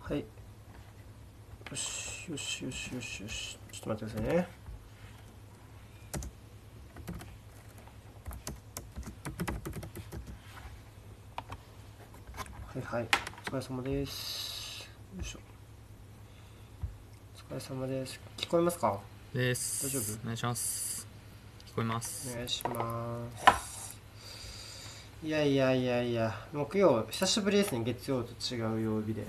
はいよしよしよしよしよしちょっと待ってくださいねはいはいお疲れ様ですよいしょお疲れ様です聞こえますかです。大丈夫お願いします。聞こえます。お願いしますいやいやいやいや木曜久しぶりですね月曜と違う曜日で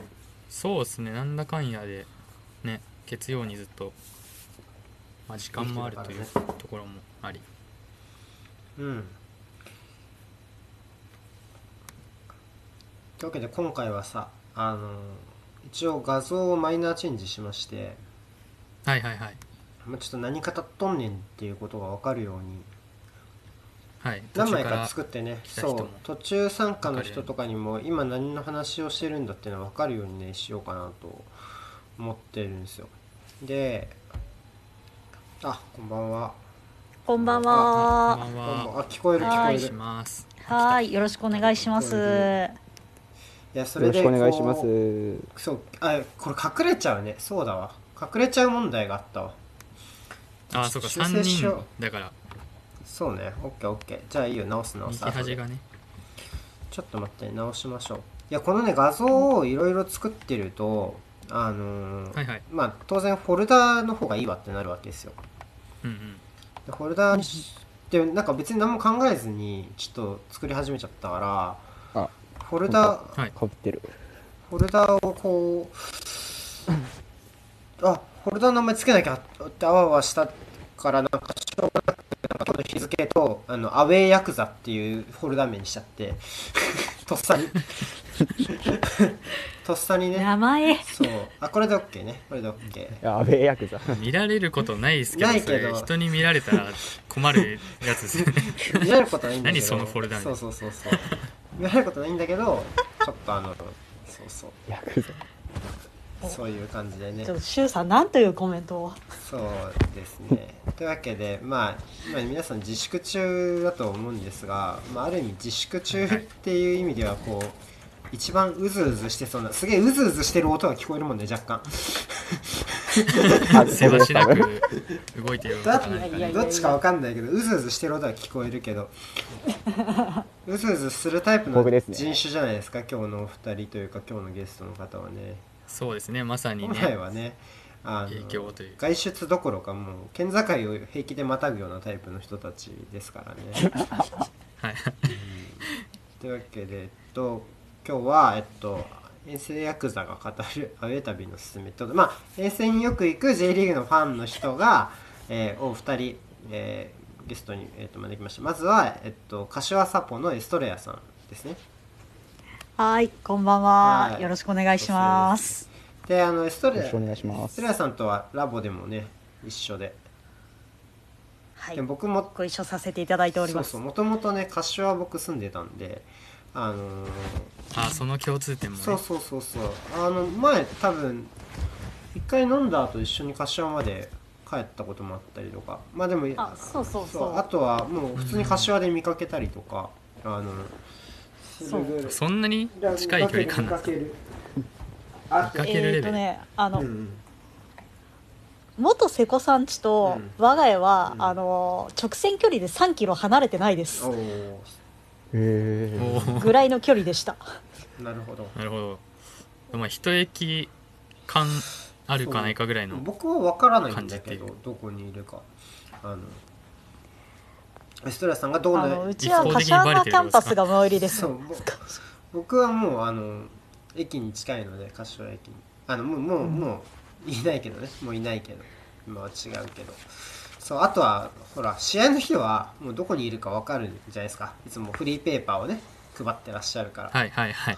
そうですね、なんだかんやで、ね、月曜にずっと、まあ、時間もあるという生きてところもあり。うんというわけで今回はさあの一応画像をマイナーチェンジしましてはいはいはい。まあちょっと何語っとんねんっていうことが分かるようにはい、途何中枚か、から作ってね来た人そもう途中参加の人とかにも今何の話をしてるんだっていうのは分かるようにねしようかなと思ってるんですよであこんばんはこんばんあこは。んばこんばんんは。はあ聞こえる聞こおえ願はいるします。はーい、よろしくお願いします。これいやそよれろでしくお願いします。こうそうあこれ隠れちゃうねそうだわ隠れちゃう問題があったわあそうか、修正3しよう人だから、そうねオッケーオッケーじゃあいいよ直す直右す後端でがね。ちょっと待って直しましょういやこのね画像をいろいろ作ってるとあのーはいはい。まあ当然フォルダの方がいいわってなるわけですようんうん。でフォルダにしてなんか別に何も考えずにちょっと作り始めちゃったからあフォルダはい。かぶってる。フォルダをこうあフォルダの名前つけなきゃってあわあわしたからなんかしょうがなくてなんか今日の日付とあのアウェーヤクザっていうフォルダ名にしちゃって とっさに とっさにね名前。そうあこれで OK ねこれで OK やべえヤクザ。見られることないですけど、ないそけどれ人に見られたら困るやつですね。見られることないんだけど何そのフォルダ名そうそうそうそう見られることないんだけどちょっとあのそうそうヤクザ。そういう感じでね ちょっとしゅうさん、なんというコメントを。そうですね。というわけで、まあ、今皆さん自粛中だと思うんですが、まあ、ある意味自粛中っていう意味では、こう、一番うずうずしてそうな、すげえうずうずしてる音が聞こえるもんね、若干。あ せわしな多く分動いてるのだ か何かいやいやいね。どっちかわかんないけど、うずうずしてる音は聞こえるけど、うずうずするタイプの僕人ですね種じゃないですか、今日のお二人というか、今日のゲストの方はね。そうですね、まさに本来ね、はね、あの影響という外出どころかもう県境を平気でまたぐようなタイプの人たちですからね。 はい。というわけで、えっと、今日は、えっと、遠征ヤクザが語るアウェー旅のすすめと、まあ、遠征によく行く J リーグのファンの人が、えー、お二人、えーゲストに、えっと招きました。まずは、えっと、柏サポのエストレアさんですね。はーい、こんばんはは。いよろしくお願いします。で、あの、エストレよア、ろしくお願エいしまスすトレ。アさんとはラボでもね、一緒で。はいで、僕もご一緒させていただいております。そうそうもともとね柏は僕住んでたんであのーあ、その共通点もね。そうそうそうそうあの前多分一回飲んだ後一緒に柏まで帰ったこともあったりとかまあでもあそうそうそうあとはもう普通に柏で見かけたりとか、あのそうそんなに近い距離感なんですかる あ見かけるレベルえーとね、あの、うん元瀬古さんちとうん我が家は、うんあの直線距離で3キロ離れてないでおすおへえ。おーぐらいの距離でしたなるほどなるほど。まあ、一駅間あるかないかぐらいの。僕は分からないんだけ感じどてどこにいるかあのエストレアさんがどうあなのうちは一方的に柏バレ原てキるャンパスが最寄りですそうぼ僕はもうあの駅に近いので柏駅にあのもうもう、もういないけどねもういないけど今は違うけどそうあとはほら試合の日はもうどこにいるか分かるんじゃないですかいつもフリーペーパーをね配ってらっしゃるから、はいはいはい。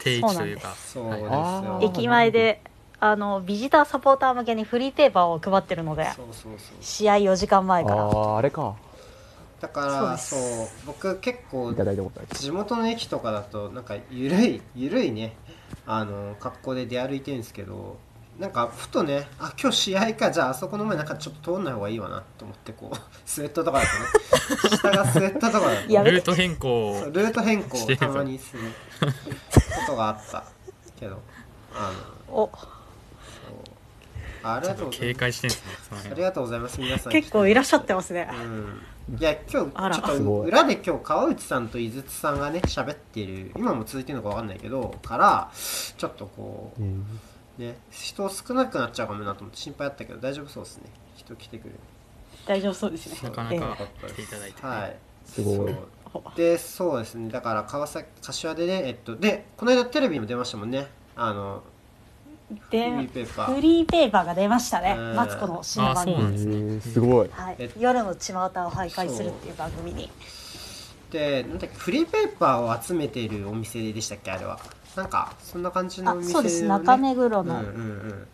定そう域なとんいでうか。そうですはいよ、あー駅前であのビジターサポーター向けにフリーペーパーを配ってるのでそうそうそう試合4時間前あからあ、あれか。だからそそううです僕結構いただいたことある。地元の駅とかだとなんかゆるいゆるいねあの格好で出歩いてるんですけどなんかふとねあ今日試合かじゃああそこの前なんかちょっと通んない方がいいわなと思ってこう スウェットとかだと ね下がスウェットとかだとやめてルート変更そうを。ルート変更しをてるたぞまにすることがあったけどあおのそうありちがとょっうとござい警ます戒してんですねそのあ辺りがとうございます皆さん結構いらっしゃってますねうんいや今日ちょあらっとすごい裏で今日川内さんと井筒さんがね喋ってる今も続いてるのか分かんないけどからちょっとこえーうね人少なくなっちゃうかもなと思って心配だったけど大丈夫そうですね人来てくれる大丈夫そうですねなかなえかよったです来ていただいてねはいすごいそうえほでそうですねだから川崎柏でねえっとでこの間テレビにも出ましたもんねあのフリでーペーパフーリーペーパーが出ましたねうんマツコの深夜番あそうなん組ですねえーすごい。はいえっと夜の巷を徘徊するっていう番組にでなんだっけフリーペーパーを集めているお店でしたっけあれはなんかそんな感じのあお店そうですの中目黒うんうのん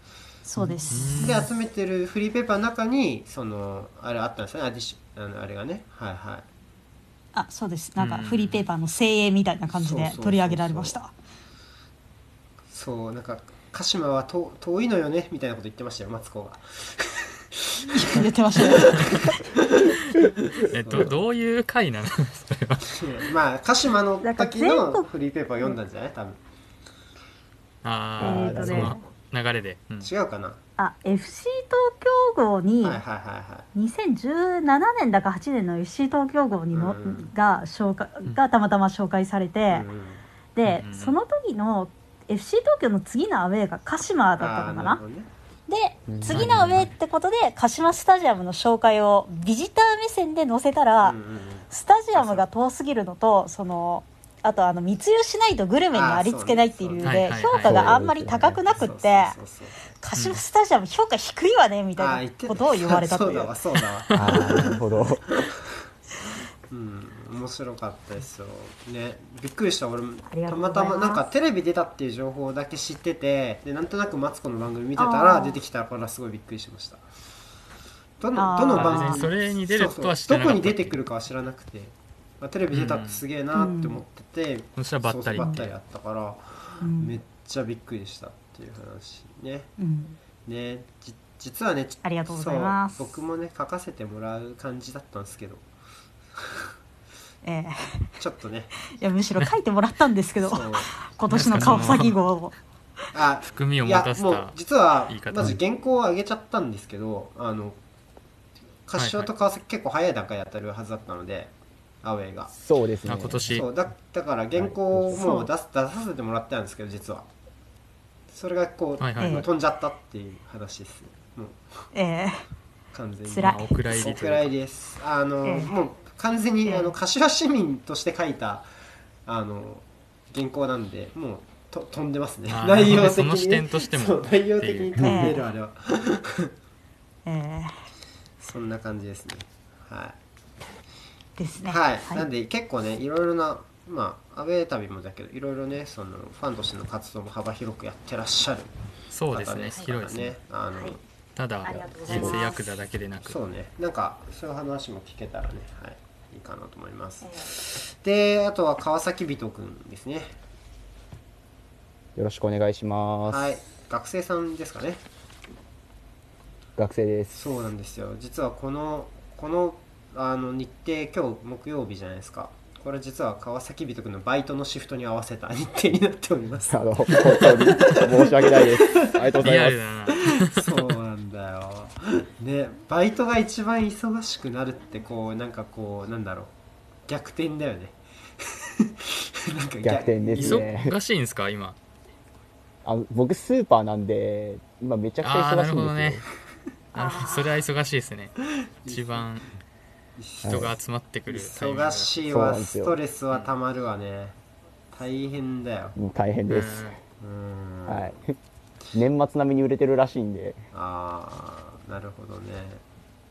そうでうすん、で集めてるフリーペーパーの中にそのあれあったんですよねアディシあのあれがねはいはいあそうですなんかフリーペーパーの精鋭みたいな感じそうでそうそう取り上げられました そうなんか鹿島はと遠いのよねみたいなこと言ってましたよマツコ が言ってました ねえどどういう回なの それはまあ鹿島のなんか時全国のフリーペーパー読んだんじゃない多分あえーあとそねの流れで、うん違うかな、あ FC 東京号にはいはいはいはい2017年だか8年の FC 東京号にの、うんが紹介がたまたま紹介されて、うんうんで、うんその時の FC 東京の次のアウェーが鹿島だったのかなあーるほどねでうん次のアウェーってことで鹿島スタジアムの紹介をビジター目線で載せたら、うんうんうんスタジアムが遠すぎるのとそのあとあの密輸しないとグルメにありつけないっていう理由あーそうねはいではいはい評価があんまり高くなくってそうそうそう鹿島スタジアム評価低いわねみそうあたー言いっなてことを言われたとそういだうわそうだわああ、なるほど。うん、面白かったですよ。ね、びっくりした俺もありがたとうごまざいまたすまなんかテレビ出たっていう情報だけ知っててでなんとなくマツコの番組見てたあらー出てきたからすごいびっくりしました。どあのーどのあ番別組にそれに出るとは知そうらそうどこなかったにってい出うてくるかは知らなくて、まあ、テレビ出たってすげえなって思ってて、そしたらばったりそうそうばったりあったから、うんめっちゃびっくりしたっていう話ね。うんねじ実はねちありがとうございますそう僕もね書かせてもらう感じだったんですけどえちょっとねえいやむしろ書いてもらったんですけどそう今年の川崎号をあ含みをい持やたせもたう実は言い方まず原稿を上げちゃったんですけどあの柏と川崎結構早い段階でやってるはずだったので、アウェイがそうですねあ。今年そうだだから原稿をもう出す出させてもらったんですけど実はそれがこう、はいはいはいもう飛んじゃったっていう話ですもうええ完全に辛いまあお蔵入りおというか蔵入りですあの、ええもう完全に、ええあの柏市民として書いたあの原稿なんでもうと飛んでますねあー内容的にその視点としてもそう内容的に飛んでっていうるあれは、えそんな感じですねはえですい、ねはいなんで結構ねいろいろなまあアウェー旅もだけどいろいろねそのファンとしての活動も幅広くやってらっしゃるそう方ですね広いですねあの、はいただありがとうござい人ます生ヤクザだけでなくそうねなんかそういう話も聞けたらねはいいいかなと思います、であとは川崎人くんですねよろしくお願いします。はい学生さんですかね学生です。そうなんですよ実はこのこのあの日程今日木曜日じゃないですかこれ実は川崎人くんのバイトのシフトに合わせた日程になっておりま すあの、本当に申し訳ないです。ありがとうござリアいルまだなそうなんだよねバイトが一番忙しくなるってこうなんかこうなんだろう逆転だよね なんか逆転ですね忙しいんですか今す。あの僕スーパーなんで、今めちゃくちゃああー忙なしいるんほでどすよ。ねなるほどそれは忙しいですね一番人が集まってくるタイミング忙しいそうわなんですスよトレスはたまるわね大変だようん大変うです。うんんはい。年末並みに売れてるらしいんで、ああなるほどね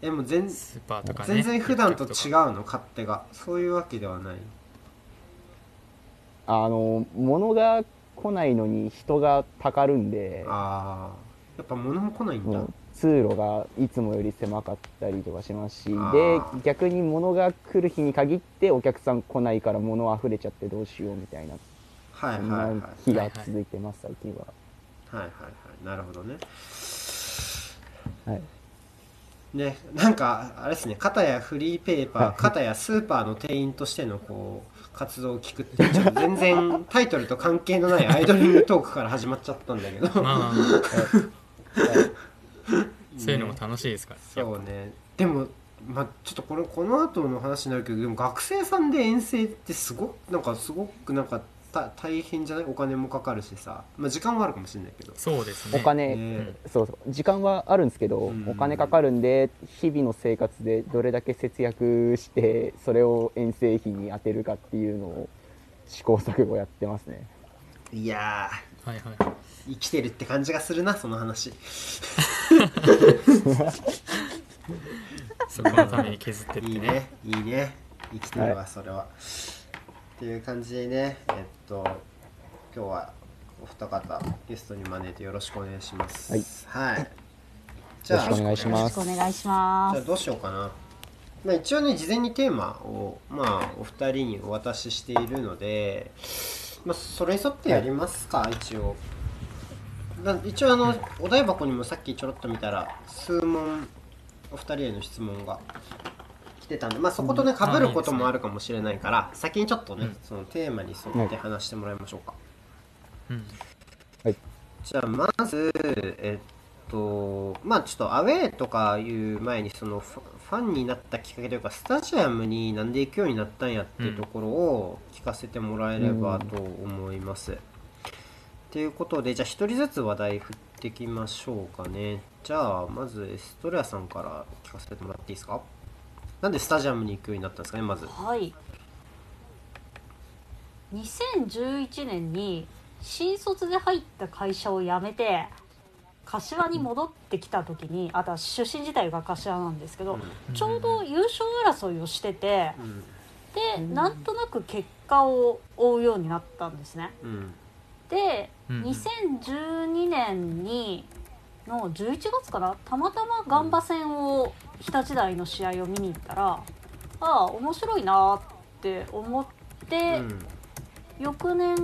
えもう全スーパーとかね全然普段と違ううの勝手がそういうわけではないあの、物が来ないのに人がたかるんで、ああやっぱ物も来ないんだ、うん通路がいつもより狭かったりとかしますしあでー逆に物が来る日に限ってお客さん来ないから物溢れちゃってどうしようみたいなはいそはいんはいはいな日が続いてます最近は。はいはいなるほどねはい、ねなんかあれですね片やフリーペーパー片やスーパーの店員としてのこう活動を聞くっていうちょっと全然タイトルと関係のないアイドリングトークから始まっちゃったんだけどまあまあまあそういうのも楽しいですから、そうねでも、まあ、ちょっとこれこの後の話になるけどでも学生さんで遠征ってすごくなんかすごくなんかた大変じゃないお金もかかるしさ、まあ、時間はあるかもしれないけど、そうですおね金、ねそうそう時間はあるんですけど、うんお金かかるんで日々の生活でどれだけ節約してそれを遠征費に当てるかっていうのを試行錯誤やってますねいやはいはいー生きてるって感じがするなその話そこのために削ってっていいねいいね生きてるわそれは、っていう感じでねえっと今日はお二方ゲストに招いてよろしくお願いしますはい、じよゃろあしくお願いしよろましくおす願いしまじゃあす。どうしようかな、まあ、一応ね事前にテーマを、まあ、お二人にお渡ししているので、まあ、それに沿ってやりますか、一応な一応あのお題箱にもさっきちょろっと見たら数問お二人への質問が来てたんで、まあ、そことねかぶることもあるかもしれないから先にちょっとね、うんそのテーマに沿って話してもらいましょうか、うんじゃあまずえっとまあちょっとアウェーとかいう前にそのファファンになったきっかけというかスタジアムになんで行くようになったんやっていうところを聞かせてもらえればと思います。と、いうことでじゃあ一人ずつ話題振ってきましょうかね。じゃあまずエストレアさんから聞かせてもらっていいですかなんでスタジアムに行くようになったんですかねまず。はい2011年に新卒で入った会社を辞めて柏に戻ってきた時にあとは出身自体が柏なんですけど、ちょうど優勝争いをしててうんでなんとなく結果を追うようになったんですね。うんでうん2012年にの11月かなたまたまガンバ戦を日立大の試合を見に行ったらああ面白いなって思って、うん翌年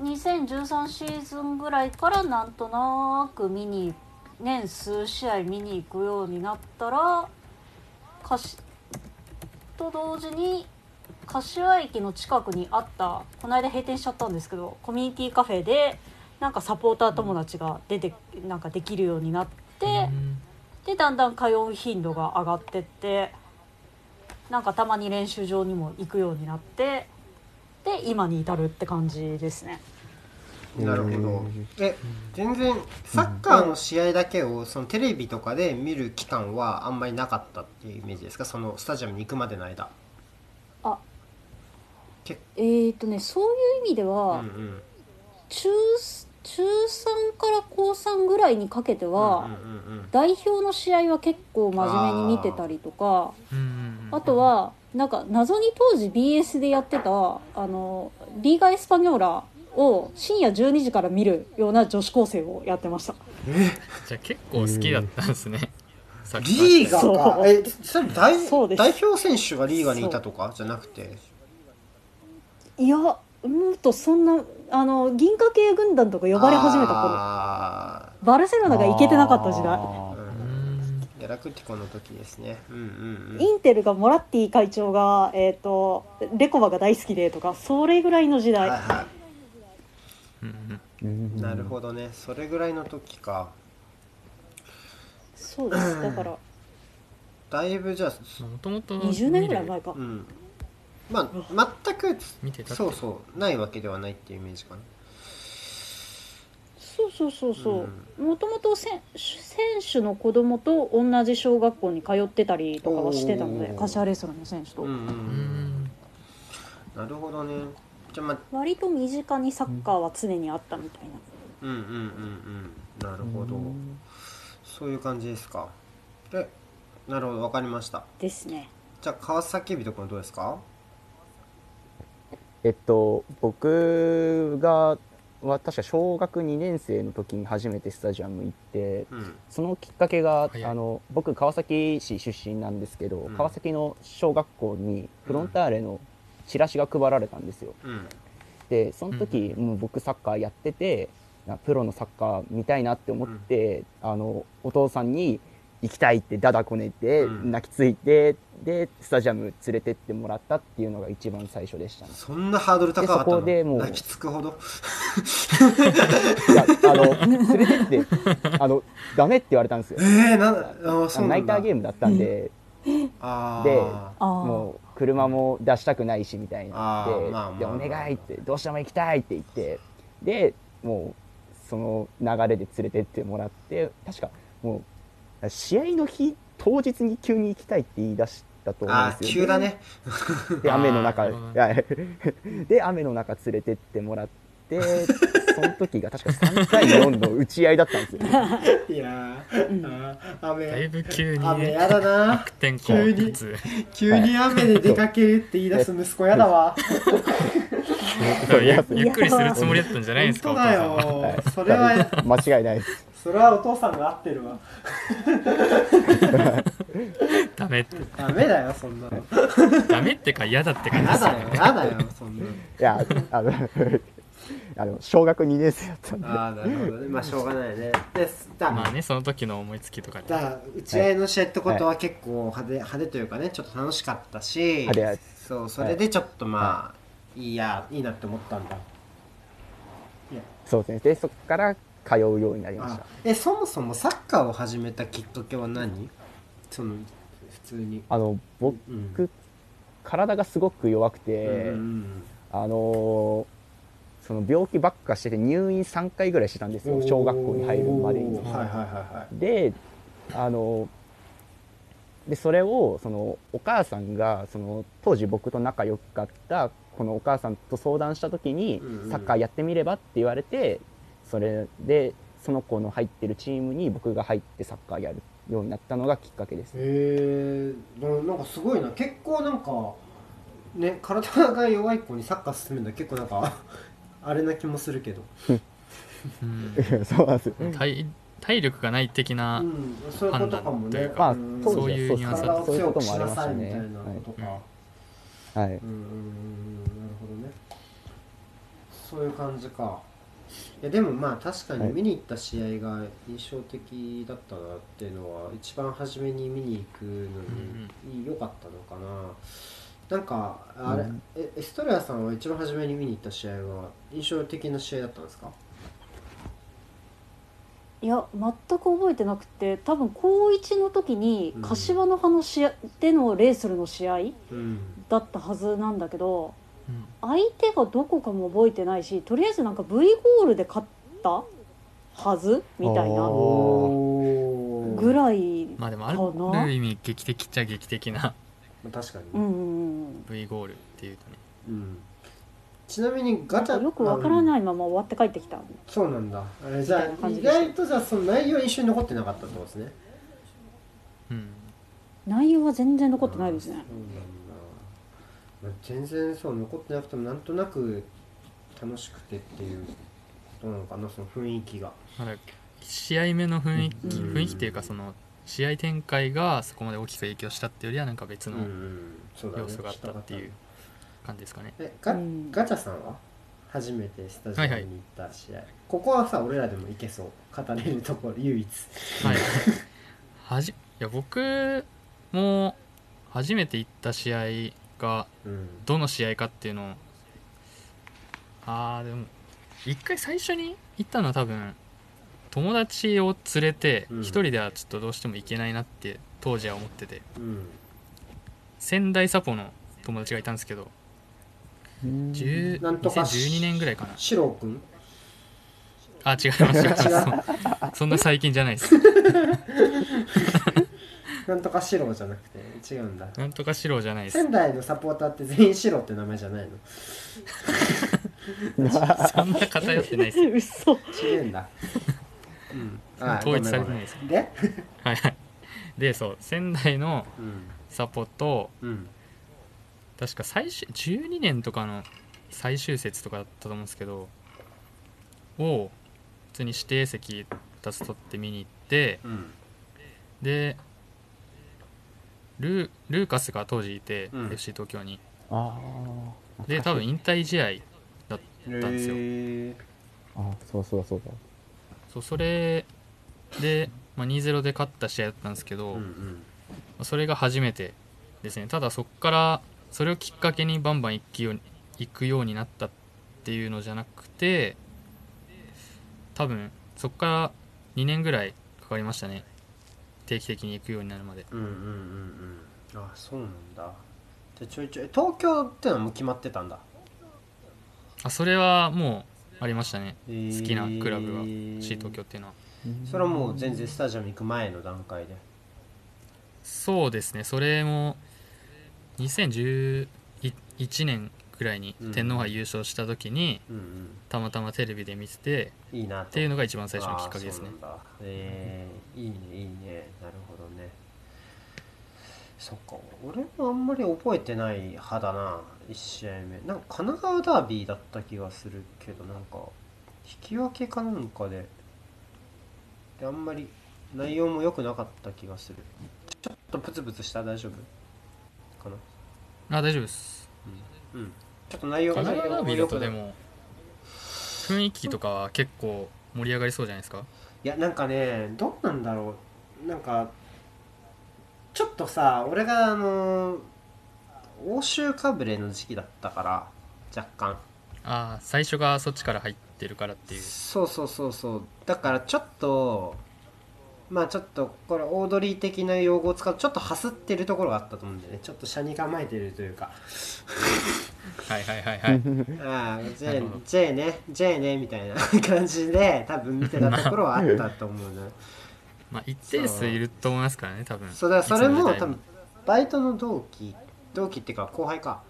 2013シーズンぐらいからなんとなく見に年数試合見に行くようになったらかしと同時に柏駅の近くにあったこの間閉店しちゃったんですけどコミュニティカフェでなんかサポーター友達が出てなんかできるようになって。うんでだんだん通う頻度が上がってってなんかたまに練習場にも行くようになってで今に至るって感じですねなるほどうん。え、全然サッカーの試合だけをそのテレビとかで見る期間はあんまりなかったっていうイメージですか？そのスタジアムに行くまでの間。あ結えー、とねそういう意味で構。は、うんうん。中中3から高3ぐらいにかけてうんは、うんうんうん代表の試合は結構真面目に見てたりとかうんうんうんあとはなんか謎に当時 BS でやってたあのリーガ・エスパニョーラを深夜12時から見るような女子高生をやってましたじゃあ結構好きだったんですねサッカリーガそうか。え、それ代そうです代表選手がリーガにいたとかじゃなくて。いやうんとそんなあの銀河系軍団とか呼ばれ始めた頃あバルセロナが行けてなかった時代ーううんんギャラクティコの時ですね。うんうんインテルがモラッティ会長が、えー、とレコバが大好きでとかそれぐらいの時うん。は代、いはうんい。なるほどね。それぐらいの時か。そうですだからだいぶじゃあうんもともと20年ぐらい前かうん、まあ全く見てたってそうそうないわけではないっていうイメージかなそうそうそうそうもともと選手の子供と同じ小学校に通ってたりとかはしてたのおでー柏レイソルの選手と、うんうんううんんなるほどねじゃあまあ割と身近にサッカーは常にあったみたいな、うんうんうんうんなるほどそういう感じですかでなるほどわかりましたですねじゃあ川崎美と君どうですかえっと僕がは確か小学2年生の時に初めてスタジアム行ってうんそのきっかけが、早いあの僕川崎市出身なんですけど、うん川崎の小学校にフロンターレのチラシが配られたんですよ。うんでその時、もう僕サッカーやっててなプロのサッカー見たいなって思って、あのお父さんに行きたいってダダこねてうん泣きついてでスタジアム連れてってもらったっていうのが一番最初でしたね。そんなハードル高かったでそのこでもう泣きつくほどいや あの連れてってあのダメって言われたんですよえ。ー、なあーあそうのナイターゲムームだったんであでーあーもう車も出したくないしみたいあーまあなででまあお願いってどうしても行きたいって言ってでもうその流れで連れてってもらって確かもう試合の日当日に急に行きたいって言い出したと思うんあでーすよ急だねで雨の中あーはい で雨の中連れてってもらってその時が確か3対4の打ち合いだったんですよ いやーあー雨だいぶ急に雨ねやだな悪天候急にかつ急に雨で出かけるって言い出す息子やだわだからゆゆっくりするつもりだったんじゃないんですか本当おだ父さんはよそれは間違いないですそれはお父さんが合ってるわダメってダメだよそんなのダメってか嫌だって感じでやすよだよねやだよそんなのいや あの あの小学2年生だったんでああなるほどねまあしょうがないねですだまあねその時の思いつきとかでだから打ち合いの試合ってことは結構派手,、派手というかねちょっと楽しかったし派手やそうそれでちょっとまあ、い、いやいいなって思ったんだそうですねでそこから通うようになりましあたえそもそもサッカーを始めたきっかけは何その普通に、あの僕うん体がすごく弱くて、うんうんあのーその病気ばっかしてて入院3回ぐらいしてたんですうよん小学校に入るまでにおーはいはいはいはいであのーでそれをそのお母さんがその当時僕と仲良かったこのお母さんと相談した時にうんうんサッカーやってみればって言われてそれでその子の入ってるチームに僕が入ってサッカーやるようになったのがきっかけですへえななんかすごいな結構なんかね体が弱い子にサッカー進めるの結構なんか あれな気もするけど、うん そうなんですよ。体体力がない的なうん、そういうことかも判断といねうかまあん、当時はそういでうニュアンスすだ体っをたそういう強こくともしありなましさたいみねたいなことか、はいはうんうんい。うんなるほどねそういう感じかいやでもまあ確かはにい見に行った試合が印象的だったなっていうのは一番初めに見に行くのに良かったのかななんかあれ、うんえエストレアさんは一番初めに見に行った試合は印象的な試合だったんですかいや全く覚えてなくて多分高1の時にうん柏の葉の試合でのレースルの試合うんだったはずなんだけどうん相手がどこかも覚えてないしとりあえずなんか V ゴールで勝ったはずみたいなおおぐらい、まあでもかなある意味劇的っちゃ劇的なまあ確かにね、うんうんうん V ゴールっていうとねうんちなみにガチャよくわからないまま終わって帰ってきたそうなんだえじゃみたいなあ感意じでした外とじゃあその内容は一緒に残ってなかったってことですねうん内容は全然残ってないですそねうなんだまあ全然そう残ってなくてもなんとなく楽しくてっていうことなのかなその雰囲気がまだ試合目の雰囲気うん雰囲気っていうかその試合展開がそこまで大きく影響したっていうよりはなんか別うんのうんそうだね要素があったっていう感じですかねえガ,、うんガチャさんは初めてスタジアムに行った試合、ここはさ俺らでも行けそう語れるところ唯一はいはじいや僕も初めて行った試合がうんどの試合かっていうのをあーでも一回最初に行ったのは多分友達を連れてうん一人ではちょっとどうしても行けないなって当時は思っててうん仙台サポの友達がいたんですけど10なんとか2012年ぐらいかなシロー君あ違います違いますそそんな最近じゃないですなんとかシローじゃなくて違うんだなんとか四郎じゃないです仙台のサポーターって全員シローって名前じゃないのそんな偏ってないです 嘘違うんだ。うん。あ 統一されてないですごめんごめんで、はいはいでそう仙台のうん。サポとうん。確か最終12年とかの最終節とかだったと思うんですけどを普通に指定席2つ取って見に行ってうん。でルールーカスが当時いて、うん FC 東京に あで多分引退試合だったんですよへーあ。あそうそうそうそうそれでまあ、2-0で勝った試合だったんですけど、うんうんそれが初めてですねただそこからそれをきっかけにバンバン行くように行くようになったっていうのじゃなくて多分そこから2年ぐらいかかりましたね定期的に行くようになるまでうんうんうんうんあそうなんだじゃあちょいちょい東京ってのはもう決まってたんだあそれはもうありましたね好好きなクラブが C 東京っていうのはそれはもう全然スタジアム行く前の段階でそうですねそれも2011年くらいに天皇杯優勝した時にうんうんたまたまテレビで見てていいなっっていうののが一番最初のきっかけですねえー、いいねいいねなるほどねそっか俺もあんまり覚えてない派だな1試合目なんか神奈川ダービーだった気がするけどなんか引き分けかなんかでであんまり内容も良くなかった気がするちょっとプツプツした大丈夫かなあ大丈夫ですうんちょっと内容神奈川ダービーだと内で容も良くなも雰囲気とかは結構盛り上がりそうじゃないですかいやなんかねどうなんだろうなんかちょっとさ俺があの欧州かぶれの時期だったから若干ああ最初がそっちから入ってるからっていうそうそうそうそうだからちょっとまあちょっとこれオードリー的な用語を使うとちょっとはすってるところがあったと思うんだよねちょっと車に構えてるというかはいはいはい はいああな J, るほど J ね J ねみたいな感じで多分見てたところはあったと思うな、まあ一定数いると思いますからね多分そうだからそれいつもの時代多分バイトの同期同期っていうか後輩か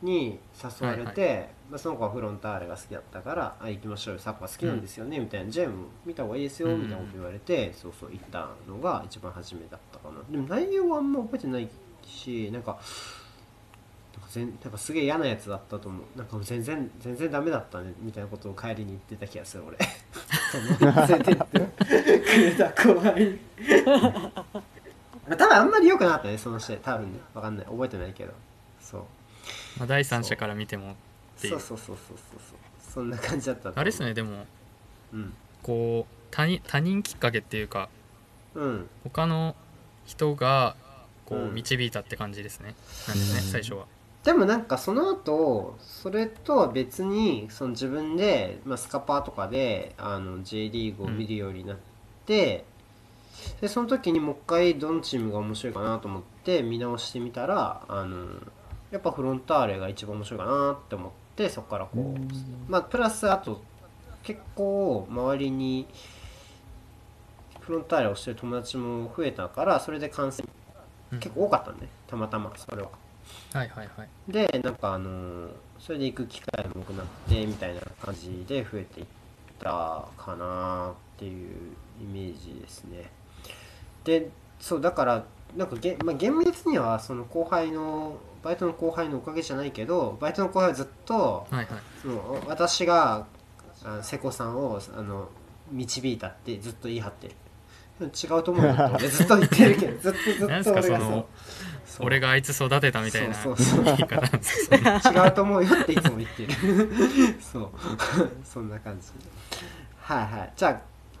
に誘われて、まあ、その子はフロンターレが好きだったから「あ行きましょうよサッカー好きなんですよね」みたいな「ジェーム見た方がいいですよ」みたいなこと言われて、そうそう行ったのが一番初めだったかなでも内容はあんま覚えてないしなんかなんか全なんかすげえ嫌なやつだったと思うなんかもう全然全然ダメだったねみたいなことを帰りに言ってた気がする俺その連れてってくれた後輩に まあ多分あんまり良くなかったねその試合多分ね分かんない覚えてないけどそうまあ、第三者から見てもっていそううそうそうそうそうそうそんな感じだったと思うあれですねでもうんこう他人他人きっかけっていうかうん他の人がこううん導いたって感じですね、なんですね最初はでもなんかその後それとは別にその自分で、まあ、スカパーとかであの J リーグを見るようになって、でその時にもう一回どのチームが面白いかなと思って見直してみたらあのやっぱフロンターレが一番面白いかなって思ってそこからこう、まあプラスあと結構周りにフロンターレをしてる友達も増えたからそれで観戦うん結構多かったね、たまたまそれは。はいはいはいでなんかあのーそれで行く機会も多くなってみたいな感じで増えていったかなっていうイメージですねでそうだからなんかげ、まあ、厳密にはその後輩のバイトの後輩のおかげじゃないけどバイトの後輩はずっとはいはいその私があ瀬古さんをあの導いたってずっと言い張ってるでも違うと思うよって俺ずっと言ってるけどずっとずなっんすとか俺そがのそう俺があいつ育てたみたいなそ言うそうそうい方なんですよね 違うと思うよっていつも言ってるそう そんな感じはいはいじゃあ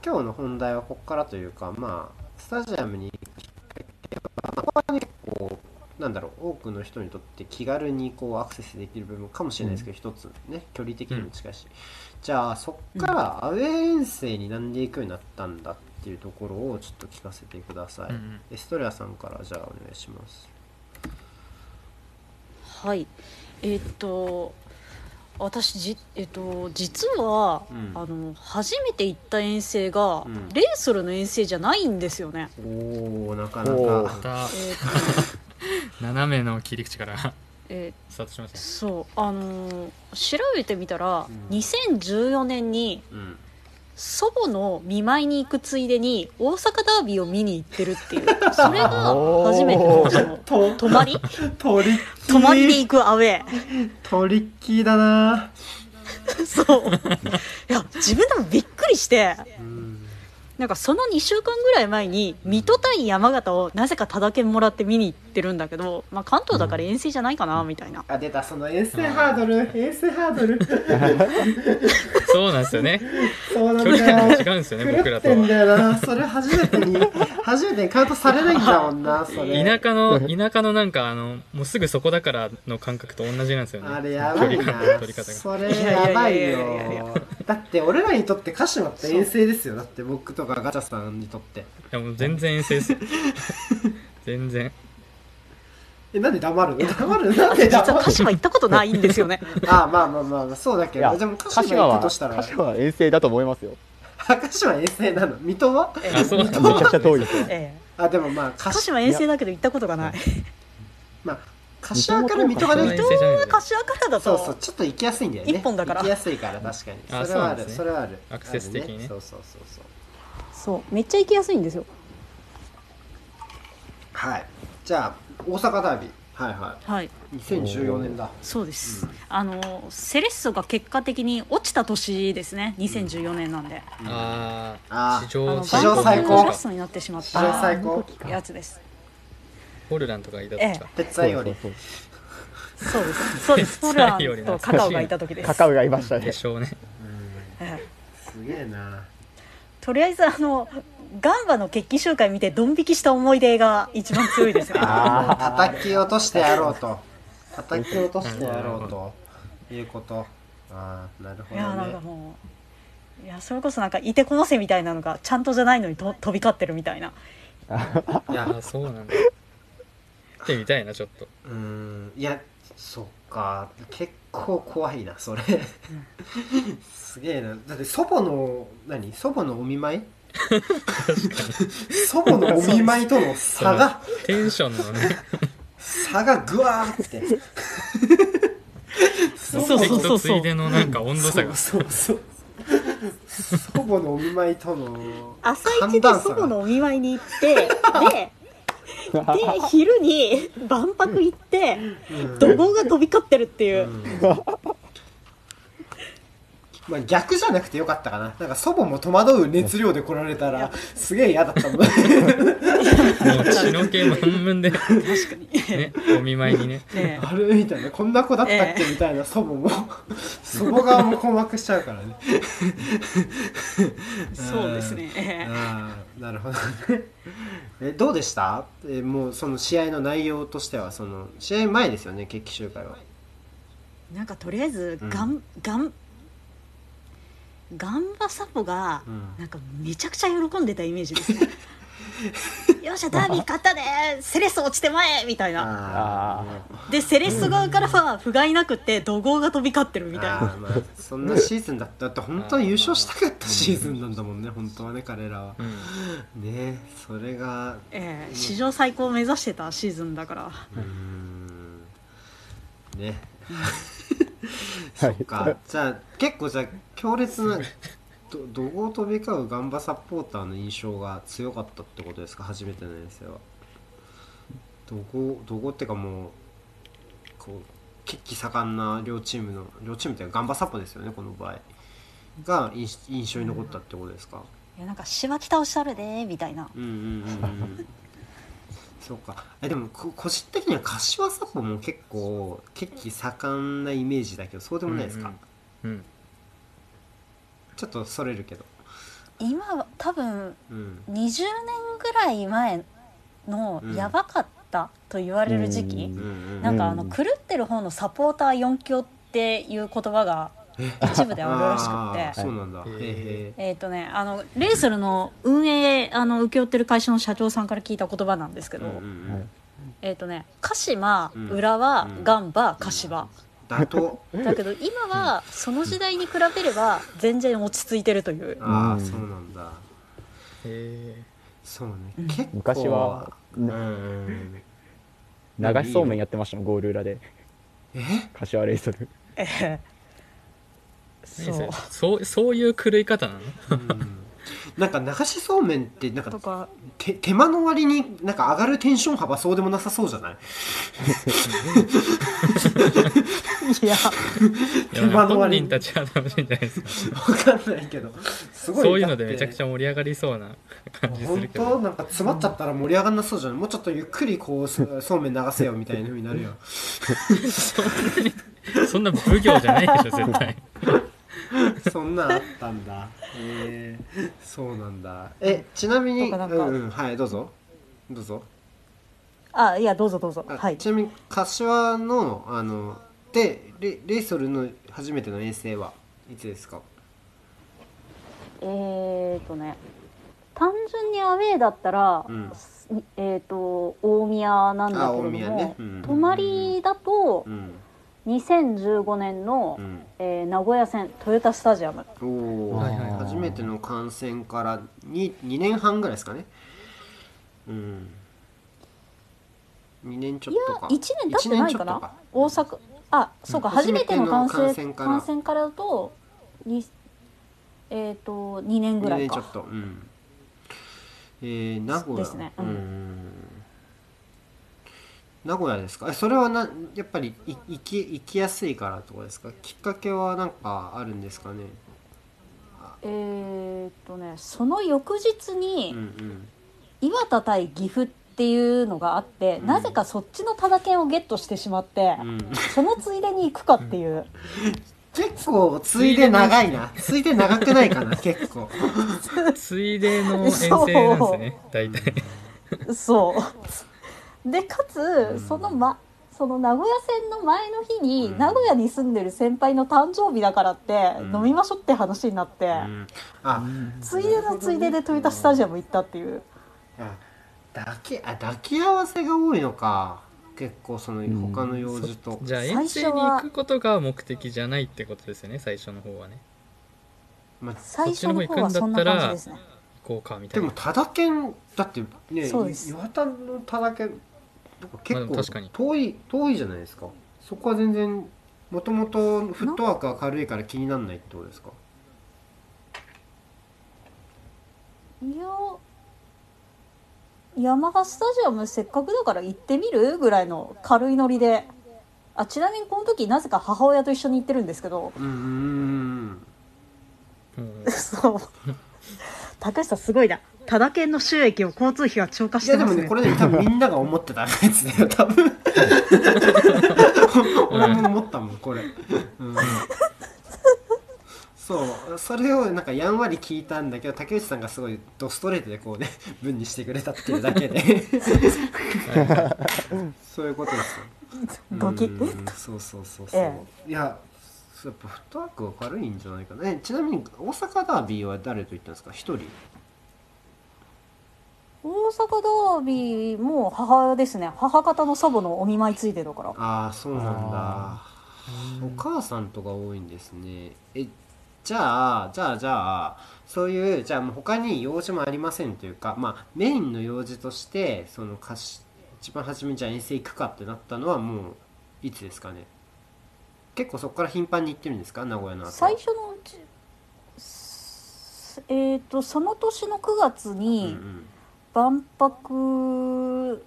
今日の本題はここからというかまあスタジアムに行くきっかけはまあこれはねこうなんだろう多くの人にとって気軽にこうアクセスできる部分かもしれないですけど、一つね距離的にも近いし、じゃあそっからアウェー遠征になんで行くようになったんだっていうところをちょっと聞かせてください、うんうんエストレアさんからじゃあお願いしますはいえっと私じ、えっと、実は、うんあの初めて行った遠征が、うんレイソルの遠征じゃないんですよ ね。おおなかなおかーまたえっと斜めの切り口からえ スタートしましーたねそうあのー調べてみたら、うん2014年にうん祖母の見舞いに行くついでに大阪ダービーを見に行ってるっていうそれ が初めてのそのと泊まりトリッキー泊まりで行くアウェー。 トリッキーだなそう。いや、自分でもびっくりして、うんなんかその2週間ぐらい前に水戸対山形をなぜかただ券もらって見に行ってるんだけど、まあ、関東だから遠征じゃないかなみたいな、あ出たその遠征ハードル遠征ハード ルそうなんですよね。そうなん距だ離感が違ようんですよね、僕狂らっとてんは。だよなそれ初めてに初めてにカウントされないんだもんなそれ田舎の、田舎のなんか、あの、もうすぐそこだからの感覚と同じなんですよね。あれやばい距離感なの取り方が。それやばいいやいやいやいやいやよだって俺らにとって鹿島って遠征ですよだって僕とかガチャさんにとっていやもう全然遠征です全然えなんで黙るの黙るなんで実は黙鹿る島行ったことないんです よねあまあまあまあまあそうだけいやどでも鹿鹿島島行くはとしたら鹿島は遠征だと思いますよあ鹿島遠征なの水戸はあそうなんめちだゃくちゃ遠いですよ ええあでもまあ鹿鹿島遠征だけど行ったことがないまあ柏から水戸がそでんきなて遠征じゃないんだ柏からだそとうそうちょっと行きやすいんだよね一本だから行きやすいから確かにそあれはあそうなんでるすねそれはあるアクセス的にねあるそうそうそうそうそうめっちゃ行きやすいんですよはいじゃあ大阪ダービーはいははいい2014年だそうです、あのセレッソが結果的に落ちた年ですね2014年なんで、あああー史あ上の史上最万国の高ラストになってしまっ史上最た高やつですホルランとかいた時か、鉄斎よりそうそそううですそう ですポルランとカカオがいた時でそうすカカウがいましたでねしょうねええすげえなとりあえずあのガンバの決起集会見てドン引きした思い出が一番強いです ねああ叩き落としてやろう と叩き落としてやろうということああなるほいやなんかどねもういやそれこそなんかいてこのせみたいなのがちゃんとじゃないのにと飛び交ってるみたいないあやーそうなんだ来てみたいなちょっとうーんいやそっか結構怖いなそれすげえなだって祖母の何祖母のお見舞い祖母のお見舞いとの差がそのテンションのね差がぐわーってそうそう席そとうつそいうでのなんか温度差がそうそうそう祖母のお見舞いとの朝一で祖母のお見舞いに 行ってでで昼に万博行ってうん怒号が飛び交ってるっていう、まあ逆じゃなくてよかったかな。なんか祖母も戸惑う熱量で来られたら、すげえ嫌だったもんね。もう血の気満々で確かにねお見舞いにねねあれみたいな、こんな子だったっけえみたいな祖母も、祖母側も困惑しちゃうからね。え そうですね、えああ、なるほどね。え、どうでしたえ、もうその試合の内容としては、その、試合前ですよね、決起集会は。えなんかとりあえずうんガン、ガンガンバサポがうんなんかめちゃくちゃ喜んでたイメー ジですねよっしゃダービー勝ったでセレッソ落ちて前みたいなああーでセレッソ側からは不甲斐なくって怒号が飛び交ってるみたいあなーまあそんなシーズンだっただって本当は優勝したかったシーズンなんだもんね本当はね彼らはうんねそれがええ史上最高を目指してたシーズンだからうーんねはいかじゃあ結構じゃあ強烈など怒号飛び交うガンバサポーターの印象が強かったってことですか初めての遠征は怒号怒号ってかもうこう血気盛んな両チームの両チームっていうかガンバサポですよねこの場合が印印象に残ったってことですか、いやなんかしばき倒したるでみたいなうんうんうんうんそうかえでもこ個人的には柏サポも結構血気盛んなイメージだけどそうでもないですか、うんうんちょっとそれるけど今は多分うん20年ぐらい前のうんやばかったと言われる時期、うんうんうんなんかあのうん狂ってる方のサポーター4強っていう言葉が一部であるらしあーくって。そうなんだはいへえーとね、あのレイソルの運営あの請け負ってる会社の社長さんから聞いた言葉なんですけえど、はいえーとね、鹿島、うん浦和、うんガンバ柏だとだけど今はその時代に比べれば全然落ち着いてるという、ああうんそうなんだへえそうね結構昔はうねん流しそうめんやってましたもんゴール裏でえ柏レイソルええ何そそうれそうそういう狂い方なのうんなんか流しそうめんってなんとかか手手間の割になんか上がるテンション幅そうでもなさそうじゃないいや、い手やまあ間の本割に人たちは楽しいんじゃないですか わかんないけどすごいそういうのでめちゃくちゃゃ盛り上がりそうな感じす本るけ当どなんか詰まっちゃったら盛り上がんなそうじゃないもうちょっとゆっくりこうそそうめん流せよみたいな風になる よそんな奉行じゃないでしょ絶対そんなんあったんだえー、そうなんだえちなみにとかなんかうんうんはいどうぞどうぞあ、いや、どうぞどうぞ。あはい。ちなみに柏のあのでレレイソルの初めての遠征はいつですかえー、とね単純にアウェーだったら、うんえー、と大宮なんだあ大けれども、宮ね、うん、泊まりだとうん2015年の、うんえー名古屋戦トヨタスタジアムおお、はいはいはい初めての感染から 2, 2年半ぐらいですかねうん2年ちょっとか1年経ってないかな一年ちょっと大阪あそうか、うん初めての感初め染ての感染から感染からだとにえっ、と2年ぐ2らい年ちょかっとうんえー、名古屋ですねうんん名古屋ですかえそれはなやっぱりい行き行きやすいからってことですかきっかけはなんかあるんですかねえーっとねその翌日うんうにん岩田対岐阜っていうのがあって、うんなぜかそっちのタダ券をゲットしてしまって、うんそのついでに行くかっていう結構ついで長いなついで長くないかな結 構ついでの遠征なんですね大体 そうでかんつその,、ま、その名古屋戦の前の日に、うん名古屋に住んでる先輩の誕生日だからって、うん飲みましょうって話になって、うんあついでのついででトヨタスタジアム行ったっていうあ抱きあ抱き合わせが多いのか結構その他の用事と、じゃあ遠征に行くことが目的じゃないってことですよね最初の方はねまあ、最初の方はそんな感じですね行こうかみたでいなもただけんだってねそうです岩田のただけんまあで結も確かに構遠い遠いじゃないですかそこは全然もともとフットワークが軽いから気にならないってことですかいや山鹿スタジアムせっかくだから行ってみるぐらいの軽いノリであちなみにこの時なぜか母親と一緒に行ってるんですけどうんうんうんうんそう高橋さん、すごいな。ただ県の収益を交通費は超過いしてやでまもすねねこ。れね多分みんなが思ってたやつだよ 多分俺も思ったもんこれ、うん、そうそれをなんかやんわり聞いたんだけど竹内さんがすごいドストレートでこうね文にしてくれたっていうだけで そういうことですよドキうんそうそうそうそう、えいやそうやっぱフットワークが軽いんじゃないかなえちなみに大阪ダービーは誰と行ったんですか一人大阪ダービーも母親ですね母方の祖母のお見舞いついてだからああそうなんだお母さんとか多いんですねえじゃあじゃあじゃあそういうじゃあもう他に用事もありませんというかまあメインの用事としてその歌詞一番初めじゃあ遠征行くかってなったのはもういつですかね結構そこから頻繁に行ってるんですか名古屋の後は最初のうちすえっ、とその年の9月うんうにん万博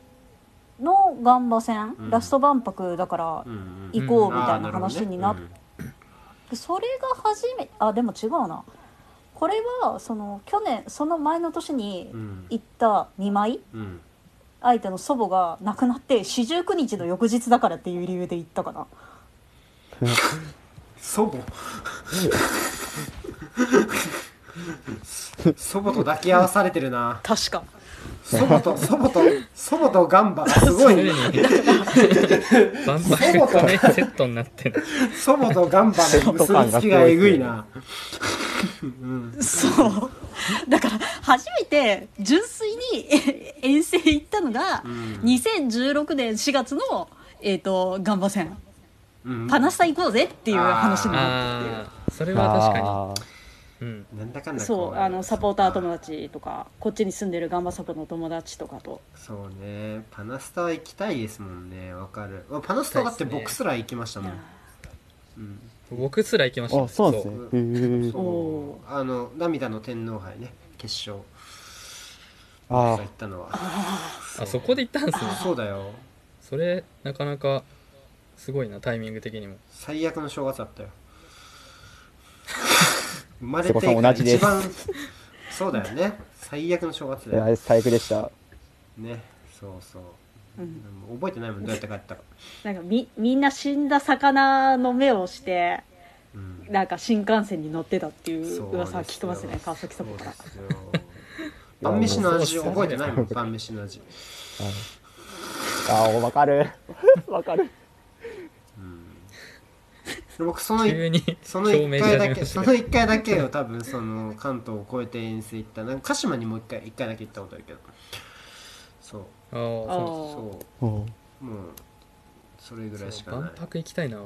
のガンバ戦、うんラスト万博だからうんうん行こううんみたいな話になって、それが初めあでも違うなこれはその去年その前の年にうん行った見舞いうん相手の祖母が亡くなって四十九日の翌日だからっていう理由で行った かな祖母祖母と抱き合わされてるな確か。祖母と祖母と祖母とガンバがす ごいついにバンバンとねセットになってる祖母とガンバの結びつきがえぐいなそう。だから、初めて純粋 にえ遠征行ったのが、2016年4月の、えっ、と、ガンバ戦。パナスタ行こうぜっていう話になっああそれは確かにあーうんなんだかんて。だそこう、あの、サポーター友達とか、こっちに住んでるガンバサポの友達とかと。そうねパナスタは行きたいですもんねわかるパナスタだって僕すら行きましたもん、僕すら行きましたねあそうなんですねそうへーそうあの涙の天皇杯ね決勝あ行ったのはそうあそこで行ったんですねそうだよそれなかなかすごいなタイミング的にも最悪の正月だったよ生まれ瀬て古さん同じです一番そうだよね最悪の正月いだよや最悪でしたねそうそう、うん覚えてないもんどうやって帰ったか、なんかみみんな死んだ魚の目をしてうん、なんか新幹線に乗ってたっていうそう噂は聞きますね川崎さんそうでからすよ晩飯の味覚えてないもん晩飯の味ああわかるわかる僕その急にその1回だ表け明し始そめまのし一回だけを多分その関東を越えて遠征行ったなんか鹿島にもう1回一回だけ行ったことあるけどそうたよあああそうんうもうそれぐらいしかない万博行きたいな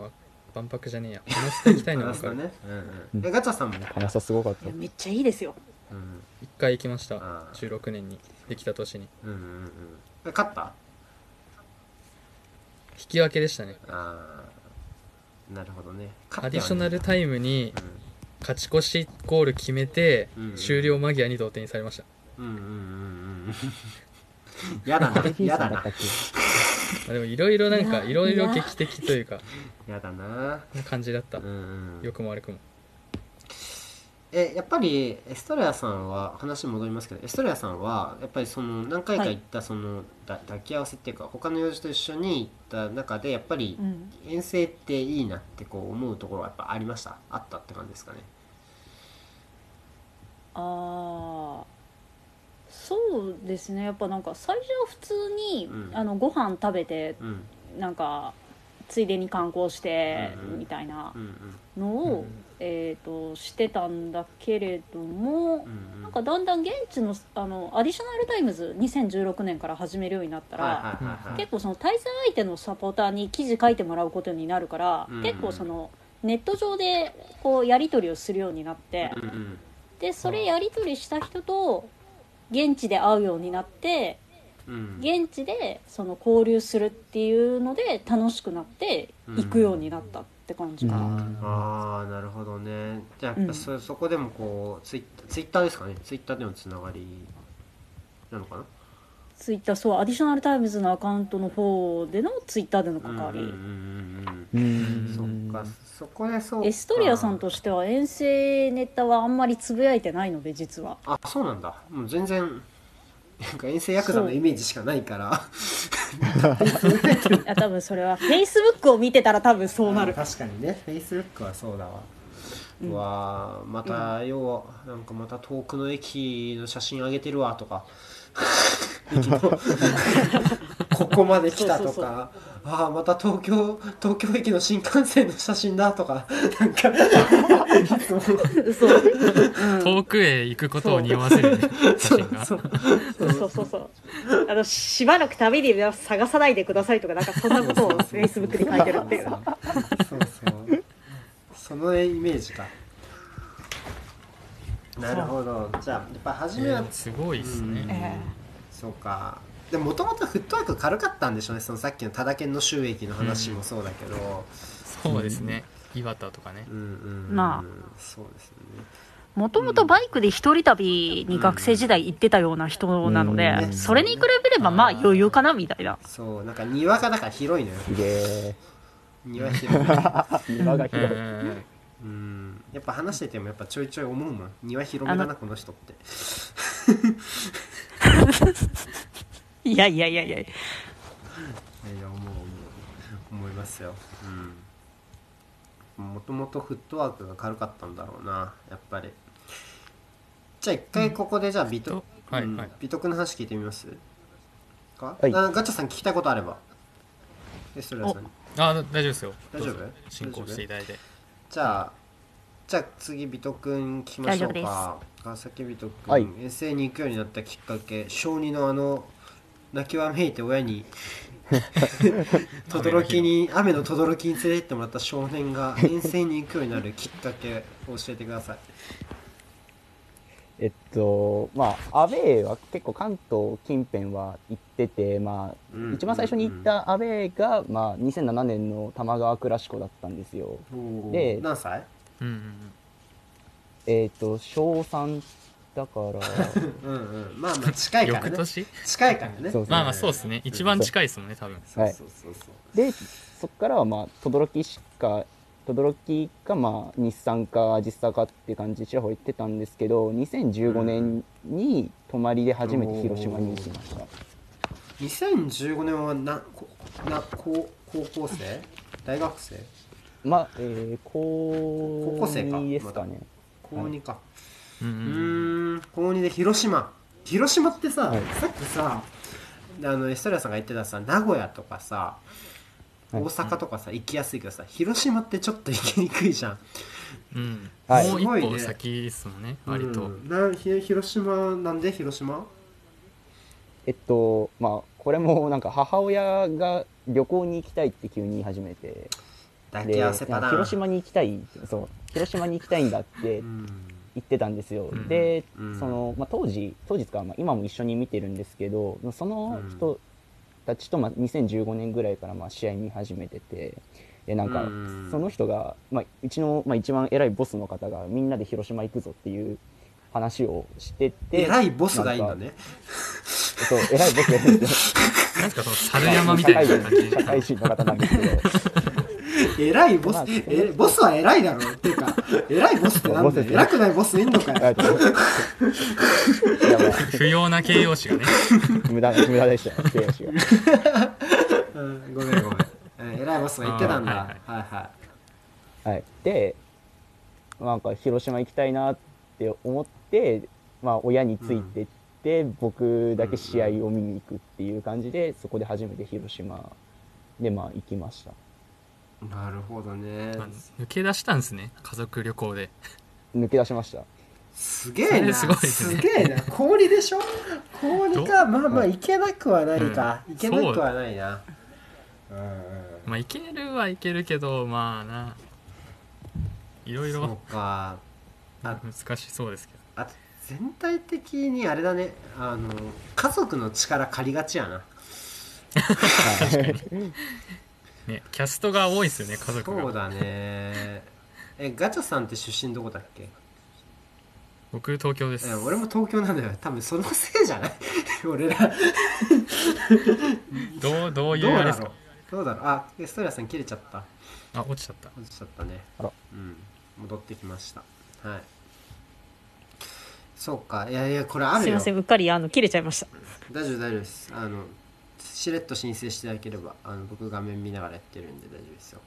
万博じゃねえやパナスタ行きたいのは話す分かとるね、うんうん、えガチャさんも、花さすごかったいやめっちゃいいですようん一回行きましたあー16年にできた年にうんうんうん、え勝ったあ引き分けでしたねあーなるほどね勝アったディよショナルねタイムに勝ち越しゴール決めて、うん終了間際に同点にされましたうんうんうんうんうん やだなやだなっけまあでもいろいろなんかいやいろいろ劇的というかやだなな感じだったうんうん良くも悪くもえやっぱりエストレアさんは話戻りますけどエストレアさんはやっぱりその何回か行ったその、だ抱き合わせっていうか他の用事と一緒に行った中でやっぱりうん遠征っていいなってこう思うところはやっぱありましたあったって感じですかねああそうですねやっぱなんか最初は普通に、うんあのご飯食べてうんなんかついでに観光して、うんうんみたいなうんのを、うんえー、としてたんだけれどもうんう、んなんかだんだん現地のあのアディショナルタイムズ2016年から始めるようになったら、はいはいはいはい結構その対戦相手のサポーターに記事書いてもらうことになるから、うんうん結構そのネット上でこうやり取りをするようになって、うんうんでそれやり取りした人と現地で会うようになってうん現地でその交流するっていうので楽しくなって行くようになったって感じかな。ああなるほどねじゃあやっぱそ,、そこでもこうツイッツイッターですかねツイッターでのつながりなのかなツイッターそうアディショナルタイムズのアカウントの方でのツイッターでの関わり、うんうんうんうんううんんそっかそこでそうかエストリアさんとしては遠征ネタはあんまりつぶやいてないので実はあそうなんだもう全然なんか遠征ヤクザのイメージしかないからいや多分それ はフェイスブックを見てたら多分そうなる確かにねフェイスブックはそうだわ、うわーまた、要はなんかまた遠くの駅の写真上げてるわと か駅のここまで来たとかそうそうそうああまた東京東京駅の新幹線の写真だとかなんかいつもそう遠くへ行くことを匂わせるね写真がそうそうそうそうそうあのしばらく旅で探さないでくださいとかなんかそんなことをフェイスブックに書いてるっていうそうそうそのイメージかなるほどじゃあやっぱ初めは、えーすごいですうんねそうかでもともとフットワーク軽かったんでしょうねそのさっきのただけんの収益の話もそうだけど、そうですね岩田とかねうん、うんうんまそうですよもともとバイクで一人旅に学生時代行ってたような人なのうでんそれに比べればまあ余裕かなみたいなねそうなんか庭がだから広いのよすげえ庭広い庭がうん広いうんうんやっぱ話しててもやっぱちょいちょい思うもん庭広めだなこの人っていやいやいやいいやや思う思う思いますようんもともとフットワークが軽かったんだろうなやっぱりじゃあ一回ここでじゃあ美徳、うんはいうんはい美徳の話聞いてみますか、はいあガチャさん聞きたいことあればエストレアさんにあ大丈夫ですよ大丈夫どうぞ進行していただいてじゃあじゃあ次美徳に聞きましょう大丈か川崎美徳君、はい遠征に行くようになったきっかけ小児のあの泣きわめいて親 に轟に雨の轟に連れてってもらった少年が遠征に行くようになるきっかけを教えてくださいえっとまあアウェーは結構関東近辺は行っててまあうん一番最初に行ったアウェーが、まあ、2007年の玉川クラシコだったんですよおーで何歳うんうんうんえっと小3 だから、うんうんまあまあ近いから翌ね年近いからねそうそうまあまあそうですね一番近いですもんね多分そうそうそうそうでそこからはまあ轟しか轟かまあ日産かアジスタかって感じでちらほら言ってたんですけど2015年に泊まりで初めて広島に行きました、 2015年はなこな高高校生大学生まあ、えー、高高校生か2ですかね、高二か、うんううんーん高二で広島広島ってさ、はいさっきさあのエストラさんが言ってたさ名古屋とかさはい大阪とかさ行きやすいけどさ広島ってちょっと行きにくいじゃんうんはいもうす一ごいね歩先ですもんね割と、うんなひ広島なんで広島えっとまあこれもなんか母親が旅行に行きたいって急に言い始めて抱でき合わせパターン広島に行きたいそう広島に行きたいんだってうん行ってたんですよ、うんで、うんその、まあ、当時当時とか、まあ、今も一緒に見てるんですけどその人たちと、まあ、2015年ぐらいから、まあ、試合見始めててでなんか、うんその人が、まあ、うちの、まあ、一番偉いボスの方がみんなで広島行くぞっていう話をしてて偉いボスがいいんだねそう偉いボスがいる んですよなんかその猿山みたいな感じ社会人の方なんです けど偉いボスまあ、え、ボスは偉いだろうっていうか、偉いボスってなんだよ。ボス偉くないボスいんのかあよ。 ちょっといやまあ不要な形容詞がね無駄無駄でしたよ手足がうん、ごめんごめんうん。偉いボスが言ってたんだ。はいあははい、でなんか広島行きたいなって思って、まあ、親についてって、僕だけ試合を見に行くっていう感じで、そこで初めて広島でまあ行きましたい。なるほどね。まあ抜け出したんですね家族旅行で抜け出しましたすげえそな。れすごいですねげえな。氷でしょ氷か。まあまあ、いけなくはないか。うんいけなくはないな。うんうん。まあいけるはいけるけどまあないろいそうろか。あ難しそうですけどあと、全体的にあれだね。あの、家族の力借りがちやな。ねキャストが多いですよね家族そうが だね。え、ガチャさんって出身どこだっけ僕東京ですえ俺も東京なんだよ多分そのせいじゃ ない俺らどどうどうういうあれでだすろうかどうだろうあエストリアさん切れちゃったあ落ちちゃった落ちちゃったねあらうん戻ってきましたはいそうかいやいやこれあするいよませんうっかりあの切れちゃいました大丈夫大丈夫ですあのしれっと申請していただければあの僕画面見ながらやってるんで大丈夫ですよ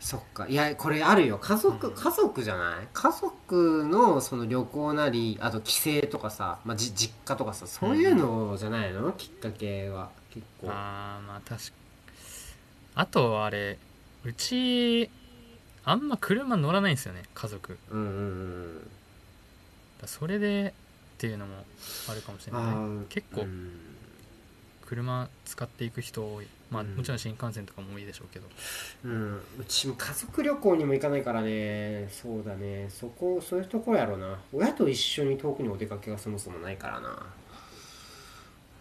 そっかいやこれあるよ家族家族じゃない家族のその旅行なりあと帰省とかさ、まあ、じ実家とかさそういうのじゃないの、きっかけは結構あーまあ確かあとはあれうちあんま車乗らないんですよね家族うんうんうんだそれでっていうのもあるかもしれないねー結構うん車使っていく人多いまあうんもちろん新幹線とかも多いでしょうけどうん、うちも家族旅行にも行かないからねそうだねそこそういうところやろな親と一緒に遠くにお出かけがそもそもないからな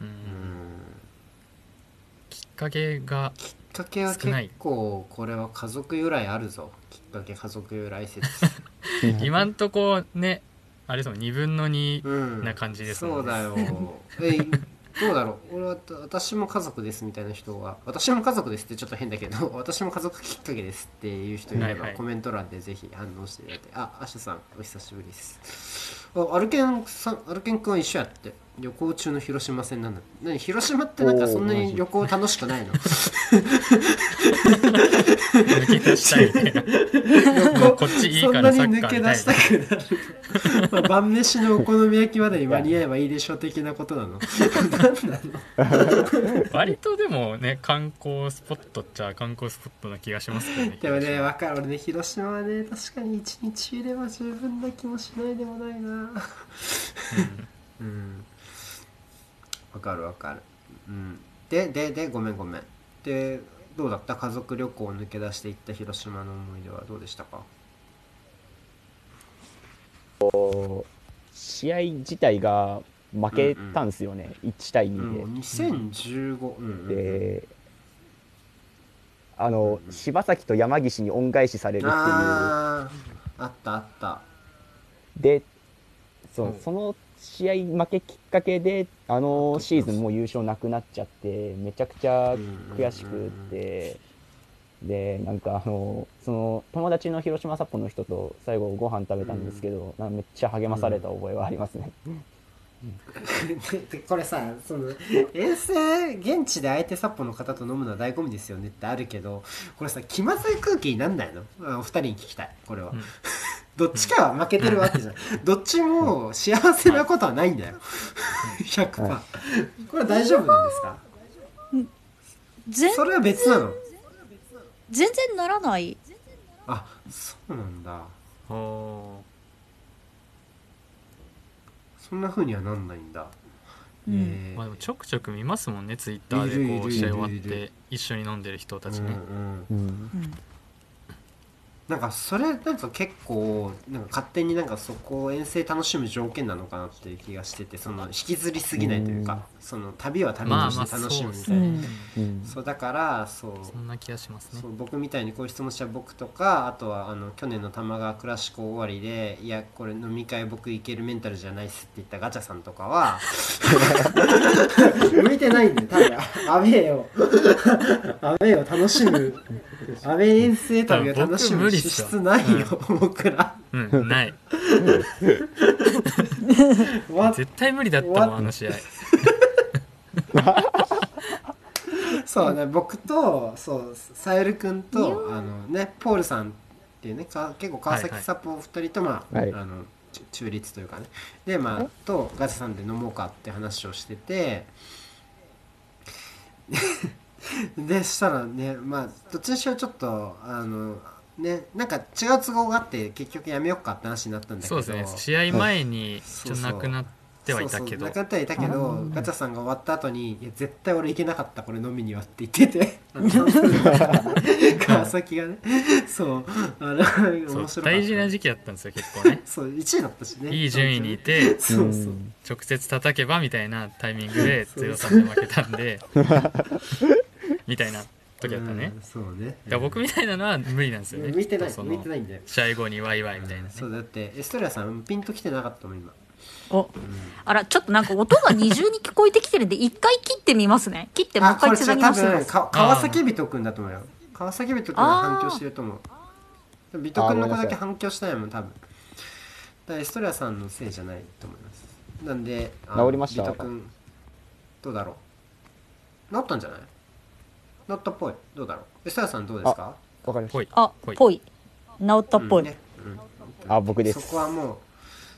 うんうんきっかけがきっかけは少ない結構これは家族由来あるぞきっかけ家族由来説今んとこねあれそう2分の2うんな感じですそもうんねだ よえどうだろう俺は私も家族ですみたいな人が私も家族ですってちょっと変だけど 私も家族きっかけですっていう人いれば、はいはいコメント欄でぜひ反応していただいてあアシャさんお久しぶりですあアルケンさんアルケン君は一緒やって旅行中の広島戦なんだ何広島ってなんかそんなに旅行楽しくないの抜け出したいみた いなもう こっちいいそんかならにサッカ抜ーけみ出たしたくないる、まあ、晩飯のお好み焼きまでに間に合えばいいでしょう的なことな の何なのな割とでもね観光スポットっちゃ観光スポットな気がしますけどねでもね分かる俺ね広島はね確かに一日いれば十分な気もしないでもないなうん分かる分かるうんでででごめんごめんでどうだった家族旅行を抜け出していった広島の思い出はどうでしたか試合自体が負けたんですよね、1対うん2で、 2015うんうんであの柴崎と山岸に恩返しされるっていうあーあったあったでそううんその試合負けきっかけであのシーズンもう優勝なくなっちゃってめちゃくちゃ悔しくってでなんかあのその友達の広島札幌の人と最後ご飯食べたんですけどなんかめっちゃ励まされた覚えはありますね。で これさその遠征現地で相手札幌の方と飲むのは醍醐味ですよねってあるけどこれさ気まずい空気になんないのあお二人に聞きたいこれは、うん どっちかは負けてるわけじゃんどっちも幸せなことはないんだよ100%、はこれは大丈夫なんですか全それは別なの全然ならないあそうなんだあーそんな風にはなんないんだ、うえんえーまあでもちょくちょく見ますもんねツイッターいるいでこるうい試る合終わいっるいるて一緒に飲んでる人たちうんね、うんうんうんなんかそれなんか結構なんか勝手になんかそこを遠征楽しむ条件なのかなっていう気がしててその引きずりすぎないというかその旅は旅まとあまあしてそう楽しむみでたすいな、ね、うんうんそうだからそうそんな気がしますねそう僕みたいにこういう質問した僕とかあとはあの去年の玉川クラシコ終わりで「いやこれ飲み会僕行けるメンタルじゃないっす」って言ったガチャさんとか は向いてないんで多分アウェーをアウェーを楽し むアウェー遠征旅を楽しむ資質ないよ僕らうん ないわ絶対無理だったも終わんあの試合そうね僕とそうサエル君とあのねポールさんっていうねか結構川崎はいはいサポお二人とまあ、はいあのち中立というかねでまあとガチャさんで飲もうかって話をしてて でしたらねまあどっちにしろちょっとあのねなんか違う都合があって結局やめようかって話になったんだけそうどですね試合前にそちょうっとそうなくなってはいたけそうそどうなくなってはいたけどガチャさんが終わった後に「いや絶対俺行けなかったこれ飲みには」って言っててあの川崎がねそうあのそう面白かった大事な時期だったんですよ結構ねそう1位だったしねいい順位にいてそうそう直接叩けばみたいなタイミングで0-3で負けたん でみたいな時だったねうんそうねだから僕みたいなのは無理なんですよね見てなきいっとそ見のてないんだよ試合後にワイワイみたいなねそうだってエストレアさんピンときてなかったもん今おあらちょっとなんか音が二重に聞こえてきてるんで一回切ってみますね切ってもうあ一こ回れつな多ぎ直してみま分すか川崎ビト君だと思うよ川崎ビト君が反響してると思うビト君の子だけ反響したいもん多分だからエストレアさんのせいじゃないと思いますなんであの治りましたビト君どうだろうなったんじゃないなったっぽいどうだろうエストレアさんどうですかわかりましぽいあぽいぽい治ったっぽうんいねうんた。あ、僕でそすこ。はもう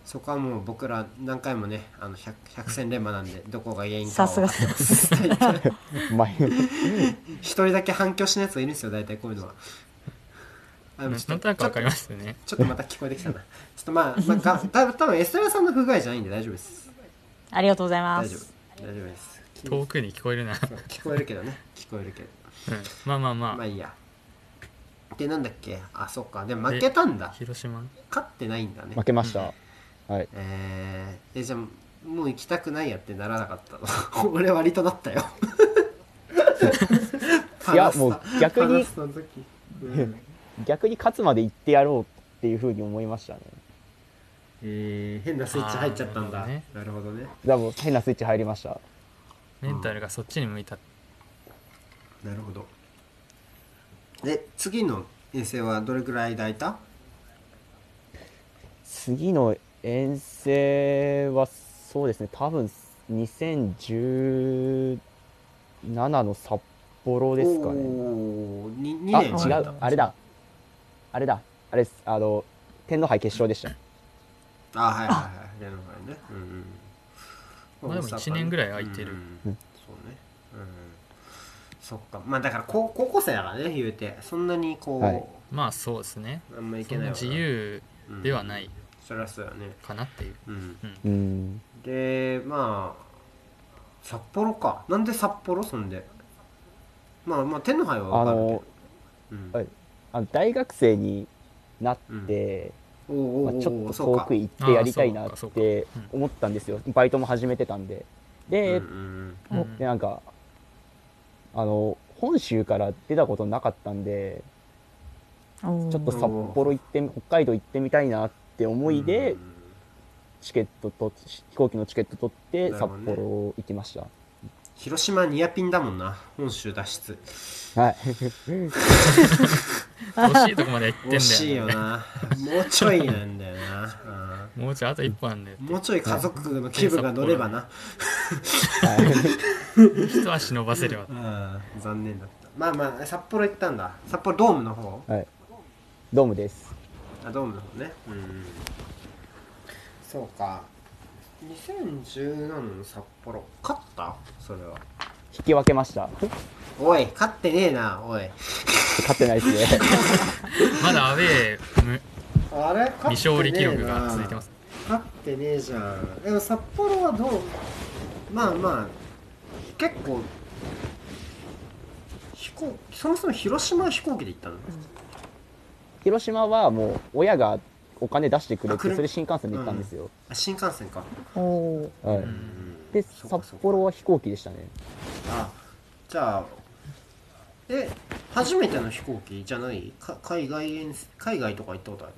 そこはもう僕ら何回もねあの 100, 100戦連覇なんでどこが原因かさをすが分かってます大体前一人だけ反響しないやつがいるんですよ大体こういうのは。あでなもんちとょっなとくわかりますよねちょっとまた聞こえてきたな。ちょっとまあ、まあ、がた多分エストラさんの不具合じゃないんで大丈夫です。ありがとうございま大丈す夫。大丈夫です。遠くに聞こえるな、そう聞こえるけどね。聞こえるけど。うんまあまあまあ、まあいいや。で、なんだっけあ、そっか。でも負けたんだ。広島勝ってないんだね負。けました。はい。えー、え、じゃあ、もう行きたくないやってならなかったの。 俺割となったよ。いやもう逆にパナスタの時うん逆に勝つまで行ってやろうっていうふうに思いましたね。えー変なスイッチ入っちゃったんだあー。なるほどね。だからもう変なスイッチ入りました。メンタルがそっちに向いた、なるほどで次の遠征はどれくらい間空いた次の遠征はそうですね多分2017の札幌ですかねおーにあ2年違空いうたあれだあれだあれですあの天皇杯決勝でしたあはいはいはい例の場合ねうんうんまあでも一年ぐらい空いてるうんそうねうんそっかまあだから高高校生だからね言うてそんなにこう、はいまあそうですねあんまいそけんないなわな自由ではなういんそりゃそうだねかなっていう、うんうんうんでまあ札幌かなんで札幌そんでまあまあ天皇杯はわかるけどあのうんはいあの大学生になって、おうおうおうまあ、ちょっとそう遠かく行ってやりたいあなーそうかそうっかて思ったんですよバイトも始めてたんでで、うんうんうんもでなんかあの本州から出たことなかったんでおーちょっと札幌行ってみ北海道行ってみたいなって思いで、チケットと飛行機のチケット取ってな札るほどね幌行きました、広島ニアピンだもんな本州脱出はい惜しいとこまでは行ってんだよ、ね、惜しいよなもうちょいなんだよ な、もうちょいあと一歩なんだようんもうちょい家族の気分が乗ればな、一足伸ばせればうん残念だったまあまあ札幌行ったんだ札幌ドームの方はいドームですあドームの方ねうんそうか2017の札幌勝ったそれは引き分けましたおい勝ってねえなおい勝ってないですねまだアウェーむあれ未勝利記録が続いてますす勝ってねえじゃんでも札幌はどうまあまあ結構飛行そもそも広島は飛行機で行ったの、広島はもう親がお金出してくれあくてるそれ新幹線で行ったんですよ、あ新幹線か、おーはいうんでそ札うかそうか幌は飛行機でしたねあじゃあえ初めての飛行機じゃないか海外遠征海外とか行ったことある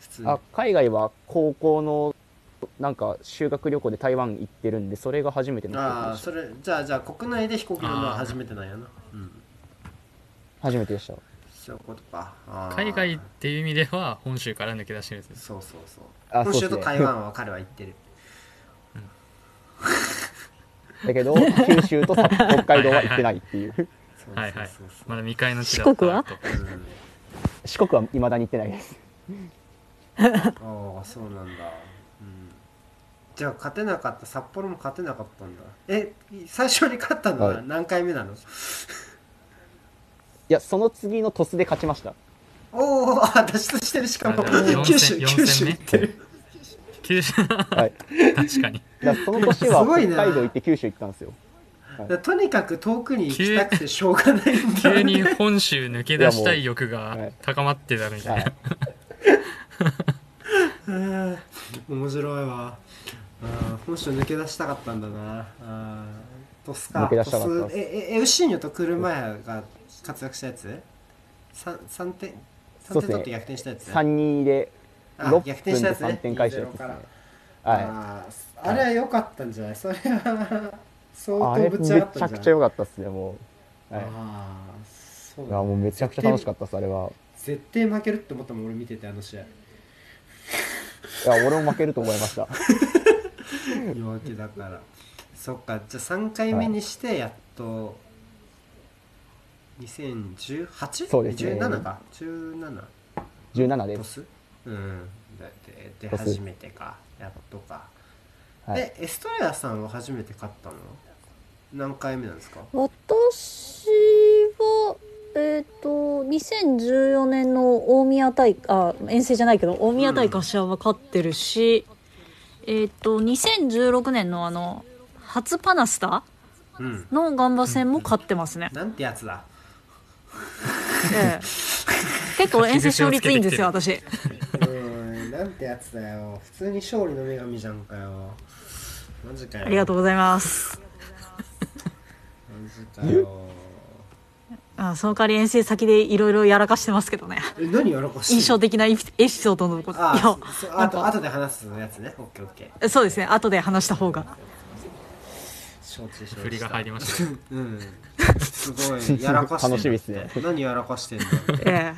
普通にあ海外は高校のなんか修学旅行で台湾行ってるんでそれが初めての飛行機あでーしそれじゃあじゃあ国内で飛行機乗るのは初めてなんやなうんた初めてでしたそういうことかあー海外っていう意味では本州から抜け出してるんですそうそうそうあ本そ州うっすとね台湾は彼は行ってるだけど九州とさ北海道は行ってないっていうそう はいはいそうそうそうまだ未開の地だ四国はとうん四国は未だに行ってないですああそうなんだ、うん、じゃあ勝てなかった札幌も勝てなかったんだえ最初に勝ったのははい何回目なの、いやその次のトスで勝ちましたおお脱出してるしかもあじゃあ九州四戦九州行ってる九州はい確かにだからその年はすごい北な海道行って九州行ったんですよだからとにかく遠くに行きたくてしょうがないんだ急に本州抜け出したい欲いやもがう高まってたみたいなはいうん面白いわうん本州抜け出したかったんだなうんトスか抜け出したかったトスええエウシーニョとクルマヤが活躍したやつ 3, 三点そ三うっす点取ねって逆転したやつ3-2であ逆6分で転したやつね3点返したやつですね2-0はあーあれは良かったんじゃないそれは相いあ当れぶめちち上がったんじゃゃなくいちゃ良かったっすねもう、はい、ああそういやだ、ね、もうめちゃくちゃ楽しかったっすあれは絶対負けるって思ったもん俺見ててあの試合いや俺も負けると思いました弱気だからそっかじゃあ3回目にしてやっと 2018? そうですね17か17 17でボすスうんだってでボス初めてかやっとか、はいでエストレアさんは初めて勝ったの何回目なんですか私はえっ、と2014年の大宮大あ遠征じゃないけど大宮大柏は勝ってるし、えっ、と2016年のあの初パナスタうんのガンバ戦も勝っ てますね、なんてやつだええ結構遠征勝率いい んですよ私うんなんてやつだよ普通に勝利の女神じゃんかよマジかよありがとうございますマジかよあその代わり遠征先でいろいろやらかしてますけどねえ何やらかしてんの印象的なエピエピソードのこといあやあそあと後で話すやつねオッケーオッケーそうですね後で話した方が承知承知振りが入りましたねうんすごいやらかしてんだ楽しみっすね何やらかしてんだえ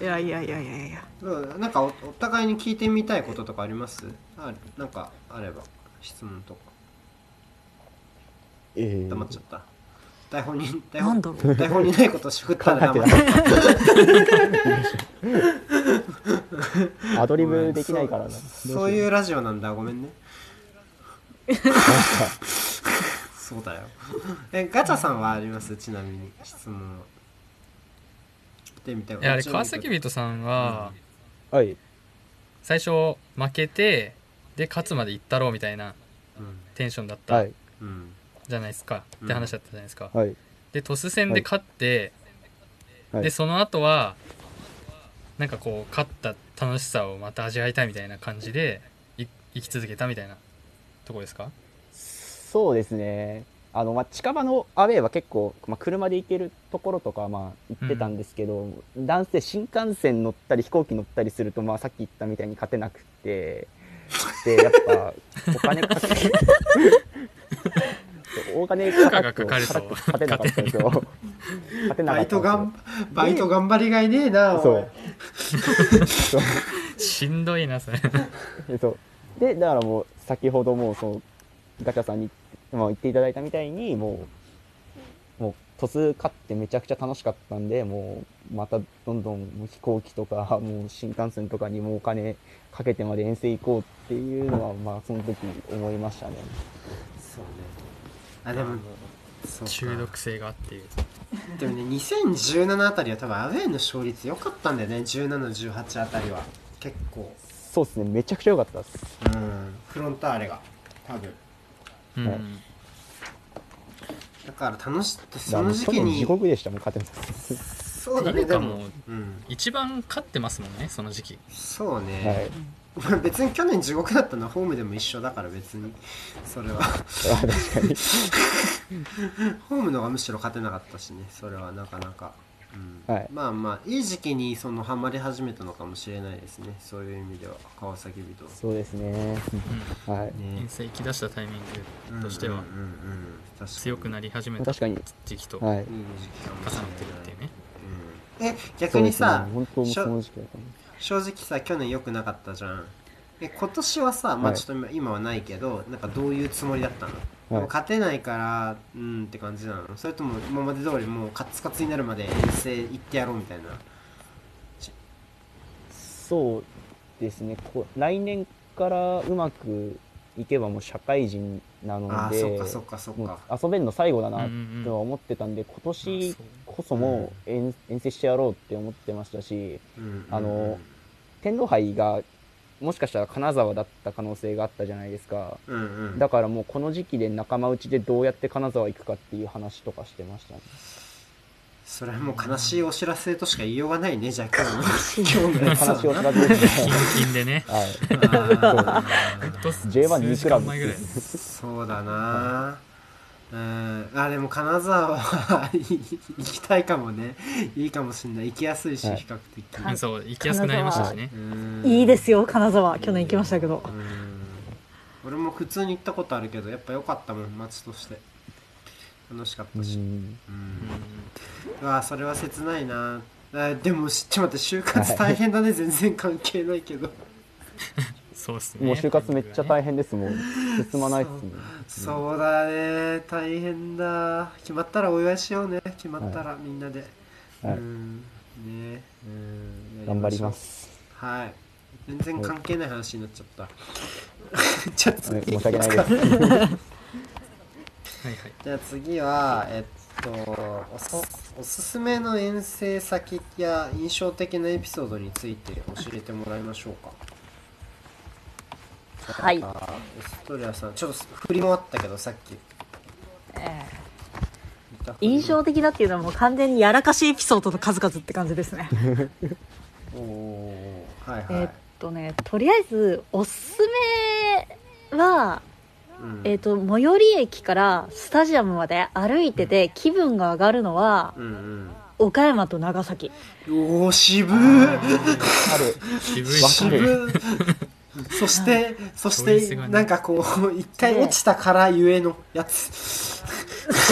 えいやいやいやいやいやうんなんかおお互いに聞いてみたいこととかありますあなんかあれば質問とかええ黙っちゃった台本に台なん本だろ台本にないことしふったら黙 っ考たアドリブできないからなそうそういうラジオなんだごめんねそうだよ えガチャさんはありますちなみに質問はでみたいいやあれ川崎人さんははい最初負けてで勝つまで行ったろうみたいなうんテンションだったはいうんじゃないですか、って話だったじゃないですか、はいで鳥栖戦で勝って、はいでその後はなんかこう勝った楽しさをまた味わいたいみたいな感じでい生き続けたみたいなとこですかそうですねあの、まあ、近場のアウェーは結構、まあ、車で行けるところとか、まあ、行ってたんですけど、男性新幹線乗ったり飛行機乗ったりすると、まあ、さっき言ったみたいに勝てなくてでやっぱお金か け大金かか負荷がってもかかると勝 てなかったんですよ勝てなバかイったんですトよがんバイト頑張りがいねえなそおいうそうしんどいなそれで そうでだからもう先ほどもうそのガチャさんに、まあ、言っていただいたみたいにもうもうトス買ってめちゃくちゃ楽しかったんでもうまたどんどんもう飛行機とかもう新幹線とかにもお金かけてまで遠征行こうっていうのはまあその時思いましたねそうねあでもそうか中毒性があっていうでもね2017あたりは多分アウェーの勝率良かったんだよね1718あたりは結構そうですねめちゃくちゃ良かったですうんフロンターレが多分うん、はいだから楽しくてだそからのもう時去期年地に獄でしたもう勝て ますそうだってねいうかでももううん一番勝ってますもんねその時期そうはねい、別に去年地獄だったのはホームでも一緒だから別にそれは あ確かにホームのがむしろ勝てなかったしねそれはなかなか、うんはいまあまあいい時期にそのハマり始めたのかもしれないですねそういう意味では川崎人はそうですねはいね遠征行き出したタイミングとしてうんはうんうんうん確かに強くなり始めた確かに時期と重なはいいい時期かもしれなっいてるっていうねうんえ逆にさ、そうですね、本当もうしそょの時期だったね正直さ去年良くなかったじゃんえ今年はさまあはちいょっと今,、今はないけどなんかどういうつもりだったの、はいもう勝てないからうんって感じなのそれとも今まで通りもうカツカツになるまで遠征行ってやろうみたいなそうですねこ来年からうまくいけばもう社会人なのああでそっかそっかそっもかう遊べるの最後だうんなうんとうはん思ってたんで、今まあ年そうこそもう遠遠征してやろうって思ってましたしうんうんうんあの天皇杯がもしかしたら金沢だった可能性があったじゃないですかうんうんだからもうこの時期で仲間内でどうやって金沢行くかっていう話とかしてましたねそれはもう悲しいお知らせとしか言いようがないねじゃあ今日の今日のやつ話をはしならずですキンねキンでねはいあーほんと J1 数時間二前クぐラらブいそうだなうんあでも金沢は行きたいかもねいいかもしんない行きやすいしはい比較的うんそう行きやすくなりましたしねいいいですよ金沢去年行きましたけど俺も普通に行ったことあるけどやっぱ良かったもん街として楽しかっうたしんうんううわそれは切ないなあでもしちょっと待って就活大変だね全然関係ないけどんそうっすねもう就活めっちゃ大変変ですもん進まないっすもんそうだね大変だ決まったらお祝いしようね決まったらみんなで、はいうんねうん頑張りますす。はい全然関係ない話になっちゃった、 ちょっとはい申し訳ないです。はいはい じゃあ次はえっとおそおすすめの遠征先や印象的なエピソードについて教えてもらいましょうかはいあエストレアさんちょっと振り回ったけどさっき印象的だっていうのはもう完全にやらかしエピソードの数々って感じですねおおーはいえはい、っとねとりあえずおすすめはうんえっと最寄り駅からスタジアムまで歩いてて気分が上がるのはうん岡山と長 崎うんおお渋い渋いわしかる渋い そして、そしチョイスて、がねなんかこう、一回落ちたからゆえのやつ。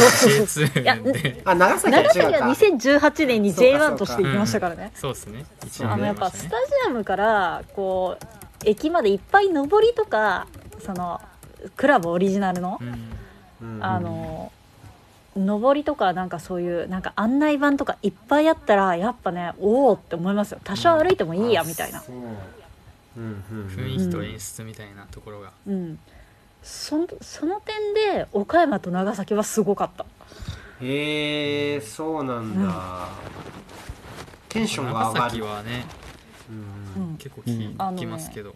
J2 であ、長崎は長崎違うはか。 2018年にそうかそうか J1 として行きましたからね そうっすね一うん年あのややっりまぱしスたタねジアムからこう駅までいっぱい上りとかそのクラブオリジナルのう、んうんあの上りとかなんかそういうなんか案内板とかいっぱいあったらやっぱねおおって思いますよ多少歩いてもいいやみたいなそううんうんうん雰囲気と演出みたいなところがうんそんその点で岡山と長崎はすごかったへえそうなんうだテンションが長上が崎るはねうんうん結構聞あのね聞きますけど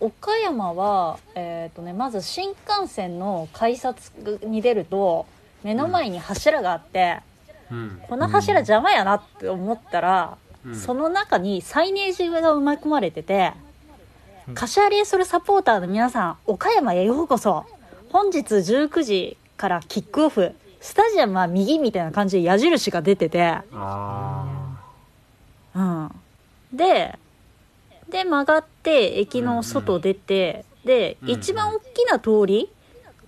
岡山は、えーとね、まず新幹線の改札に出ると目の前に柱があって、うんこの柱邪魔やなって思ったら、うんその中にサイネージが埋め込まれてて、うん柏レイソルサポーターの皆さん岡山へようこそ本日19時からキックオフスタジアムは右みたいな感じで矢印が出てて、あうん、でで曲がって駅の外出て、で、うん一番大きな通り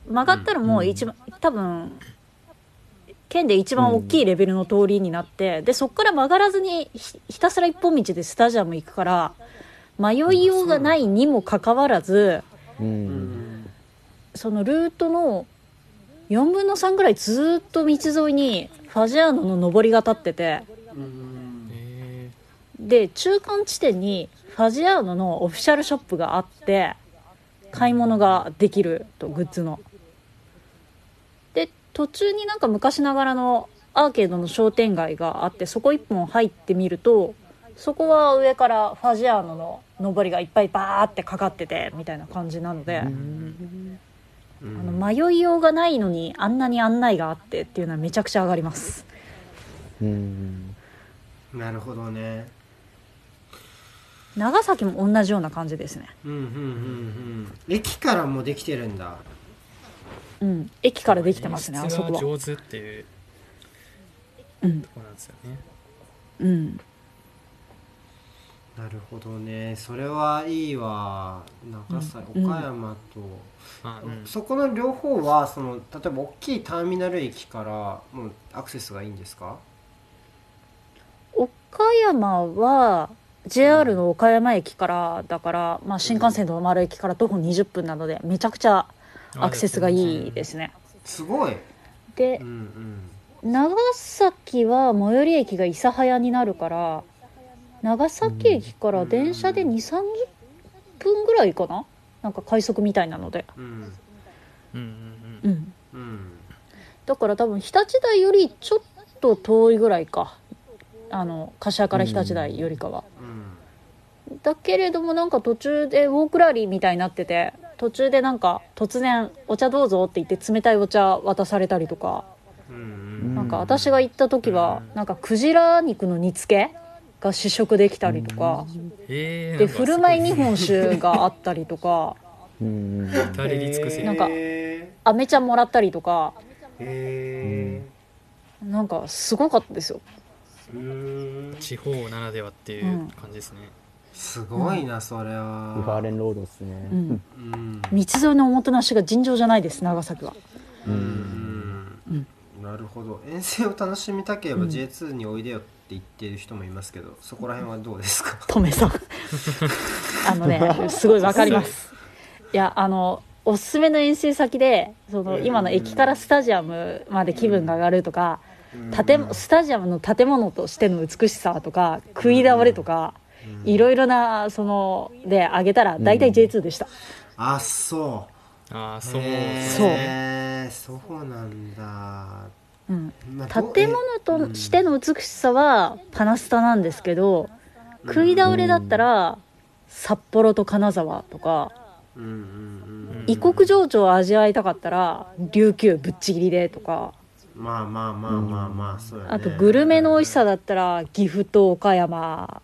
曲がったらもう一番、多分県で一番大きいレベルの通りになって、でそこから曲がらずにひひたすら一本道でスタジアム行くから迷いようがないにもかかわらずううんんそのルートの4分の3ぐらいずーっと道沿いにファジアーノの上りが立ってて。うんえで中間地点にファジアーノのオフィシャルショップがあって買い物ができるとグッズので途中になんか昔ながらのアーケードの商店街があってそこ一本入ってみるとそこは上からファジアーノの上りがいっぱいバーってかかっててみたいな感じなのうで、あのん迷いようがないのにあんなに案内があってっていうのはめちゃくちゃ上がりますうんなるほどね長崎も同じような感じですねうんうんうんうん駅からもできてるんだうん駅からできてますねあそこは上手っていううんとこなんですよねうんなるほどねそれはいいわ長崎うん岡山と、あうんそこの両方はその例えば大きいターミナル駅からもうアクセスがいいんですか岡山は JR の岡山駅からだから、まあ、新幹線の丸駅から徒歩20分なのでめちゃくちゃアクセスがいいですね。すごいでうんうん長崎は最寄り駅が諫早になるから長崎駅から電車で2 3 0分ぐらいかななんか快速みたいなので、うんうんうんううんん、うんだから多分日立台よりちょっと遠いぐらいかあの柏から日立台よりかは。うんだけれどもなんか途中でウォークラリーみたいになってて途中でなんか突然「お茶どうぞ」って言って冷たいお茶渡されたりとか、うんううなんんか私が行った時はなんかクジラ肉の煮付けが試食できたりとか、えー、で振る舞い日本本酒があったりと かうん至れり尽くせりなんかへアメちゃんもらったりとかーへなんかすごかったですよ。ーうん地方ならではっていう感じですね、すごいなそれウファーはレンロードですね、うん、うん道沿いのおもてなしが尋常じゃないです長崎は。ううんんなるほど遠征を楽しみたければ J2 においでよって言ってる人もいますけどそこら辺はどうですかトメ さんあのねすごいわかりますいやあのおすすめの遠征先でその今の駅からスタジアムまで気分が上がるとか建物スタジアムの建物としての美しさとか食い倒れとかいろいろなそので挙げたら大体 J2 でした、あそうああそう、へーそうなんだうん、まあどう建物えとしての美しさはパナスタなんですけど食い倒れだったら札幌と金沢とかうんうんうんうん異国情緒を味わいたかったら琉球ぶっちぎりでとかまあまあまあまあまあそうやねあとグルメの美味しさだったら岐阜と岡山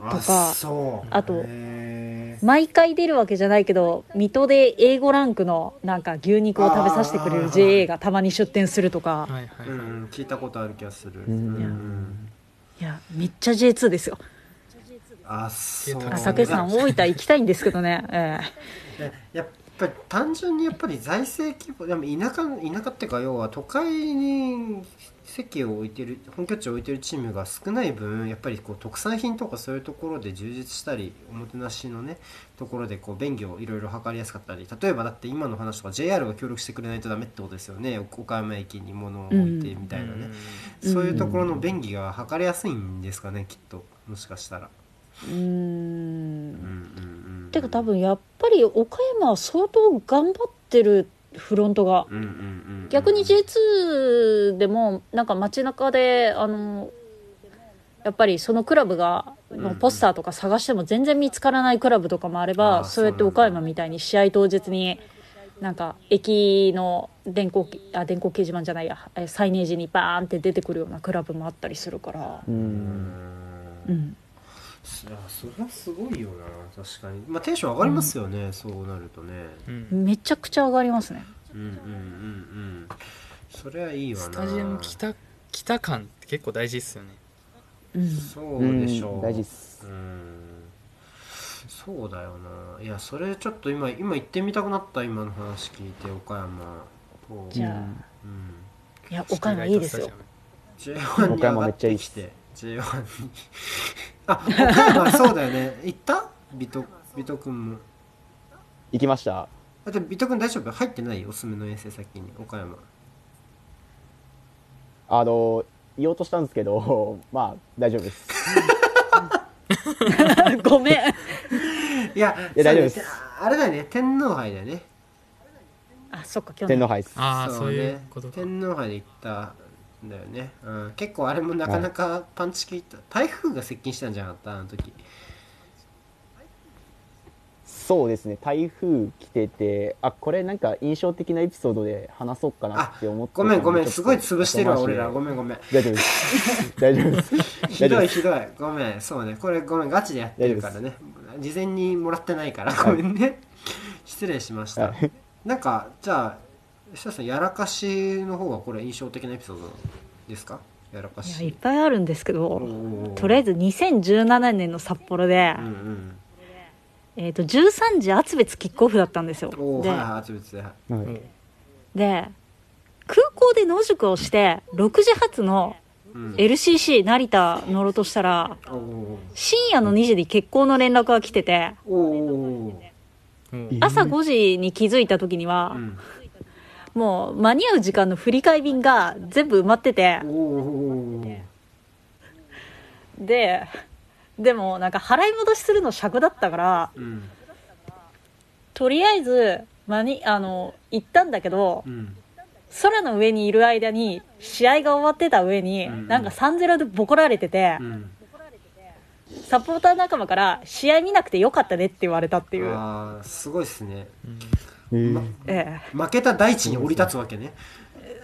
ととかそうあとへー毎回出るわけじゃないけど水戸で A5 ランクのなんか牛肉を食べさせてくれあるー JA がたまに出店するとかはいはいはうい、んうん聞いたことある気がするうんんいやめっちゃ J2 ですよあそうあ竹さん大分行きたいんですけどね、 えややっぱり単純にやっぱり財政規模でも田舎の田舎っていうか要は都会に席を置いてる本拠地を置いてるチームが少ない分やっぱりこう特産品とかそういうところで充実したりおもてなしのねところでこう便宜をいろいろ図りやすかったり例えばだって今の話とか JR が協力してくれないとダメってことですよね岡山駅に物を置いてみたいなね、うんそういうところの便宜が図りやすいんですかねきっともしかしたら。えうーうんんうんうんてか多分やっぱり岡山は相当頑張ってるフロントがうんうんうんうん逆に J2 でもなんか街中であのやっぱりそのクラブがのポスターとか探しても全然見つからないクラブとかもあれば、あーそうやって岡山みたいに試合当日になんか駅の電光きあ電光掲示板じゃないやえサイネージにバーンって出てくるようなクラブもあったりするからううんんうんいやそれはすごいよな確かにまあテンション上がりますよね、そうなるとねうんめちゃくちゃ上がりますねうんうんうんうんそれはいいわなスタジアム北北感って結構大事ですよねうんそうでしょう、ん大事っすうんそうだよないやそれちょっと今今行ってみたくなった今の話聞いて岡山そうじゃあ、うんいや岡山いいですよ J1 に岡上山がっめっちゃていいっきすて J1 にあ岡山そうだよね行ったビトビト君も行きましあたでもビト君大丈夫入ってないおすすめの遠征先に岡山あの言おうとしたんですけど まあ大丈夫です ごめんいやいや大丈夫ですそうねあれだよね天皇杯だよねあそっか今日天皇杯ですああそう,、ねいうことか天皇杯で行ったんだよね、うん、結構あれもなかなかパンチ効いた、台風が接近したんじゃなかったあの時そうですね台風来ててあこれなんか印象的なエピソードで話そうかなって思ってごめんごめんちょっとすごい潰してるわ後俺回しでらごめんごめん大丈夫です大丈夫です ひ大丈ど夫いでひどいごめんそうねこれごめんガチでやってるからね事前にもらってないからごめんね失礼しましたはいなんかじゃあ設楽さんやらかしの方がこれ印象的なエピソードですかやらかいしやいっぱいあるんですけおどーとりあえず2017年の札幌で、うんうんえー、と13時厚別キックオフだったんですよおおで,、はいはいあつぶつではいはいで空港で野宿をして6時発のうん LCC 成田乗ろうとしたらおー深夜の2時に欠航の連絡が来てておおうん朝5時に気づいた時にはう、んもう間に合う時間の振り替え便が全部埋まってておーででもなんか払い戻しするの尺だったからうんとりあえず間にあの行ったんだけどうん空の上にいる間に試合が終わってた上に、うんなんか3 0でボコられてて、うんサポーター仲間から試合見なくてよかったねって言われたっていう、ああすごいっすねえーまえ負けた大地に降り立つわけねえ、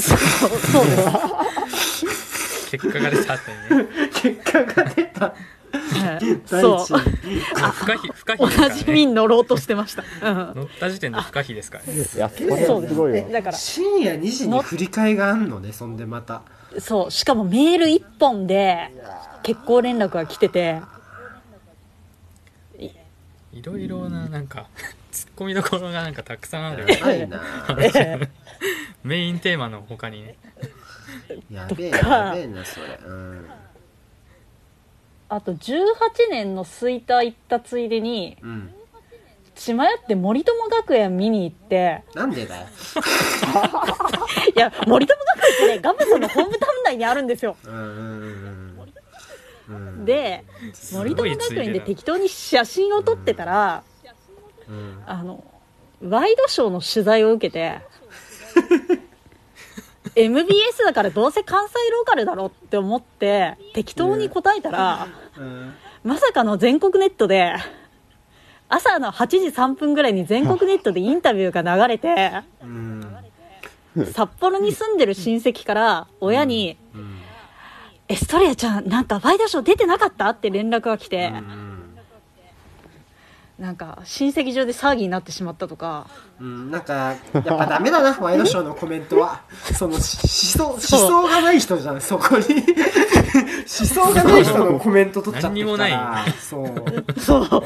そうそうです、結果が出た後 に ね結果が出た ええ大そ地 う不可避不可避同ですからじね便乗ろうとしてました、うん乗った時点で不可避ですからねいやそえれそうはですごいわすだから深夜2時に振り替えがあんのねそんでまたそうしかもメール1本で結婚連絡が来てていろいろななんかツッコミどころがなんかたくさんあるないな メインテーマの他にねやべえやべえなそれうんあと18年の吹田行ったついでにうん血迷って森友学園見に行ってなんでだよいや森友学園ってねガムさんのホームタウン内にあるんですようんうんうんうんうんでごい森友学園で適当に写真を撮ってたらうんあのワイドショーの取材を受 けて MBS だからどうせ関西ローカルだろって思って適当に答えたら、うんまさかの全国ネットで朝の8時3分ぐらいに全国ネットでインタビューが流れてうん札幌に住んでる親戚から親にうん「エストレアちゃんなんかワイドショー出てなかった?」って連絡が来うて、んなんか親戚中で騒ぎになってしまったとかうん、なんか、やっぱダメだ な、ワイドショーのコメントは。その思想、思想がない人じゃん、そこに。 思想がない人のコメント取っちゃってるから。何そう。そう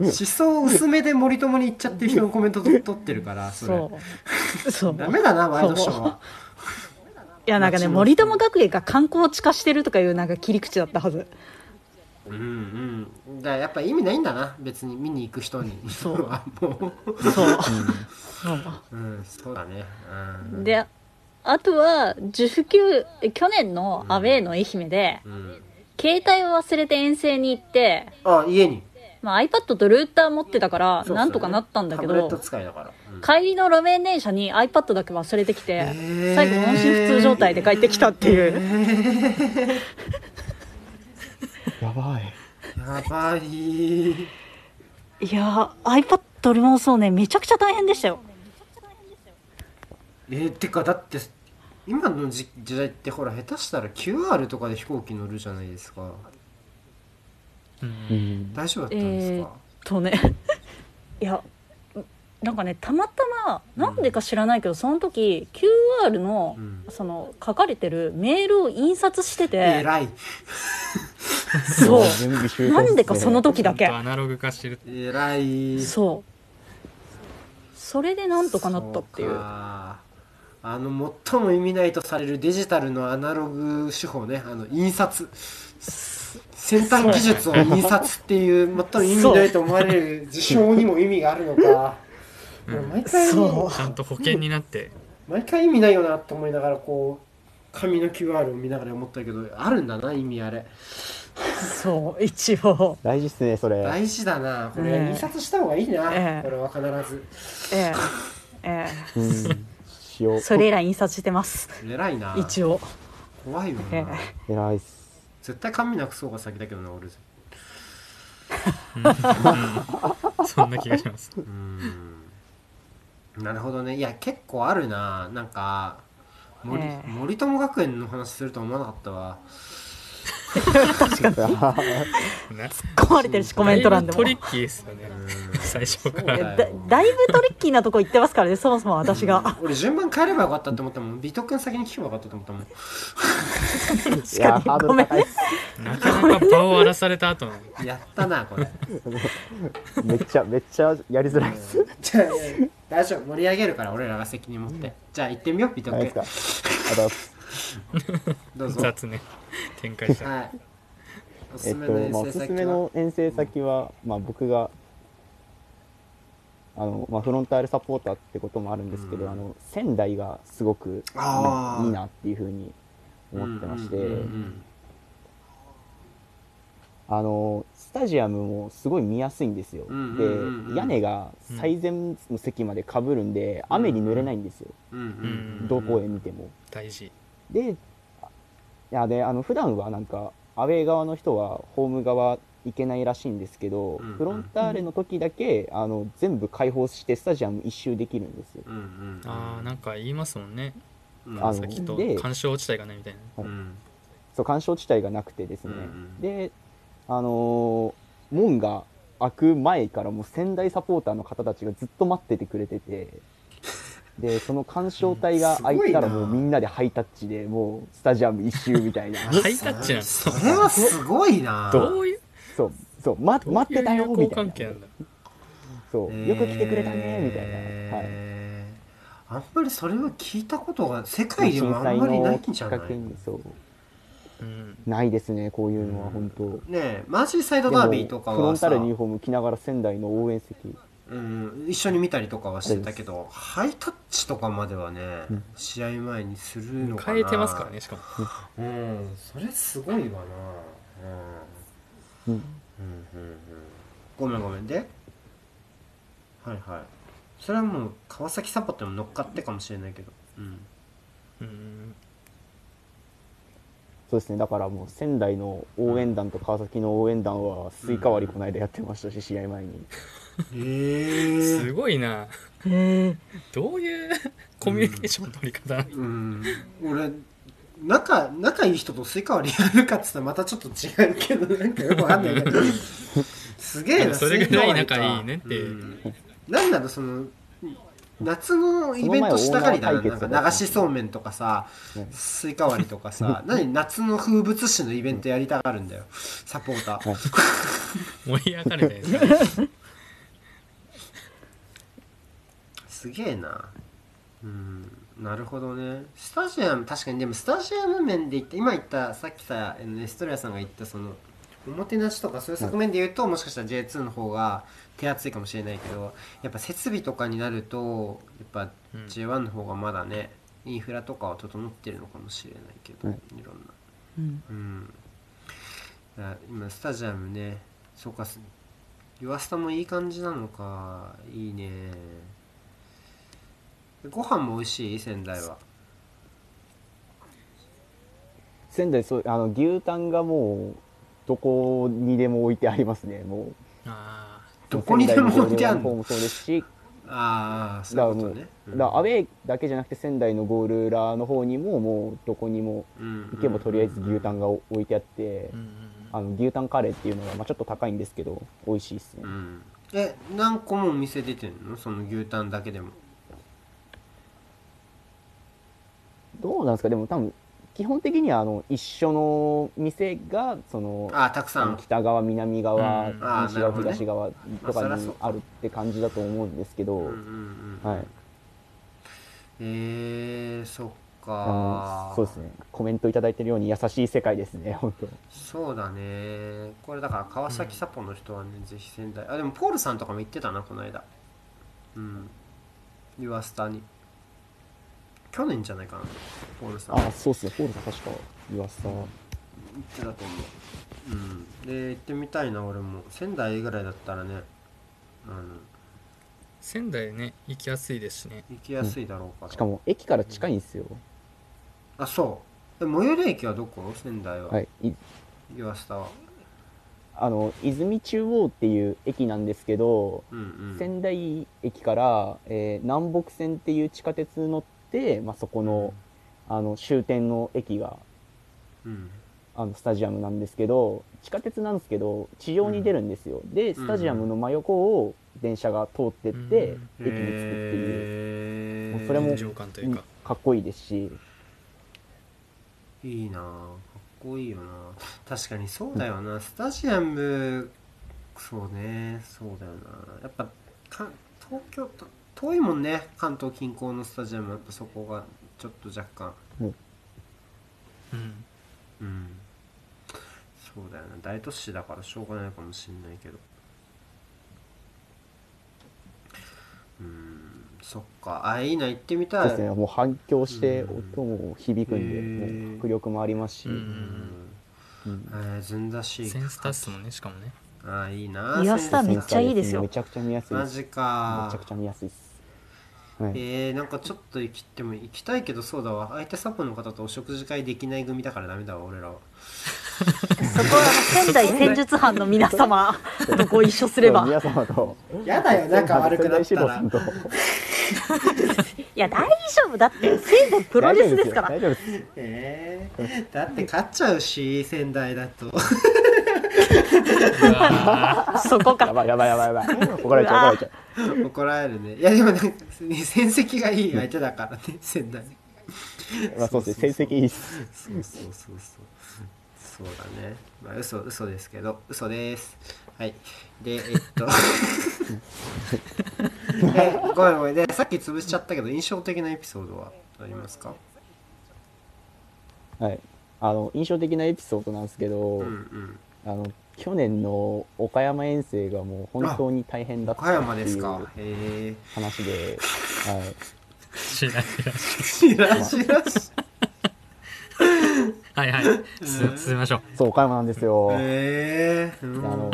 思想薄めで森友に行っちゃってる人のコメント取取ってるから、それ。そうそうダメだな、ワイドショーは。いやなんかね街の人森友学園が観光地化してるとかいうなんか切り口だったはずうんうん。だからやっぱ意味ないんだな、別に見に行く人に。そう はもそう、う。うん、そうだね。ううんん。であとは自府級去年のアウェーの愛媛で、うん。携帯を忘れて遠征に行って、あ、家に。まあ、iPad とルーター持ってたからそうそうなんとかなったんだけタブレッどト使いだから。うん帰りの路面電車に iPad だけ忘れてきてー最後音信不通状態で帰ってきたっていうやばいやばい。いやー iPad 俺もそうねめちゃくちゃ大変でしたよえー、てかだって今の時時代ってほら下手したら QR とかで飛行機乗るじゃないですかうん大丈夫だったんですか、とねいやなんかねたまたまなんでか知らないけど、その時 QR の、うんその書かれてるメールを印刷してて、えらいそうも準備周到っすねなんでかその時ちゃだんけとアナログ化してるえらいそうそれでなんとかなったっていうそかあの最も意味ないとされるデジタルのアナログ手法ねあの印刷先端技術を印刷っていう最も意味ないと思われる事象にも意味があるの かうんもう毎回そちゃんと保険にな って毎回意味ないよなと思いながらこう紙の QR を見ながら思ったけどあるんだな意味あれそう一応大事っすねそれ大事だなこれねえ印刷した方がいいな、ええこれは必ずえええうんしよえうそれ以来印刷してます偉いな一応怖いよええな偉いっす絶対紙なくそうが先だけどな俺そんな気がしますうーんなるほどねいや結構あるななんか森,、ええ森友学園の話すると思わなかったわね壊れてるしコメント欄でだもいぶトリッキーですよね最初か そうらだだよだいぶトリッキーなとこ行ってますからねそもそも私が俺順番変えればよかったと思ったもんビト君先に聞けばよかったと思ったもんいやハードル高いっなかなか場を荒らされた後のやったなこれすめっちゃめっちゃやりづらいっすじゃあ大丈夫盛り上げるから俺らが責任持ってじゃあ行ってみようビト何君ですかあとどうぞ雑ね展開したはいおすえっすめのと、まあ、お遠征すす先めはの遠征先は、まあ、僕があの、まあ、フロンターレサポーターってこともあるんですけど、うんあの仙台がすごくあーいいなっていうふうに思ってまして、うんうんうんあのスタジアムもすごい見やすいんですよ、うんうんうんうんで屋根が最前の席までかぶるんで、雨に濡れないんですよ、うんうんうんどこへ見ても。大事でいやであの普段はなんかアウェー側の人はホーム側行けないらしいんですけど、うんうんフロンターレの時だけあの全部開放してスタジアム一周できるんですよ。うんうんああなんか言いますもんねうんあのさっきとで干渉地帯がないみたいなうんそう干渉地帯がなくてですね、うんうんであのー門が開く前からもう仙台サポーターの方たちがずっと待っててくれてて でその干渉帯が開いたらうんすごいなもうみんなでハイタッチでもうスタジアム一周 みたいなハイタッチなんですそれはすごいなどういうそうそう、ま、どう待っいてうたよ友み好たい関な。係なんだそう、よく来てくれたねみたいな、はい、えーあんまりそれは聞いたことが世界でもあんまりないんじゃないねにそううんないですねこういうのは本当、えマーシーサイでドもダービーとかフロはンさター、レのユニフォーム着ながら仙台の応援席うん、一緒に見たりとかはしてたけどハイタッチとかまではね、うん試合前にするのかな変えてますからねしかうもんそれすごいわなうん、うんうんうんうんごめんごめんではいはいそれはもう川崎サポっても乗っかってかもしれないけど うんうんそうですねだからもう仙台の応援団と川崎の応援団はスイカ割りこの間やってましたし、試合前にえすごいなどういうコミュニケーションの取り方なのうん俺仲仲いい人とスイカ割りやるかっつったらまたちょっと違うけどなんかよくわかんないけどすげえでなもそれぐらいスイカ割りか仲いいねってうんなんなのその夏のイベントしたがりだななんその前オーナー対決だかった流しそうめんとかさねスイカ割りとかさ何夏の風物詩のイベントやりたがるんだよサポーター盛り上がるじゃない ですかすげえなうんなるほどねスタジアム確かにでもスタジアム面で言って今言ったさっきさあのエストレアさんが言ったそのおもてなしとかそういう側面で言うと、もしかしたら J2 の方が手厚いかもしれないけどやっぱ設備とかになるとやっぱうん J1 の方がまだね、インフラとかは整ってるのかもしれないけど、はいいろんなうんうんいや今スタジアムねそうかすユアスタもいい感じなのかいいねご飯も美味しい仙台は仙台そうあの牛タンがもうどこにでも置いてありますねもうああどこにでも仙台置いてあるゴールデンワンポーのもそうですしああだかそうらいうこもとう、ねだからアウェーだけじゃなくて仙台のゴール裏の方にももうどこにも行けばとりあえず牛タンンが置いてあってうんうんうんあの牛タンカレーっていうのが、まあ、ちょっと高いんですけど美味しいですね、うんえ何個もお店出てんのその牛タンだけでもどうなんですかでも多分基本的にはあの一緒の店がそのあたくさん北側南側、うんあー西なる側、ほどね東側とまあそりかゃそにうかあるって感じだと思うんですけど、うんうんうんはい、えー、そっあかのそうですねコメントいただいてるように優しい世界ですね本当そうだねこれだから川崎サポの人はね、ぜひ仙台あでもポールさんとかも言ってたなこの間うんユアスタに去年じゃないかなポールさんあそうですねホールさん確か岩さん行ってたと思ううんで行ってみたいな俺も仙台ぐらいだったらねうん仙台ね行きやすいですしね行きやすいだろうから、しかも駅から近いんですよ、あそうえ最寄り駅はどこ仙台は、はい、いユアスタはあの泉中央っていう駅なんですけどうんうん仙台駅から、えー南北線っていう地下鉄乗って、まあ、そこの,、あの終点の駅がうんあのスタジアムなんですけど地下鉄なんですけど地上に出るんですよ、でスタジアムの真横を電車が通ってって、へ駅に着くっていう、えもうそれも臨場感というか、かっこいいですしいいなあかっこいいよな確かにそうだよなスタジアムそうねそうだよなやっぱか東京と遠いもんね関東近郊のスタジアムやっぱそこがちょっと若干うん、うんそうだよな大都市だからしょうがないかもしんないけどうんそっかあいいな行ってみたそういですねもう反響してうん音も響くんで、うんもう迫力もありますし、うんうんうんえー、ずんだしいセンスタスもんねしかもねあーいいな癒やしたセンめっスちゃいいですよめちゃくちゃ見やすいマですジめかちゃくちゃ見やすいです、はいえー、なんかちょっと行きても行きたいけどそうだわ相手サポの方とお食事会できない組だからダメだわ俺らはそこは仙台戦術班の皆 様とご一緒すれば皆様とや だよ仲悪くなっ た仙台ら四郎さんといや大丈夫だって仙台プロレスですから大丈夫ですよえー、 だって勝っちゃうし仙台だと うわそこ大丈夫ですやばかいやばいやばいやば い怒られちゃう怒られちゃう怒られるねいやでもなんか戦績がいい相手だからね仙台まあそうですね成績いいですそうそうそうそうそうだねまあ嘘嘘ですけど嘘ですはいでえっ とえごめんごめんでさっき潰しちゃったけど印象的なエピソードはありますかはいあの印象的なエピソードなんですけど、うんうんあの去年の岡山遠征がもう本当に大変だった岡山っでていすうかへえ話で、はい、知らん知らん知らん知らん知はいはいす進みましょうそう岡山なんですよ、らんへえであの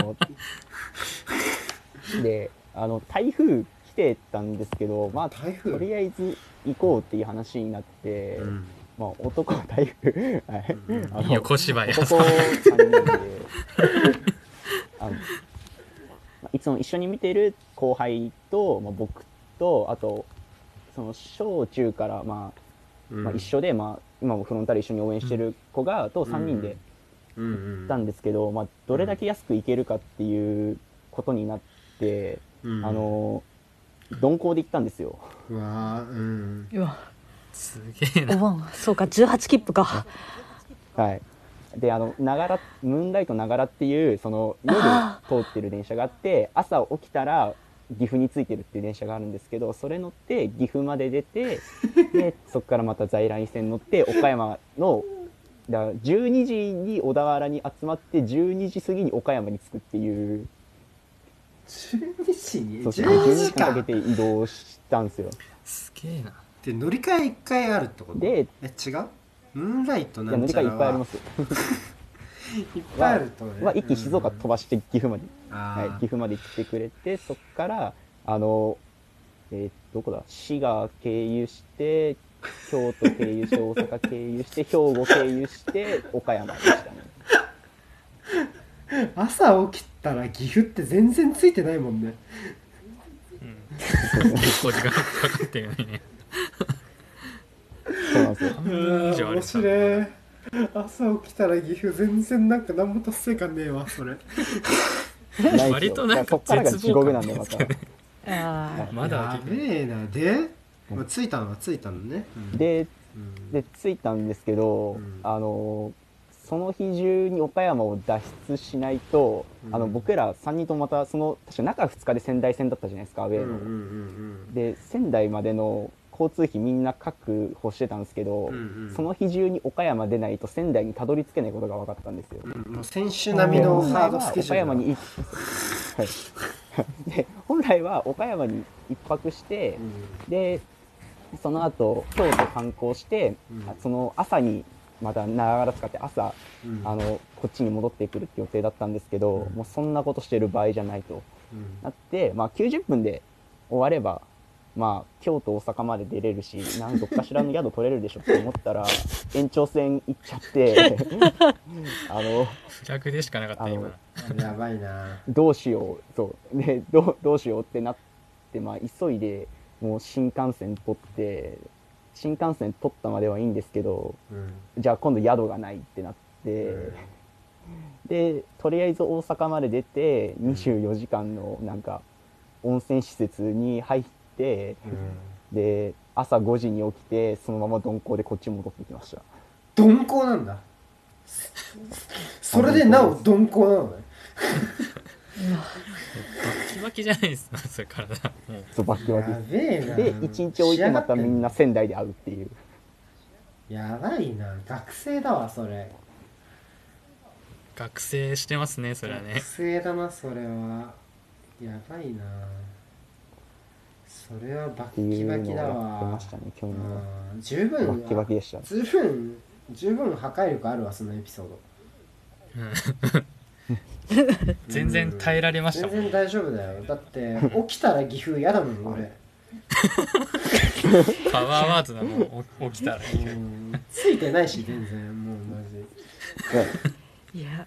であの台風来てたんですけどまあ台風とりあえず行こうっていう話になって、うんまあ男は台風はいあの横芝居ここ3人 であのまあいつも一緒に見てる後輩と、まあ、僕とあとその小中から、まあうんまあ、一緒で、まあ、今もフロンターレ一緒に応援してる子が、と3人でうん行っうたんですけど、まあ、どれだけ安く行けるかっていうことになって、んあの鈍行で行ったんですよ。うわあうんうわ すげえおな盆そうか18切符かはい、であのながらムーンライトながらっていうその夜あ通ってる電車があって朝起きたら岐阜に着いてるっていう電車があるんですけどそれ乗って岐阜まで出て でそこからまた在来線乗って岡山のだから12時に小田原に集まって12時過ぎに岡山に着くっていう12時にそうですね12 12時時間かけ間て移動したんですよ。すげえなで乗り換え1回あるってことでえ違うムーンライトいなや乗んりちゃ換えいらっぱいありまはす。いっぱいあるとねは一気に静岡飛ばして岐阜まではい、あ岐阜まで来てくれてそこからあの、えーどこだ滋賀経由して京都経由して大阪経由して兵庫経由して岡山でしたねー朝起きたら岐阜って全然ついてないもんね結構時間かかってるのにねそうなんです よ半分以上ある面白い朝起きたら岐阜全然なんか何も達成感ねえわそれないんですよ割となんかそっからが地獄なんでま絶た望感ありますよあまだやべえなでまあ、ついたのはついたのね、うん、でうんで着いたんですけど、うんあのその日中に岡山を脱出しないと、うんあの僕ら3人ともまたその確か中2日で仙台戦だったじゃないですかアウうェんーうんの、うんで仙台までの交通費みんな確保してたんですけど、うんうんその日中に岡山出ないと仙台にたどり着けないことが分かったんですよ。うんもう選手並みのハードスケジュールで本来は岡山に一、はい、で本来は岡山に一泊して、でその後京都観光して、うんあその朝にまた長ら使って朝、うんうんあのこっちに戻ってくるって予定だったんですけど、うんもうそんなことしてる場合じゃないとうんなって、まあ、90分で終われば、まあ、京都大阪まで出れるし何どっかしらの宿取れるでしょって思ったら延長戦行っちゃってあの逆でしかなかったあの今のやばいなどうしようそうでどうどうしようってなって、まあ、急いでもう新幹線取って新幹線取ったまではいいんですけどうんじゃあ今度宿がないってなって、でとりあえず大阪まで出て24時間のなんか温泉施設に入ってうんで朝5時に起きてそのまま鈍行でこっち戻ってきました鈍行なんだそれでなお鈍行なのねバッキバキじゃないですかそれ体もうそうバッキバキやべえなで1日置いてまたみんな仙台で会うっていうやばいな学生だわそれ学生してますねそれはね学生だなそれはやばいなそれはバッっていキうバのキをだやってわましたね去年はうん十分バッキバキでした十分十分破壊力あるわそのエピソード 全然耐えられました全もん然大丈夫だよだって起きたら岐阜嫌だもん俺パワーワードだもう起きたらうんついてないし全然もうマジいや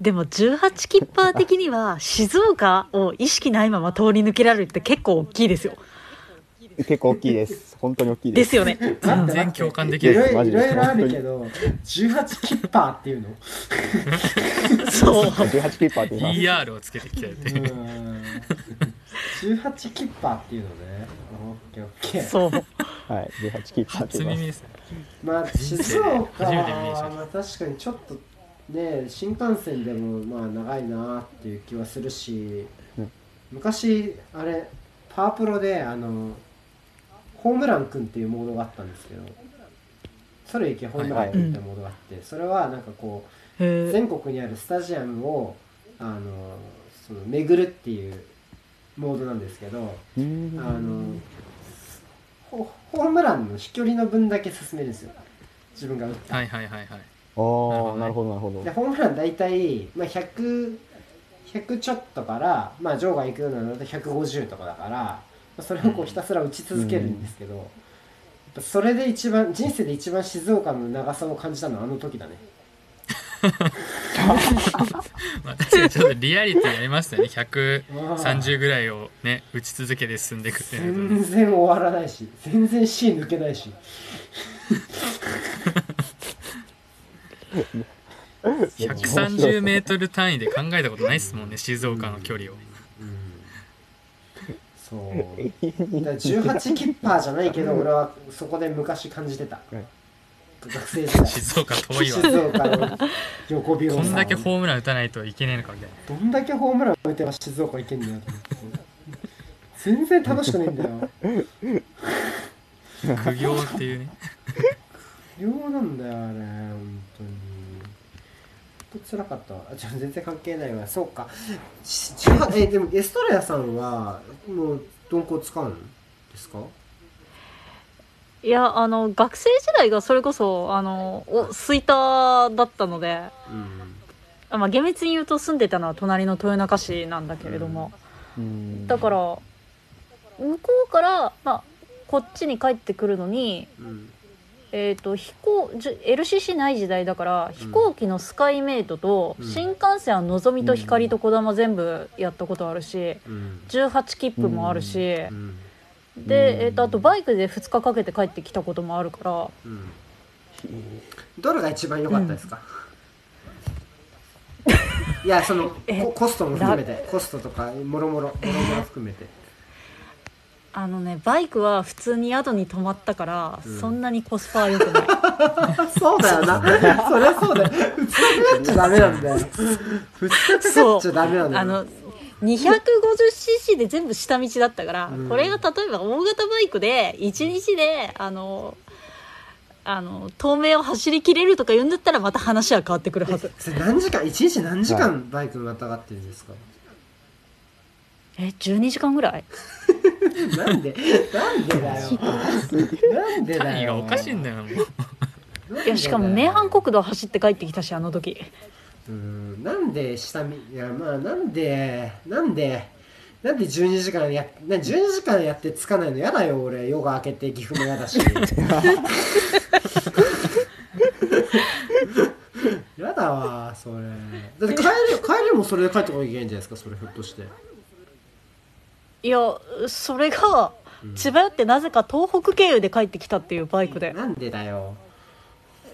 でも18キッパー的には静岡を意識ないまま通り抜けられるって結構大きいですよ結構大きいです本当に大きいでですすよね全然共感できいないろいろマいジでろいろあるけど18キッパーっていうのそう18キーパーって言います ER をつけてきたよってい ううん18キッパーっていうのねオッケーオッケーそうはい18キーパーっ初て言い耳まですすねまあ静岡初めて見ましたはまあ確かにちょっとね新幹線でもまあ長いなっていう気はするし、うん昔あれパワープロであのホームランくんっていうモードがあったんですけどそれいけホームランくんってモードがあって、それはなんかこへうー全国にあるスタジアムをあのその巡るっていうモードなんですけどうーんあのホホームランの飛距離の分だけ進めるんですよ自分が打った、はいはいはいはいああなるほどなるほどでホームラン大体、まあ、100, 100ちょっとから、まあ、場外行くようなのだと150とかだから、まあそれをこうひたすら打ち続けるんですけど、やっぱそれで一番人生で一番静岡の長さを感じたのはあの時だねまあ確かにちょっとリアリティありましたよね130ぐらいをね打ち続けて進んでいくっていうの全然終わらないし全然 C 抜けないし130メートル単位で考えたことないですもんね静岡の距離をそうだから18キッパーじゃないけど俺はそこで昔感じてた はい学生時代静岡遠いわ静岡の横ビこんだけどホームラン打たないといけないのかみたいなんだけホームラン打てば静岡行けんだよと思って全然楽しくないんだよ苦行っていうね妙なんだよあれ本当にほんと辛かったわあじゃあ全然関係ないわそうかしじゃあえでもエストレアさんはもう鈍行使うんですかいやあの学生時代がそれこそあのお吹田だったので、うんあまあ、厳密に言うと住んでたのは隣の豊中市なんだけれども、 うんだから向こうから、まあ、こっちに帰ってくるのに、うんえー、と飛行じゅ LCC ない時代だから飛行機のスカイメイトと、うん新幹線はのぞみと光とこだま全部やったことあるしうん18切符もあるし、うんで、えー、とあとバイクで2日かけて帰ってきたこともあるからうんどれが一番良かったですか、いや そのえココストも含めてコストとかもろもろもろもろ含めてあのねバイクは普通に宿に泊まったから、うんそんなにコスパは良くないそうだよな。そりゃそうだよ。普通になっちゃダメなんだよ。普通になっちゃダメなんだよ。あの 250cc で全部下道だったから、うんこれが例えば大型バイクで1日であのあの透明を走りきれるとか言うんだったらまた話は変わってくるはずそれ何時間、一日何時間バイクまたがってるんですか、え12時間ぐらいなんで、なんでだよ。 なんでだ何がよ。おかしいんだよなもういやしかもね名阪国道走って帰ってきたしあの時うん、なんで下見、いや、まあ、なんで、なんで、なんで12時間や、な12時間やってつかないの嫌だよ、俺。夜が明けて岐阜も嫌だし。 嫌だわ、それ。だって帰り、帰りもそれで帰ってこなきゃいけないんじゃないですか、それひょっとして。いやそれがうん千葉よってなぜか東北経由で帰ってきたっていうバイクでなんでだよ。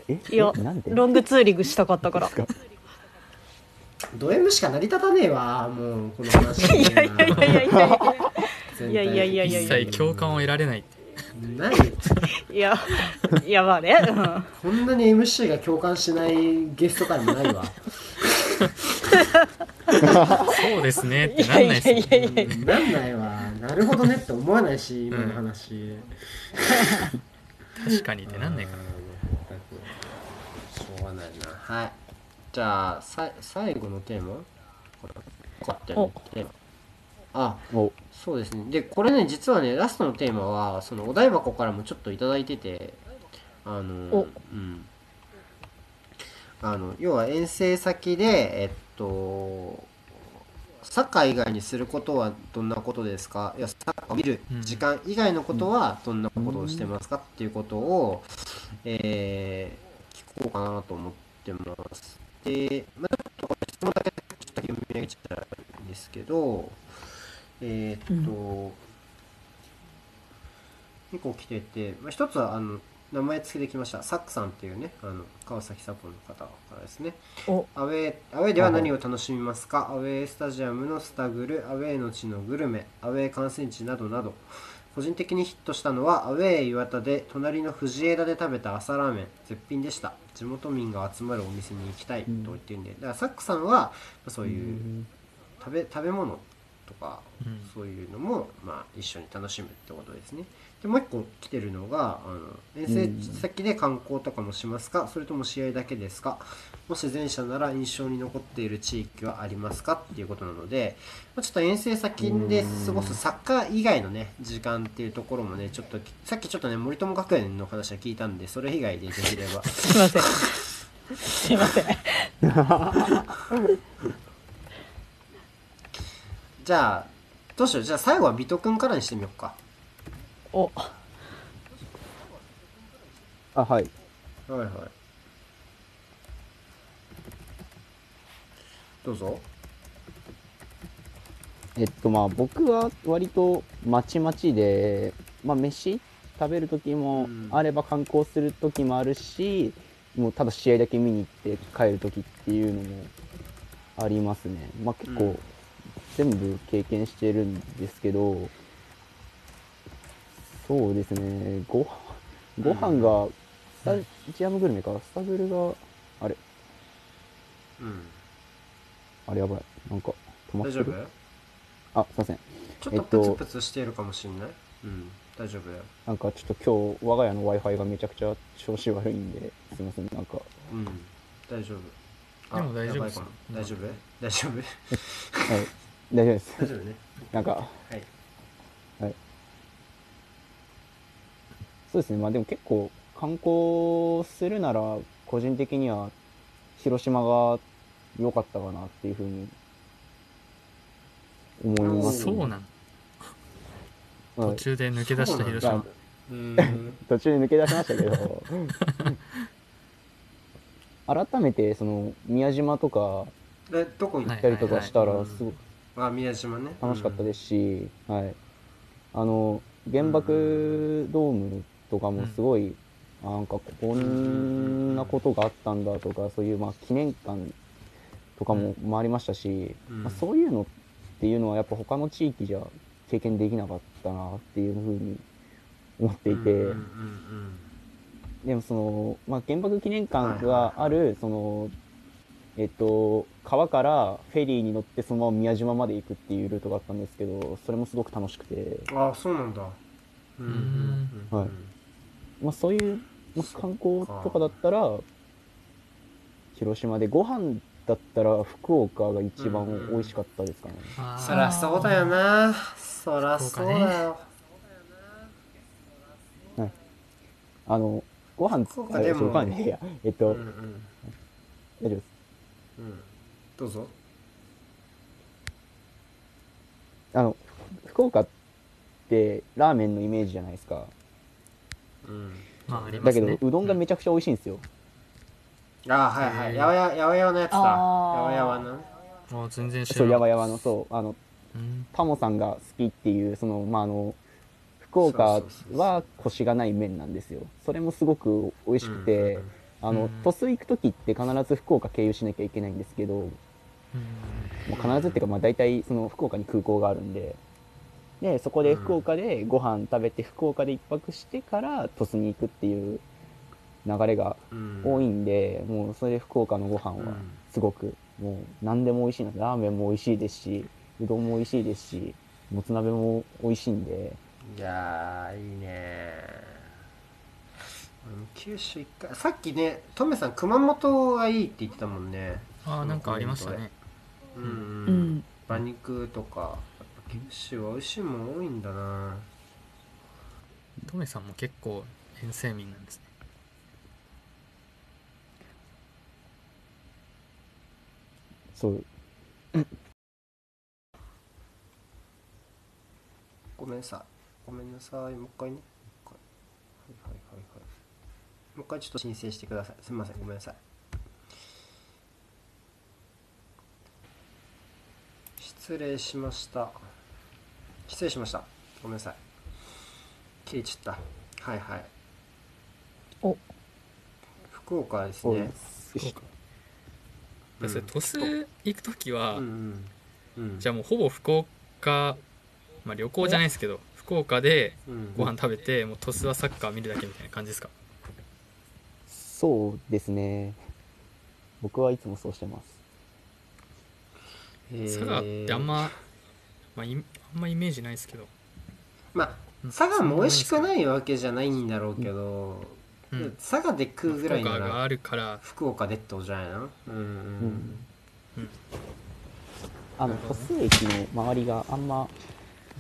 えいやえなんでロングツーリングしたかったからド M しか成り立たねえわ、もう、この話。いやいやいやいやいやいやいやいやいや一切共感を得られないって何いやいやまあね、うんこんなに MC が共感しないゲスト会もないわ。そうですねっていなやんいないっすやよいやいやうんなんないわなるほどねって思わないし今の話、確かにってなんないかなしょうがないなはいじゃあさい最後のテーマこれこうやってねテーマあおそうですねでこれね実はねラストのテーマはそのお台箱からもちょっといただいててあのおうんあの要は遠征先でえっとサッカー以外にすることはどんなことですかいやサッカーを見る時間以外のことはどんなことをしてますかっていうことを、えー聞こうかなと思ってます。で、まあ、ちょっとこれ質問だけちょっと読み上げちゃったんですけど、えーっと、結構来てて、まあ、一つはあの名前付けてきましたサックさんっていうねあの川崎サポの方からですねおアウェーアウェーでは何を楽しみますかアウェースタジアムのスタグルアウェーの地のグルメアウェー観戦地などなど個人的にヒットしたのはアウェー岩田で隣の藤枝で食べた朝ラーメン絶品でした地元民が集まるお店に行きたいと言ってるんで、だからサックさんはまあそういう食べ食べ物とから、うんそういうのも、まあ、一緒に楽しむってことですね。でもう一個来てるのがあの遠うん征先で観光とかもしますか、それとも試合だけですかもし前者なら印象に残っている地域はありますかっていうことなので、まあ、ちょっと遠征先で過ごすサッカー以外のね時間っていうところもねちょっとさっきちょっとね森友学園の話は聞いたんでそれ以外でできれ ばすいませんすいませんじゃあどうしようじゃあ最後はビト君からにしてみようか。おあはいはいはい。どうぞ。えっとまあ僕は割とまちまちで、まあ、飯食べる時もあれば観光する時もあるし、もうただ試合だけ見に行って帰る時っていうのもありますね、まあ、結う構ん全部経験してるんですけど、そうですねご飯ご飯がスタジアムグルメかスタグルがあれうん。あれやばいなんか止まっ大て丈る夫あすいませんちょっえとっとプツプツしてるかもしんない、うん。大丈夫だよ。なんかちょっと今日我が家の Wi-Fi がめちゃくちゃ調子悪いんで、すいません、なんか、はうん。大丈夫。あでも大丈夫やばいですかよも大丈夫大丈夫 い、大丈夫です。 大丈夫ね。なんか、はい。そうですね、まあでも結構観光するなら、個人的には広島が良かったかなっていうふうに思いうんます、そうなのは途中いで抜け出した広島うん。うん途中で抜け出しましたけど 改めてその宮島とかえ、どこに行っ行ったたりとかしたらすごくあ、宮島ね。楽しかったす。ですし、はい、あの原爆ドームとかもすごい、なんかこんなことがあったんだとかそういうまあ記念館とかも回りましたし、うんまあそういうのっていうのはやっぱ他の地域じゃ経験できなかったったなっていうふうに思っていて、うんうんうんでもその、まあ、原爆記念館がある、その、えっと、川からフェリーに乗ってそのまま宮島まで行くっていうルートがあったんですけど、それもすごく楽しくて、うんああそうなんだうんうんうんうんはいまあ、そういうまあ観光とかだったら、広島でご飯だったら福岡が一番美味しかったですかね。あーそらそうだよなそらそうだよあの、ご飯、福岡あでもそうご飯じゃねえや、えっうと、んうん大丈夫です。うんどうぞあの、ふ福岡ってラーメンのイメージじゃないですか。うんまあありまだすけど、ねうどんがめちゃくちゃ美味しいんですよ。ああはいはいうんやわややわやわのやつだやあーわやわのあー全然知らそなう、いやばやばの、そう、あの、うんタモさんが好きっていう、その、まあ、あの、福岡そうそうそうそうはコシがない麺なんですよ。それもすごく美味しくて、うんうんうんあうのん、鳥栖行く時って必ず福岡経由しなきゃいけないんですけど、もうんう必ずっていうか、まあ、大体その福岡に空港があるんで、で、そこで福岡でご飯食べて、福岡で一泊してから鳥栖に行くっていう流れがうん多いんで、もうそれで福岡のご飯うはんすごく、もう何でも美味しいなラーメンも美味しいですし、うどんも美味しいですし、もつ鍋も美味しいんで、いやーいいねうん九州一回さっきねトメさん熊本がいいって言ってたもんねあーなんかありましたねうんうん、うん馬肉とかやっぱ九州は美味しいもん多いんだなトメさんも結構遠征民なんですねそう、ごめんなさいごめんなさいもう一回ねもう一回はいはいはいはいもう一回ちょっと申請してくださいすみませんごめんなさい失礼しました失礼しましたごめんなさい切れちゃったはいはいお福岡ですそうねですそうかうんそれ鳥栖行く時は、うんうんうんじゃあもうほぼ福岡、まあ、旅行じゃないですけど福岡でうんご飯食べてもう鳥栖はサッカー見るだけみたいな感じですかそうですね。僕はいつもそうしてます。佐賀ってあんま、まあ、いあんまイメージないですけど、まあうん佐賀も美味しくないわけじゃないんだろうけど、うん、佐賀で食うぐ福らいな岡がらあるから福岡でってことじゃないのうんうん、うんうんあの、なるほ鳥どね栖駅の周りがあんま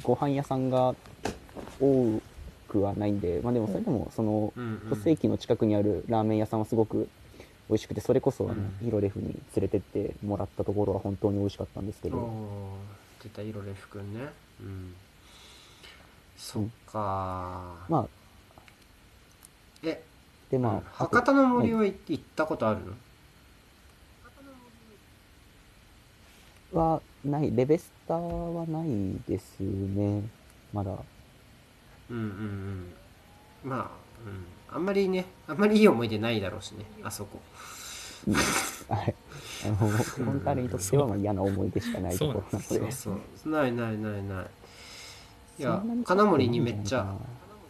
ご飯屋さんが多くはないんで、まあでもそれでも、その、うんうん鳥栖駅の近くにあるラーメン屋さんはすごく美味しくて、それこそあのうん、ヒロレフに連れてってもらったところは本当に美味しかったんですけおど、おー出た色レフくんねうんそっか、まあ、え、でままあ、あと博多の森は行行ったことあるの、はない、レベスターはないですね、まだ。うんうんうんまあ、うん、あんまりねあんまりいい思い出ないだろうしねあそこはい。あの、モンタレにとってはまあ嫌な思い出しかないところなので、そうなんそうそうないないないないいやそんなに金森にめっち変わゃんないのか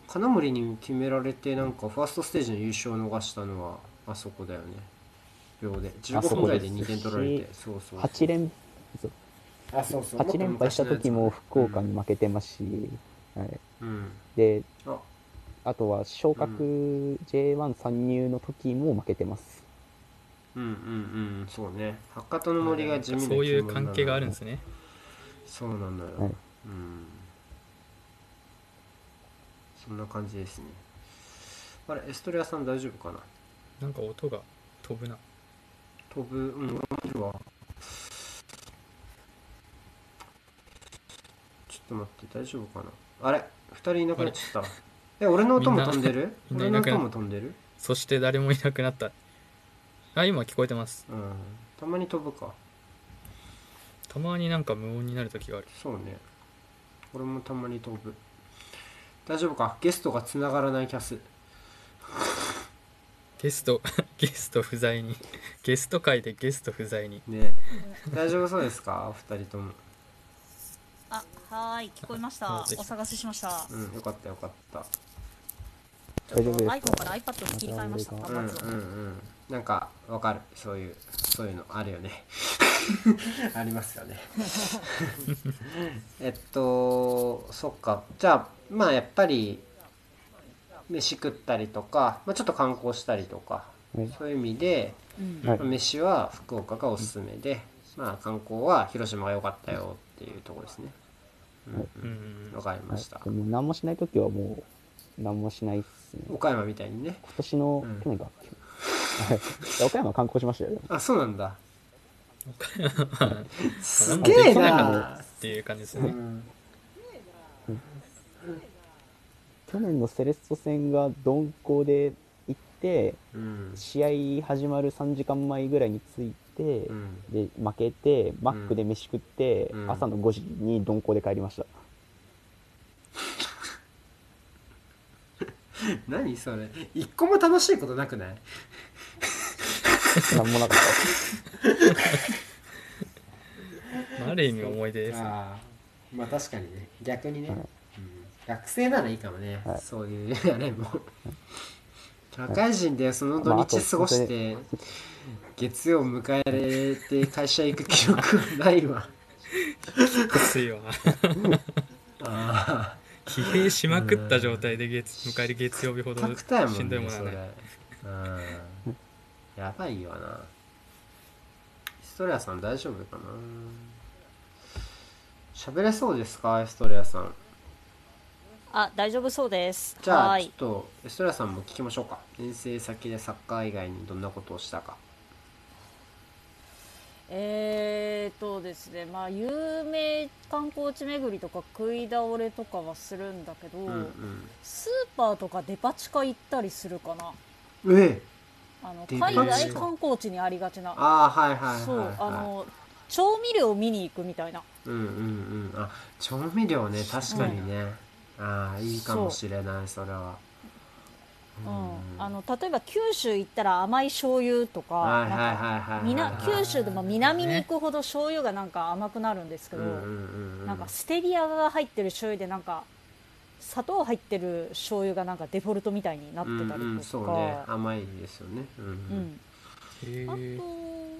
金森に決められてなんかファーストステージの優勝を逃したのはあそこだよね秒であ15そ分こぐらでいすで2点取られてそうそうなそう8連、そうあそうそう8連敗した時も福岡に負けてますし、はい。うんで、ああとは昇格 J1 参入の時も負けてます。うんうんうんそうね博多の森が地味なそういう関係があるんんですねそうなのよ、うはいんそんな感じですねあれエストレアさん大丈夫かななんか音が飛ぶな飛ぶうんいるわちょっと待って大丈夫かなあれ二人いなくなっちゃったえ俺の音も飛んでるみん俺のなみん音なも飛んでるそして誰もいなくなったあ今聞こえてますうんたまに飛ぶかたまになんか無音になる時があるそうね俺もたまに飛ぶ大丈夫かゲストが繋がらないキャスゲスト ゲスト不在にゲスト会でゲスト不在にね大丈夫そうですかお二人ともあはーい聞こえましたお探せしましたうんよかったよかった大丈夫です iPhone から iPad に切り替えましたまうんうんうんなんかわかるそういうそういうのあるよね ありますよね えっとそっかじゃあまあやっぱり飯食ったりとか、まあ、ちょっと観光したりとか、うんそういう意味で、はまあ飯は福岡がおすすめで、まあ観光は広島が良かったよっていうところですねううんんわかりまはいした、でも何もしないときはもう、何もしないっすね。岡山みたいにね今年の、うん去年か。はいいや岡山観光しましたよ。あそうなんだすでげえきないのなっていう感じですうねん去年のセレッソ戦が鈍行で行って、うん試合始まる3時間前ぐらいに着いて、うんで、負けて、マックで飯食って、うん朝の5時に鈍行で帰り ました。何それ一個も楽しいことなくない何もなかっまあある意味思い出ですねあーまあ確かにね逆にね、はいうん学生ならいいかもね、はいそういうねあれも社会人でその土まああと日過ごして月曜迎えれて会社行く記録はないわきついわあ疲弊しまくった状態で月迎える月曜日ほあどタクタイもしんんどいねものはそないれうんやばいよなエストレアさん大丈夫かな喋れそうですかエストレアさんあ大丈夫そうですじゃはあーちょいっとエストラさんも聞きましょうか遠征先でサッカー以外にどんなことをしたかえーとですねまあ有名観光地巡りとか食い倒れとかはするんだけど、うんスーパーとかデパ地下行ったりするかなうんええあのデパ海地下外観光地にありがちなああはいはいはい、はい、そうあの調味料見に行くみたいなうんうんうんあ調味料ね確かにね、ああいいかもしれないそれはううんん、あの例えば九州行ったら甘い醤油とかはいはいなはいんかはいはいみな九州でも南にね行くほど醤油がなんか甘くなるんですけうど、んうんうんなんかステビアが入ってる醤油でなんか砂糖入ってる醤油がなんかデフォルトみたいになっうんてたうりんそとうねか、甘いですよねうんうんへあえ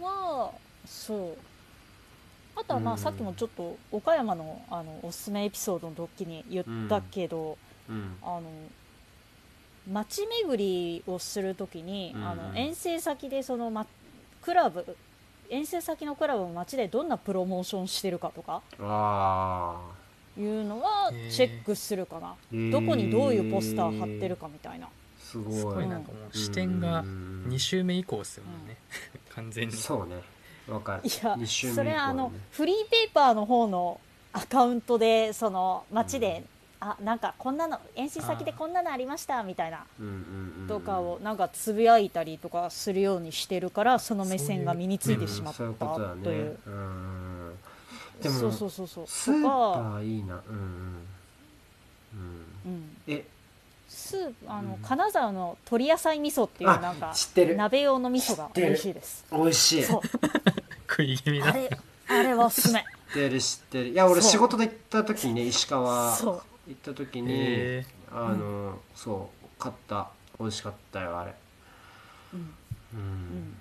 とはそうあとはまうあんさっきもちょっと岡山のあのおすすめエピソードの時に言ったけど、うんうんあの街巡りをするときに、うんあの遠征先でその、ま、クラブ遠征先のクラブの街でどんなプロモーションしてるかとかああいうのはへえチェックするかな、へえどこにどういうポスター貼ってるかみたいな、すごいすごいななんかもう視点がうん2週目以降ですよね完全にそうねわかるいや二周目以降それはあのねフリーペーパーの方のアカウントでその街で、あなんかこんなの遠征先でこんなのありましたみたいなうんうんうんうんとかをなんかつぶやいたりとかするようにしてるからその目線が身についてしまったうんそういうことだねという。うんでもそうそうそうそうスーとか、パーいいなうんうん、うん、うん、えスーあの、うん金沢の鶏野菜味噌っていうあなんか知ってる鍋用の味噌知がってる美味しいです美味しい知そっう食い気味あだれあれはおすすめてる知ってるいや俺そう仕事で行った時にね石川そ行った時に、へえあの、そう買った美味しかったよあれうんうん、ん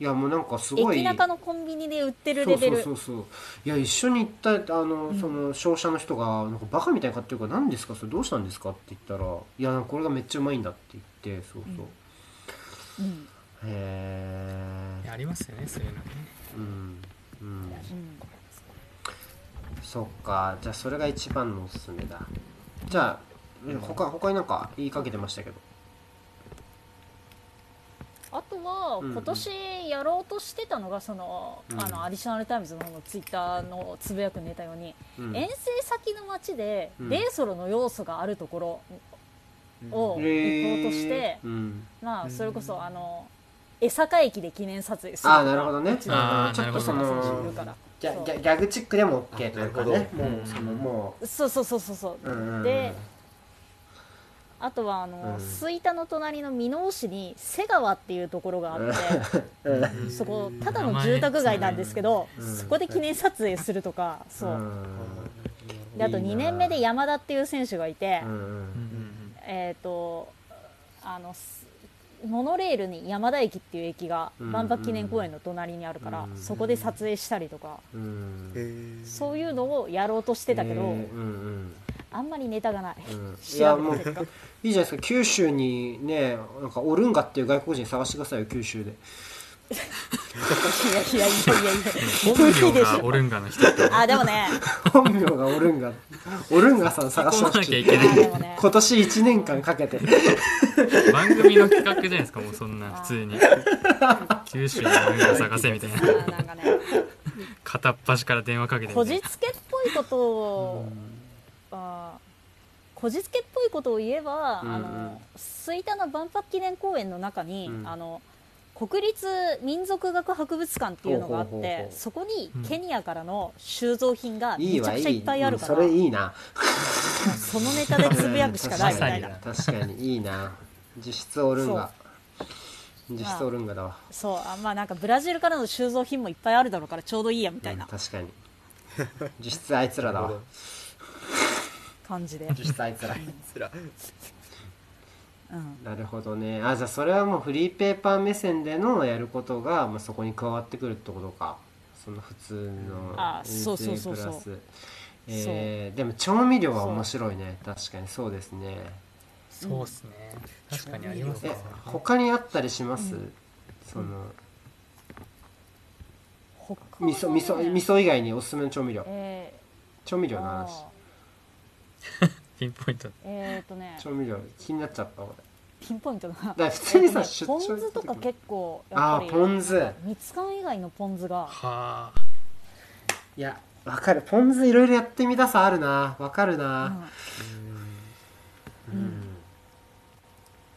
いやもうなんかすごい駅中のコンビニで売ってるレベそルうそうそうそういや一緒に行ったあの、その商社の人がなんかバカみたいに買ってるから何ですかそれどうしたんですかって言ったらいやなんかこれがめっちゃうまいんだって言ってそうそう、うんへいえやありますよねそういうのねうんうんうんそっかじゃあそれが一番のおすすめだじゃあえ他他になんか言いかけてましたけどあとはうんうん今年やろうとしてたのがその,、うんあのアディショナルタイムズの方のツイッターのつぶやくネタように、うん遠征先の街でうんデーソロの要素があるところを行こうとして、うん、まうあんそれこそあの江坂駅で記念撮影するああなるほどねちのあーちょっとそなるほど選手いるのからギャギャギャグチックでも OK というかねなるほどもうそのもそうそうそうそうそうう、うんうんうん、であとはあの、うん吹田の隣の箕面市に瀬川っていうところが あって、うんそこただの住宅街なんですけど、うんそこで記念撮影するとか、そう、んであといいな2年目で山田っていう選手がいて、うんううんうんんうんえっ、とあのすモノレールに山田駅っていう駅がうん万博記念公園の隣にあるから、うんそこで撮影したりとか、うんへしーそういうのをやろうとしてたけど、うんうんあんまりネタがない、 うんいや調べもたう結果いいじゃないですか九州にねなんかオルンガっていう外国人探してくださいよ九州で いやいやいやいやい本名がオルンガの人ってやあでも ね本名がオルン ガオルンガさん探して聞こほなきゃしいいけなあでい もね今年1年間かけて番組の企画じゃないですかもうそんな普通に九州のオルンガ探せみたいなあなんかね片っ端から電話かけてこみたいじなつけっぽいことを、あーこじつけっぽいことを言えば、うんうんあの吹田の万博記念公園の中に、うんあの国立民族学博物館っていうのがあってほうほうほうほうそこにケニアからの収蔵品がいめいちわゃくいちゃいっいぱいあるから、うんそれいいなそのネタでつぶやくしかないみたいなうん確かに確かにいいな実質オルンガ実質オルンガだわそうあまあなんかブラジルからの収蔵品もいっぱいあるだろうからちょうどいいやみたいなうん確かに実質あいつらだわ感じで、実質あいつらつらうん、なるほどねあじゃあそれはもうフリーペーパー目線でのやることが、まあ、そこに加わってくるってことかその普通のあ遠征そうそうそうそプラうスえーでも調味料は面白いね確かにそうですねそうっすね確かにありますえね他にあったりします、その他はね味噌味噌味噌以外におすすめの調味料え調味ー料のあ話ピンポイントーえっ、とね調味料気になっちゃった俺ピンポイントだなだから普通にさ、えっとね出張ポ行っンた酢時とにか結構やあっあぱりポン酢ミツカン以外のポン酢がはあいやわかるポン酢いろいろやってみたさあるなわかるなうん、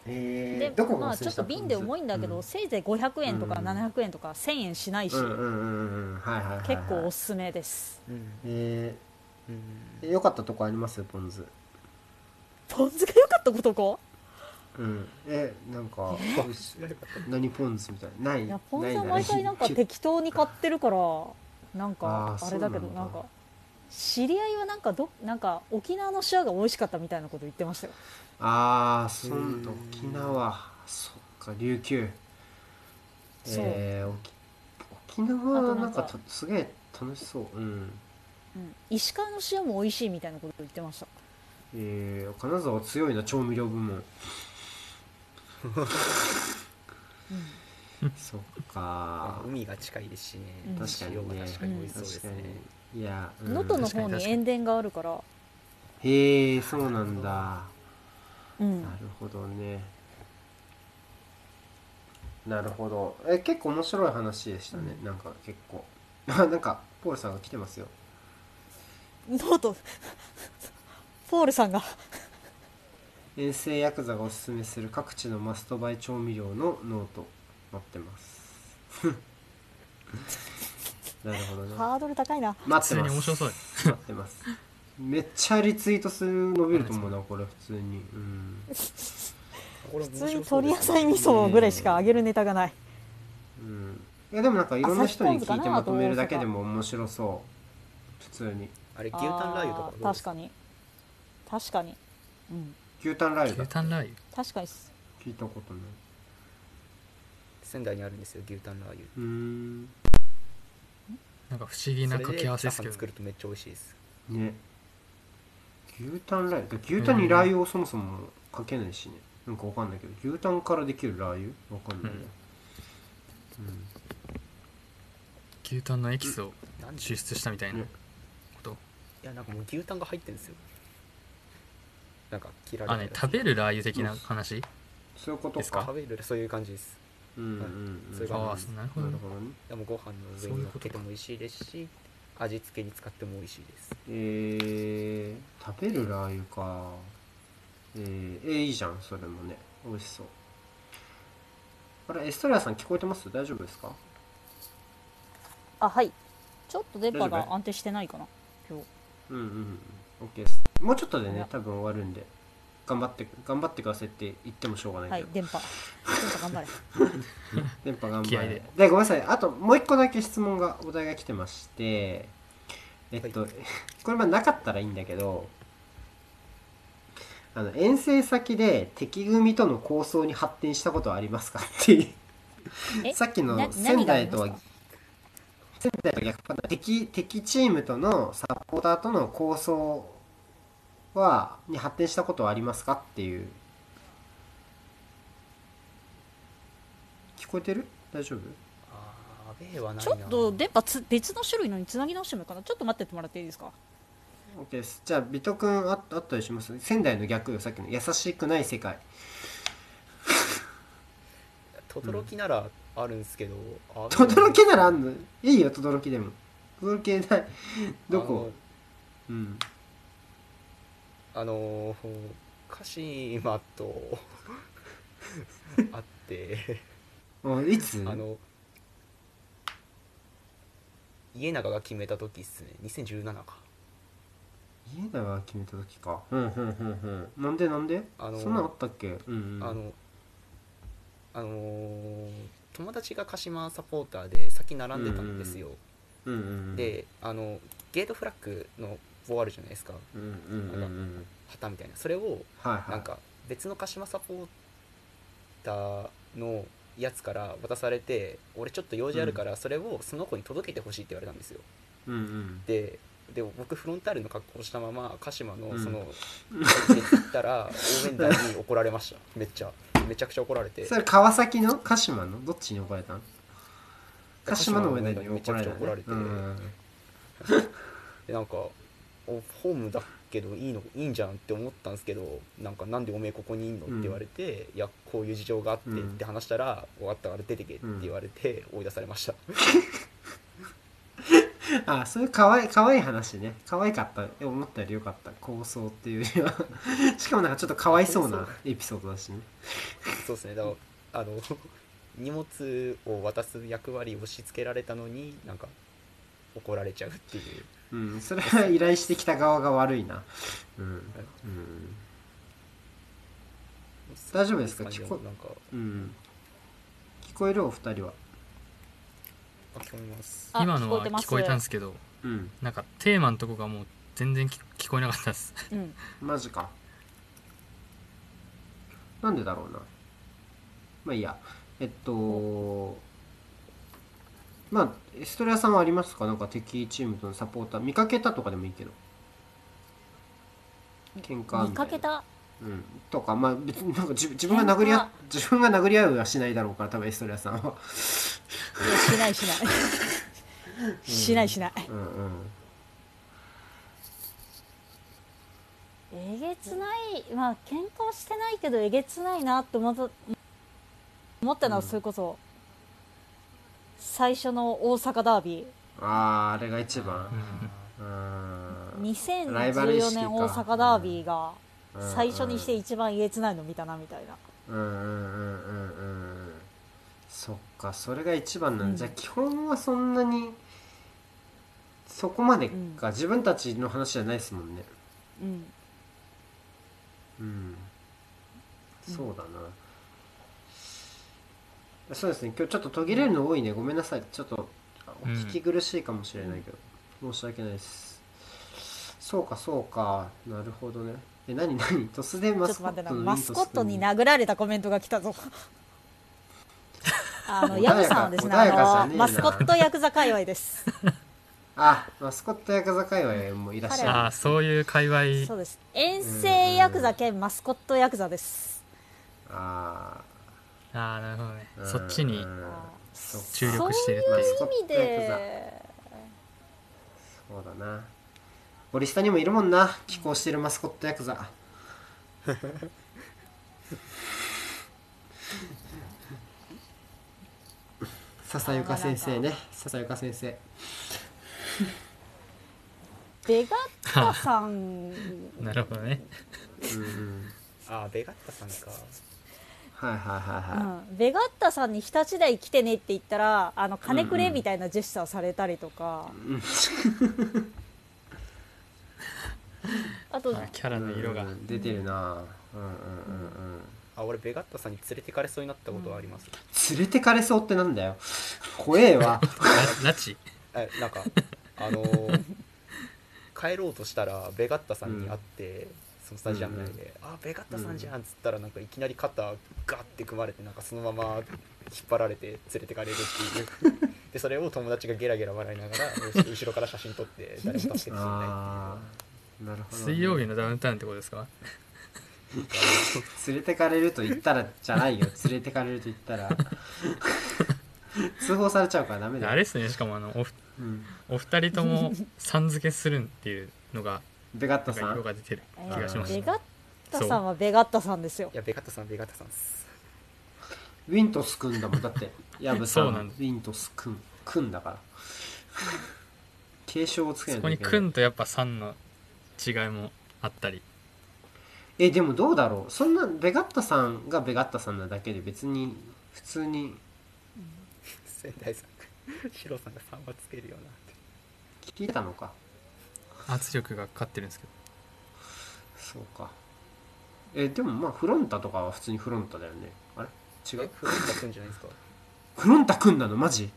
えーでどこがまおあすすちめょっしたとポン酢瓶で重いんだけど、せいぜい500円とかうん700円とか1000円しないし、うん、うんうんうんうんはいはいはい、はい、結構おすすめですうんえうんー、良かったとこありますポン酢ポン酢が良かったことこうんえなんか美味しい何ポン酢みたいなないいいやポン酢は毎回なんか適当に買ってるからなんかあーあれだけどそうななんんだか知り合いはなんかどなんか沖縄の塩が美味しかったみたいなこと言ってましたよああそうんん沖縄そっか琉球そうえー、沖沖あ縄とななんんかかたすげえ楽しそううんうん石川の塩も美味しいみたいなこと言ってましたえー、金沢強いな調味料部門そっか海が近いですしねうん確かに塩ねが確かに美味しそうですねにいやうん能登、の方に塩田があるからへえそうなんだうんなるほどねなるほどえ結構面白い話でしたね、なんか結構 あなんかポールさんが来てますよノートポールさんが遠征ヤクザがおすすめする各地のマストバイ調味料のノート待ってます なるほどねハードル高いな待って普通に面ま白すそう待ってますめっちゃリツイートする伸びると思うなこれ普通にうん普普通に鶏野菜味噌ぐらいしかあげるネタがないうんいやでもなんかいろんな人に聞いてまとめるだけでも面白そう普通にあれ牛タンラー油とかどうあーです確かに確かにうん牛タンラー油牛だタンラー油確かにす聞いたことない仙台にあるんですよ牛タンラー油うーんなんか不思議な掛け合わせですそけれでチャーハン作どるとめっちゃ美味しいですね牛タンラー油牛タンにラー油をそもそもかけないしねなんかわかんないけど牛タンからできるラー油わかんないね、牛タンのエキスをなんで抽い出したみたいなことやなんかもう牛タンが入ってるんですよなんか切られあてるね食べるラー油的な話そういうことですかか食べるそういう感じですうんうんうんそれがああなるほどなねるほどねでもご飯の上に乗っけても美味しいですし味付けに使っても美味しいですえー、食べるラー油かえー、えーいいじゃんそれもね美味しそうあれエストレアさん聞こえてます大丈夫ですかあはいちょっと電波大丈が夫安定してないかな今日うんうんうん OK ですもうちょっとでいねや多分終わるんで頑張って頑張ってくださいって言ってもしょうがないけど、はい電波電波頑張れ電波頑張気合れででごめんなさいあともう一個だけ質問がお題が来てまして、ええっと、 これまあなかったらいいんだけどあの遠征先で敵組との抗争に発展したことはありますかっていうえさっきのな仙台とは何がありま仙台とは逆かな敵敵チームとのサポーターとの抗争はに発展したことはありますかっていう聞こえてる大丈夫あーべえはないちなょっと電波つ別の種類のにつなぎ直してもいいかなちょっと待っててもらっていいですか OK ですじゃあビト君ああったりします仙台の逆よさっきの優しくない世界轟ならあるんすけどあべえはない轟きならあんのいいよ轟でも轟ないどこうんあのー鹿島 とあってあいつあの家長が決めた時っすね2017か家だが決めた時かうんうんうんうんなんでなんであのーそんなのあったっけうんうんあの、あのー友達が鹿島サポーターで先並んでたんですよ、うんうんうんであのゲートフラッグの棒あるじゃないですかうんうんうんうん旗みたいなそれをはいはいなんか別の鹿島サポーターのやつから渡されて俺ちょっと用事あるからそれをその子に届けてほしいって言われたんですようんうんでで僕フロンターレの格好をしたまま鹿島のその、う行ったら応援団に怒られましためっちゃめちゃくちゃ怒られてそれ川崎の鹿島のどっちに怒られたの鹿島の上田にめち怒ゃらくれたねちゃ怒られて、うんうんでなんかおホームだけどいいのいいんじゃんって思ったんですけどなんかなんでおめえここにいんのって言われて、いやこういう事情があってっうんて話したら、終わったから出てけって言われて追い出されま した、あそういう可愛い可愛い話ね可愛かったえ思ったより良かった構想っていうよりはしかもなんかちょっとかわいそうなエピソードだしねそうですねだからあの荷物を渡す役割を押し付けられたのになんか怒られちゃうっていううんそれは依頼してきた側が悪いなうん、うん大丈夫ですかそういう聞こ感じのなんかうん、聞こえるお二人はあ聞こえますあ今の聞こえはてます聞こえたんですけどうんなんかテーマのとこがもう全然聞聞こえなかったですうんマジかなんでだろうなまあいいやえっとまあエストレアさんはありますかなんか敵チームとのサポーター見かけたとかでもいいけど喧嘩みたいな見かけたうん、とかまあ別になんか自自分が殴り合自分が殴り合うはしないだろうから多分エストレアさんはいやしないしないしない しないうんうんえげつないまあ喧嘩はしてないけどえげつないなって思った思ったのはうんそれこそ、最初の大阪ダービあああれが一番うーんライバル意2014識か年大阪ダービーがうん最初にして一番えげつないの見たなみたいなうんうんうんうんうんそっかそれが一番なんだ、うんじゃあ基本はそんなにそこまでか、自分たちの話じゃないですもんねうんうんそうだな、そうですね今日ちょっと途切れるの多いねごめんなさいちょっとお聞き苦しいかもしれないけど、申し訳ないですそうかそうかなるほどねえ何何突然マちょっスとコ待ッってトなのマミンストコスップートンに殴られたコメントが来 たぞあの穏やかヤムさんはですね穏やかじゃあねのえなマスコットヤクザ界隈です あマスコットヤクザ界隈もいらっしゃるああそういう界そ隈うです遠征ヤクザ兼マスコットヤクザですあああなるほどねーうんそっちにうんそっか注力してるってマいうスコ意ッ味トヤクザでそうだな森下にもいるもんな寄稿してるマスコットヤク ザ笹ゆか先生ね笹ゆか先生ベガッタさんなるほどねうんうんあーベガッタさんかはいはいはいはうんベガッタさんに日立大来てねって言ったらあの金くれみたいなジェスチャーされたりとか、い、うんあと、あキャラの色がうん出てるなうんうんうんうんあ俺ベガッタさんに連れてかれそうになったことはあります、連れてかれそうってなんだ よ怖えわララチえなんかあのー帰ろうとしたらベガッタさんに会って、そのスタジアム内で「あベガッタさんじゃん」っつったらなんかいきなり肩ガッて組まれてなんかそのまま引っ張られて連れてかれるっていうでそれを友達がゲラゲラ笑いながら後ろから写真撮って誰も助けてくれないあーなるほどね、水曜日のダウンタウンってことですか連れてかれると言ったらじゃ ないよ連れてかれると言ったら 通報されちゃうからダメだよあれですねしかもあのおふうん、お二人ともさん付けするんっていうのがベガッなタんかさ色んが出てる気がしまあしーベたガッタさんはベガッタさんですよいやベガッタさんベガッタさんっすウィントスくんだもんだってヤブさんそうなんウですィントスくんくんだから 継承をつけないそとこいに「けないくん」とやっぱ「さん」の違いもあった りえでもどうだろうそんなベガッタさんがベガッタさんなだけで別に普通に仙台さんシロさんが3はつけるようなって聞いたのか圧力がかかってるんですけどそうかえでもまあフロンタとかは普通にフロンタだよねあれ違えうフロンタくんじゃないですかフロンタくんなのマジ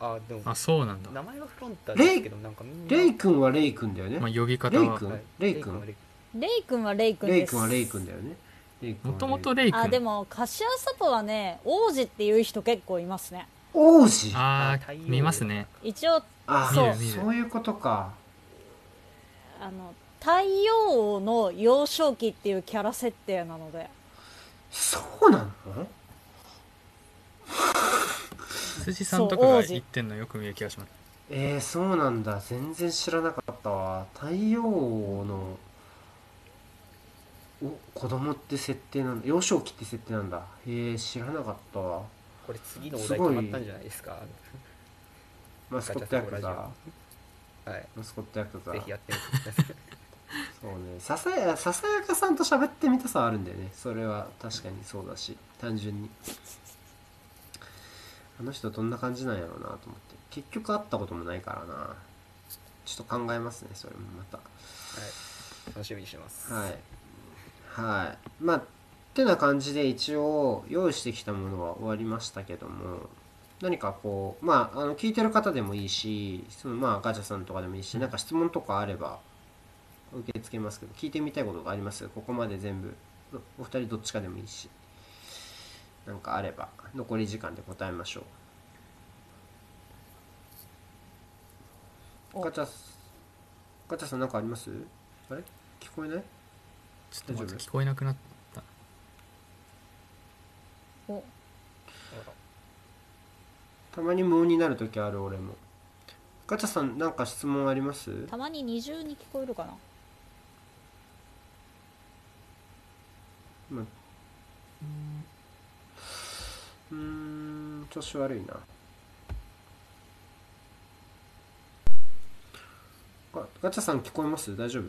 あでもあそうなんだ、ま名前はフロンタですけどなんかみんなレイくんはレイくんだよね、あ、呼び方レイくはんはいレイくんはレイレイ君はレイ君レイですくんはレイくんだよねレイくんはレもイともとレイ君あでもカシアサポはね王子っていう人結構いますね王子ああ太ー陽見ますね一応あそう見る見るそういうことかあの太陽王の幼少期っていうキャラ設定なのでそうなの辻さんとかそうが王子言ってんのよく見る気がしますえー、そうなんだ全然知らなかったわ太陽王のお子供って設定なんだ幼少期って設定なんだへえー、知らなかったわこれ次のお題決まったんじゃないですか マスコットヤクガチャザはいマスコットヤクザぜひやってみてください そうねささやささやかさんと喋ってみたさはあるんだよねそれは確かにそうだし単純にあの人どんな感じなんやろうなと思って結局会ったこともないからなちょっと考えますねそれもまたはい、楽しみにしてます。はい。はい。まあ、ってな感じで一応用意してきたものは終わりましたけども、何かこう、まあ、あの、聞いてる方でもいいし、そのまあ、ガチャさんとかでもいいし、なんか質問とかあれば受け付けますけど、聞いてみたいことがありますここまで全部、おお二人どっちかでもいいし、なんかあれば、残り時間で答えましょう。ガチャス、ガチャさんなんかありますあれ聞こえないちょっと待って聞こえなくなったたまに無音になる時ある俺もガチャさんなんか質問ありますたまに二重に聞こえるかなまうーん調子悪いなガガチャさん聞こえます大丈夫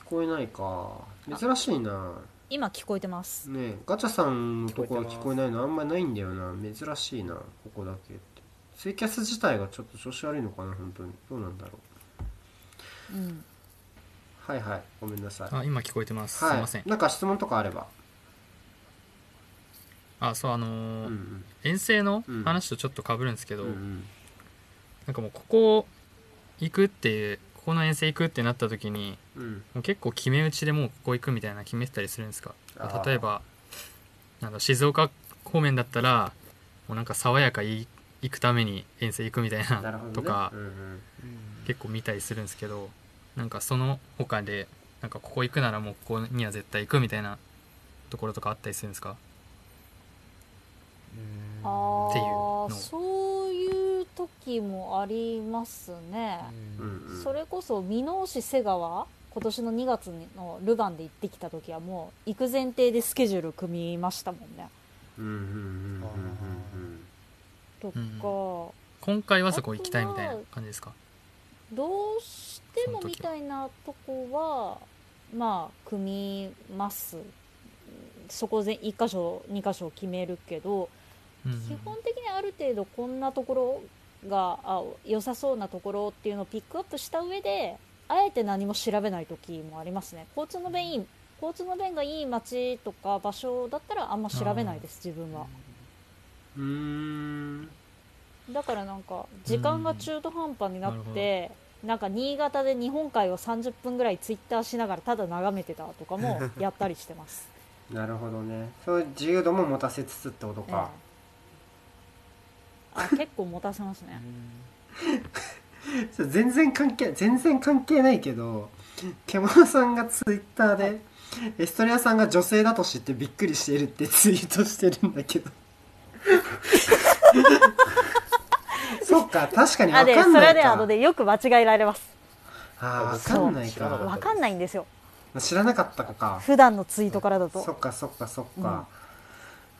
聞こえないか珍しいな今聞こえてますねえガチャさんのとこは聞こえないのあんまないんだよな珍しいなここだけってツイキャス自体がちょっと調子悪いのかな本当にどうなんだろうんうはいはいごめんなさいあ今聞こえてます、はいすいませんなんか質問とかあればあそうあのうーんうん遠征の話とちょっと被るんですけうど、んうんなんかもうここ行くっていうここの遠征行くってなった時にうんもう結構決め打ちでもうここ行くみたいな決めてたりするんですかあー例えばなんだ静岡方面だったらもうなんか爽やかい行くために遠征行くみたいななるほどねとか、うんうん結構見たりするんですけどなんかその他でなんかここ行くならもうここには絶対行くみたいなところとかあったりするんですかうんあっていうのあそういう時もありますね、ううんんうんそれこそ箕面市瀬川今年の2月のルヴァンで行ってきた時はもう行く前提でスケジュール組みましたもんねうんうんうんうんうんうんとか、うん今回はそこ行きたいみたいな感じですかどうしてもそのみ時たいなとこはまあ組みますそこで1箇所2箇所決めるけど、うんうん基本的にある程度こんなところがあ良さそうなところっていうのをピックアップした上であえて何も調べない時もありますね交通の便いい交通の便がいい街とか場所だったらあんま調べないです自分はうーんだからなんか時間が中途半端になって、なんか新潟で日本海を30分ぐらいツイッターしながらただ眺めてたとか もやったりしてます。なるほどねそういう自由度も持たせつつってことええか、あ結構持たせますね。そう全然関係全然関係ないけど獣さんがツイッターで、エストレアさんが女性だと知ってびっくりしているってツイートしてるんだけどそっか確かにあ分でかそんなれいであのかでよく間違えられます。あ分かんないそう知らなかっかわかんないんですよ。知らなかったか普段のツイートからだと。そっかそっかそっか、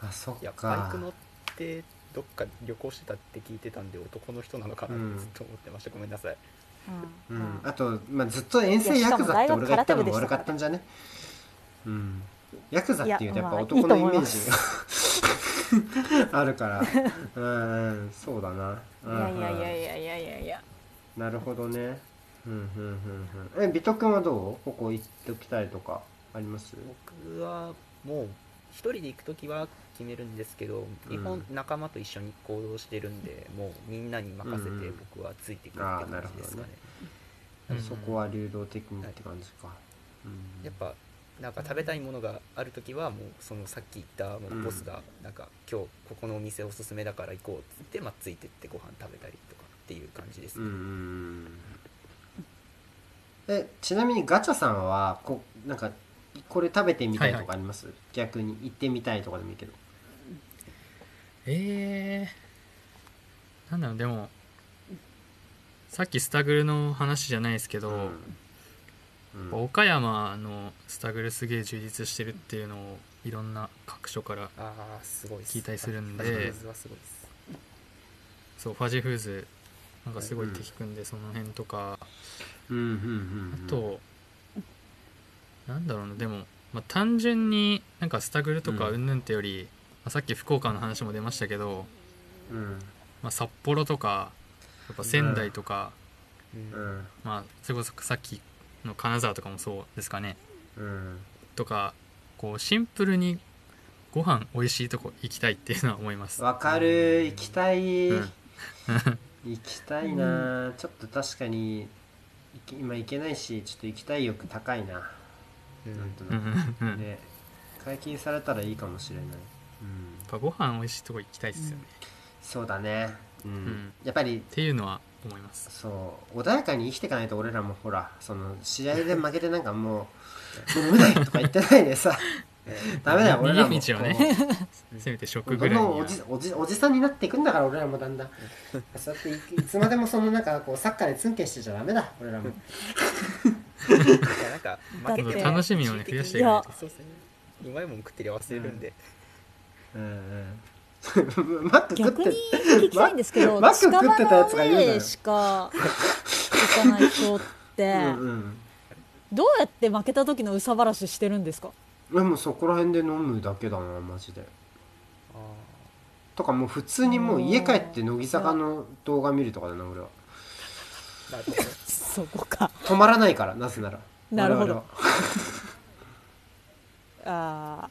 あそいやっバイかク乗ってどっか旅行してたって聞いてたんで男の人なのかなうんってずっと思ってました、ごめんなさいうんうん、あと、まあ、ずっと遠征いやヤしかクもザって俺が言っ大学空た手の部もでし悪たかからったんじゃねうんヤクザっていうとやっぱいや男まのあイメーいいジがあるからうんそうだな、うんうん、いやいやいやいやいやいや。なるほどねうんうんうんうんえ美徳はどうここ行っておきたいとかあります僕はもう一人で行く時は決めるんですけど基本仲間と一緒に行動してるんで、もうみんなに任せうんうてん僕はついていくってあー感じですかね,、うんそこは流動的にって感じか、うんやっぱなんか食べたいものがある時はもうそのさっき言ったもうボスがなんか今日ここのお店おすすめだから行こうっつって、まあ、ついてってご飯食べたりとかっていう感じですうんね、うんうんえちなみにガチャさんはこなんかこれ食べてみたいとかあります、逆に行ってみたいとかでもいいけどえー、なんだろうでもさっきスタグルの話じゃないですけど、うんうん岡山のスタグルすげえ充実してるっていうのをいろんな各所からああすごいっ聞いたりするんでファジーズはすごいですそうファジーフーズなんかすごいって聞くんで、その辺とかうんうんうんあと、なんだろうなでも、まあ、単純になんかスタグルとかうんうんぬんってより、まあさっき福岡の話も出ましたけど、うんまあ、札幌とかやっぱ仙台とか、うんうんまあ、それこそさっきの金沢とかもそうですかねうんとかこうシンプルにご飯美味しいとこ行きたいっていうのは思います。わかる行きたい、うん行きたいな、ちょっと確かに行き今行けないしちょっと行きたい欲高いな、うんなんとうんなうんうくんやっね解禁されたらいいかもしれない、うん、ぱご飯美味しいとこ行きたいですよね、そうだね、うんんやっぱりっていうのは思います。そう穏やかに生きていかないと俺らもほらその試合で負けてなんかもうもう無理とか言ってないでさダメだよ俺らも逃げ道をねせめこうて食どぐんらいどにんおはじおじおじさんになっていくんだから俺らもだんだんそうやっていいつまでもそのなんかこうサッカーでツンケンしてちゃダメだ俺らもいやなんか負けても楽しみをね増やしていかないとそうですねうまいもん食ってりゃ忘れるんで、うんうん マック食っ逆てに聞きたいんですけど、マック食ってたやつが言うなよ近場の上しか行かない人って、うんうんどうやって負けた時の憂さ晴らししてるんですかでもそこら辺で飲むだけだなマジであとかもう普通にもう家帰って乃木坂の動画見るとかだな俺はーなるほどそこか。止まらないからなぜならなるほ我ど々はあ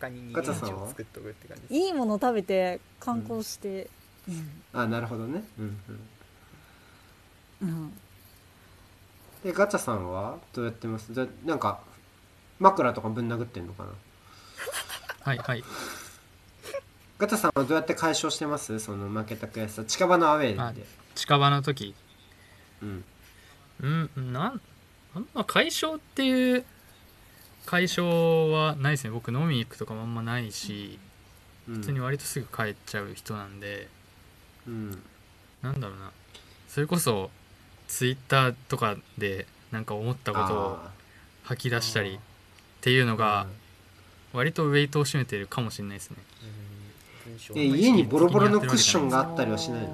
他にガ逃チャげさん道はを作っとくって感じーいいもの食べて観光して、あなるほどね、うんうん、うんでガチャさんはどうやってますじゃなんか枕とかぶん殴ってんのかなはいはいガチャさんはどうやって解消してますその負けた悔しさ近場のアウェーで、近場の時うん、うんなんあんま解消っていう解消はないですね僕飲みに行くとかもあんまないしうん普通に割とすぐ帰っちゃう人なんで、うんなんだろうなそれこそツイッターとかでなんか思ったことをあ吐き出したありーっていうのーが割とウェイトを占めてるかもしれないですね文章うんで家にボロボロのクッションがあったりはしないの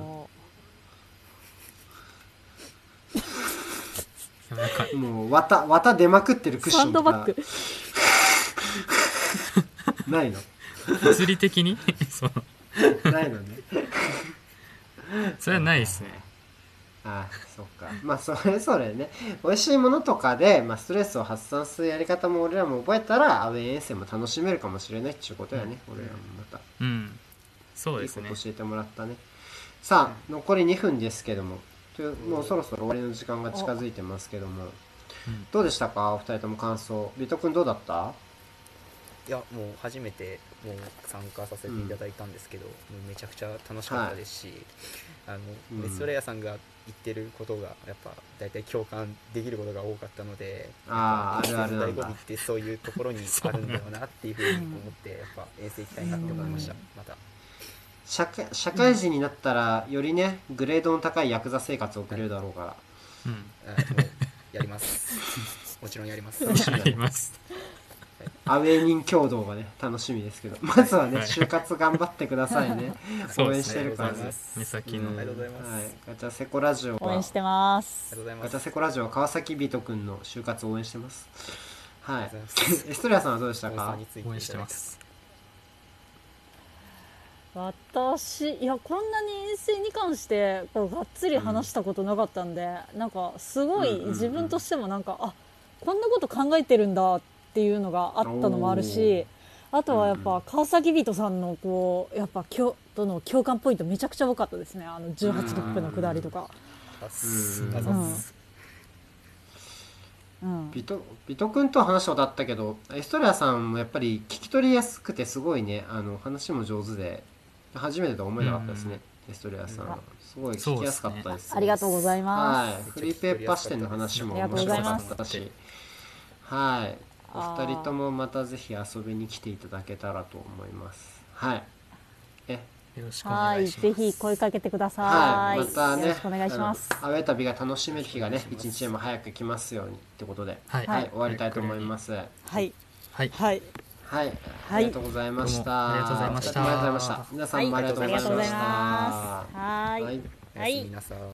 でもなんかもう綿綿出まくってるクッシサョンンドとバかッグ ないの物理 的にそのないのねそれはないですねあそっかまあそれぞれね美味しいものとかで、まあ、ストレスを発散するやり方も俺らも覚えたらアウェー遠征も楽しめるかもしれないっていうことやね、俺らもまたうんそいうでいすこねと教えてもらったねさあ残り2分ですけどもというもうそろそろ終わりの時間が近づいてますけどもうんどうでしたかお二人とも感想ビト君どうだったいやもう初めてもう参加させていただいたんですけど、もうめちゃくちゃ楽しかったですし、あのうんメストレアさんが言ってることがやっぱ大体共感できることが多かったのであーやっぱあるあるなんだ醍醐味ってそういうところにあるんだよなっていうふうに思ってやっぱ遠征行きたいなって思いました、また社会社会人になったらよりねグレードの高いヤクザ生活を送れるだろうかうんあもうやりますもちろんやります ありますらアウェー人共同がね楽しみですけどまずはねはい就活頑張ってください ね応援してるからそうでねす目先うんのありがとうございますはい、ガチャセコラジオ応援はしてますありがとうございまガすチャセコラジオは川崎ビト君の就活を応援してますはあいりがとうございます エストリアさんはどうでした大沢かについていた応だい援たしてます私いやこんなに遠征に関してこうがっつり話したことなかったんで、なんかすごうんうんいうん自分としてもなんか、あこんなこと考えてるんだっていうのがあったのもあるしあとはやっうんうぱ川崎人さんのこうやっぱ京都の共感ポイントめちゃくちゃ多かったですねあの18トップの下りとか。あすうんありがとうございますうんビトビト君とは話したことあったけどエストレアさんもやっぱり聞き取りやすくてすごいねあの話も上手で初めてとは思えなかったですね、エストレアさんはすごい聞きやすかったですありがとうございます。はい、フリーペーパー視点の話も面白かったしはいお二人ともまたぜひ遊びに来ていただけたらと思いますはいえよろしくおは願い、いしぜますひ声かけてくださはいい。またねよろしくお願いします。あのアウェー旅が楽しめる日がね一日でも早く来ますようにってことでははいい、終わりたいと思いますはい、はい、はいはい、ありがとうございましたありがとうございましたお二人ともありがとうございました皆さんもありがとうございました、はいありがとうございますはい。はいおやすみなさい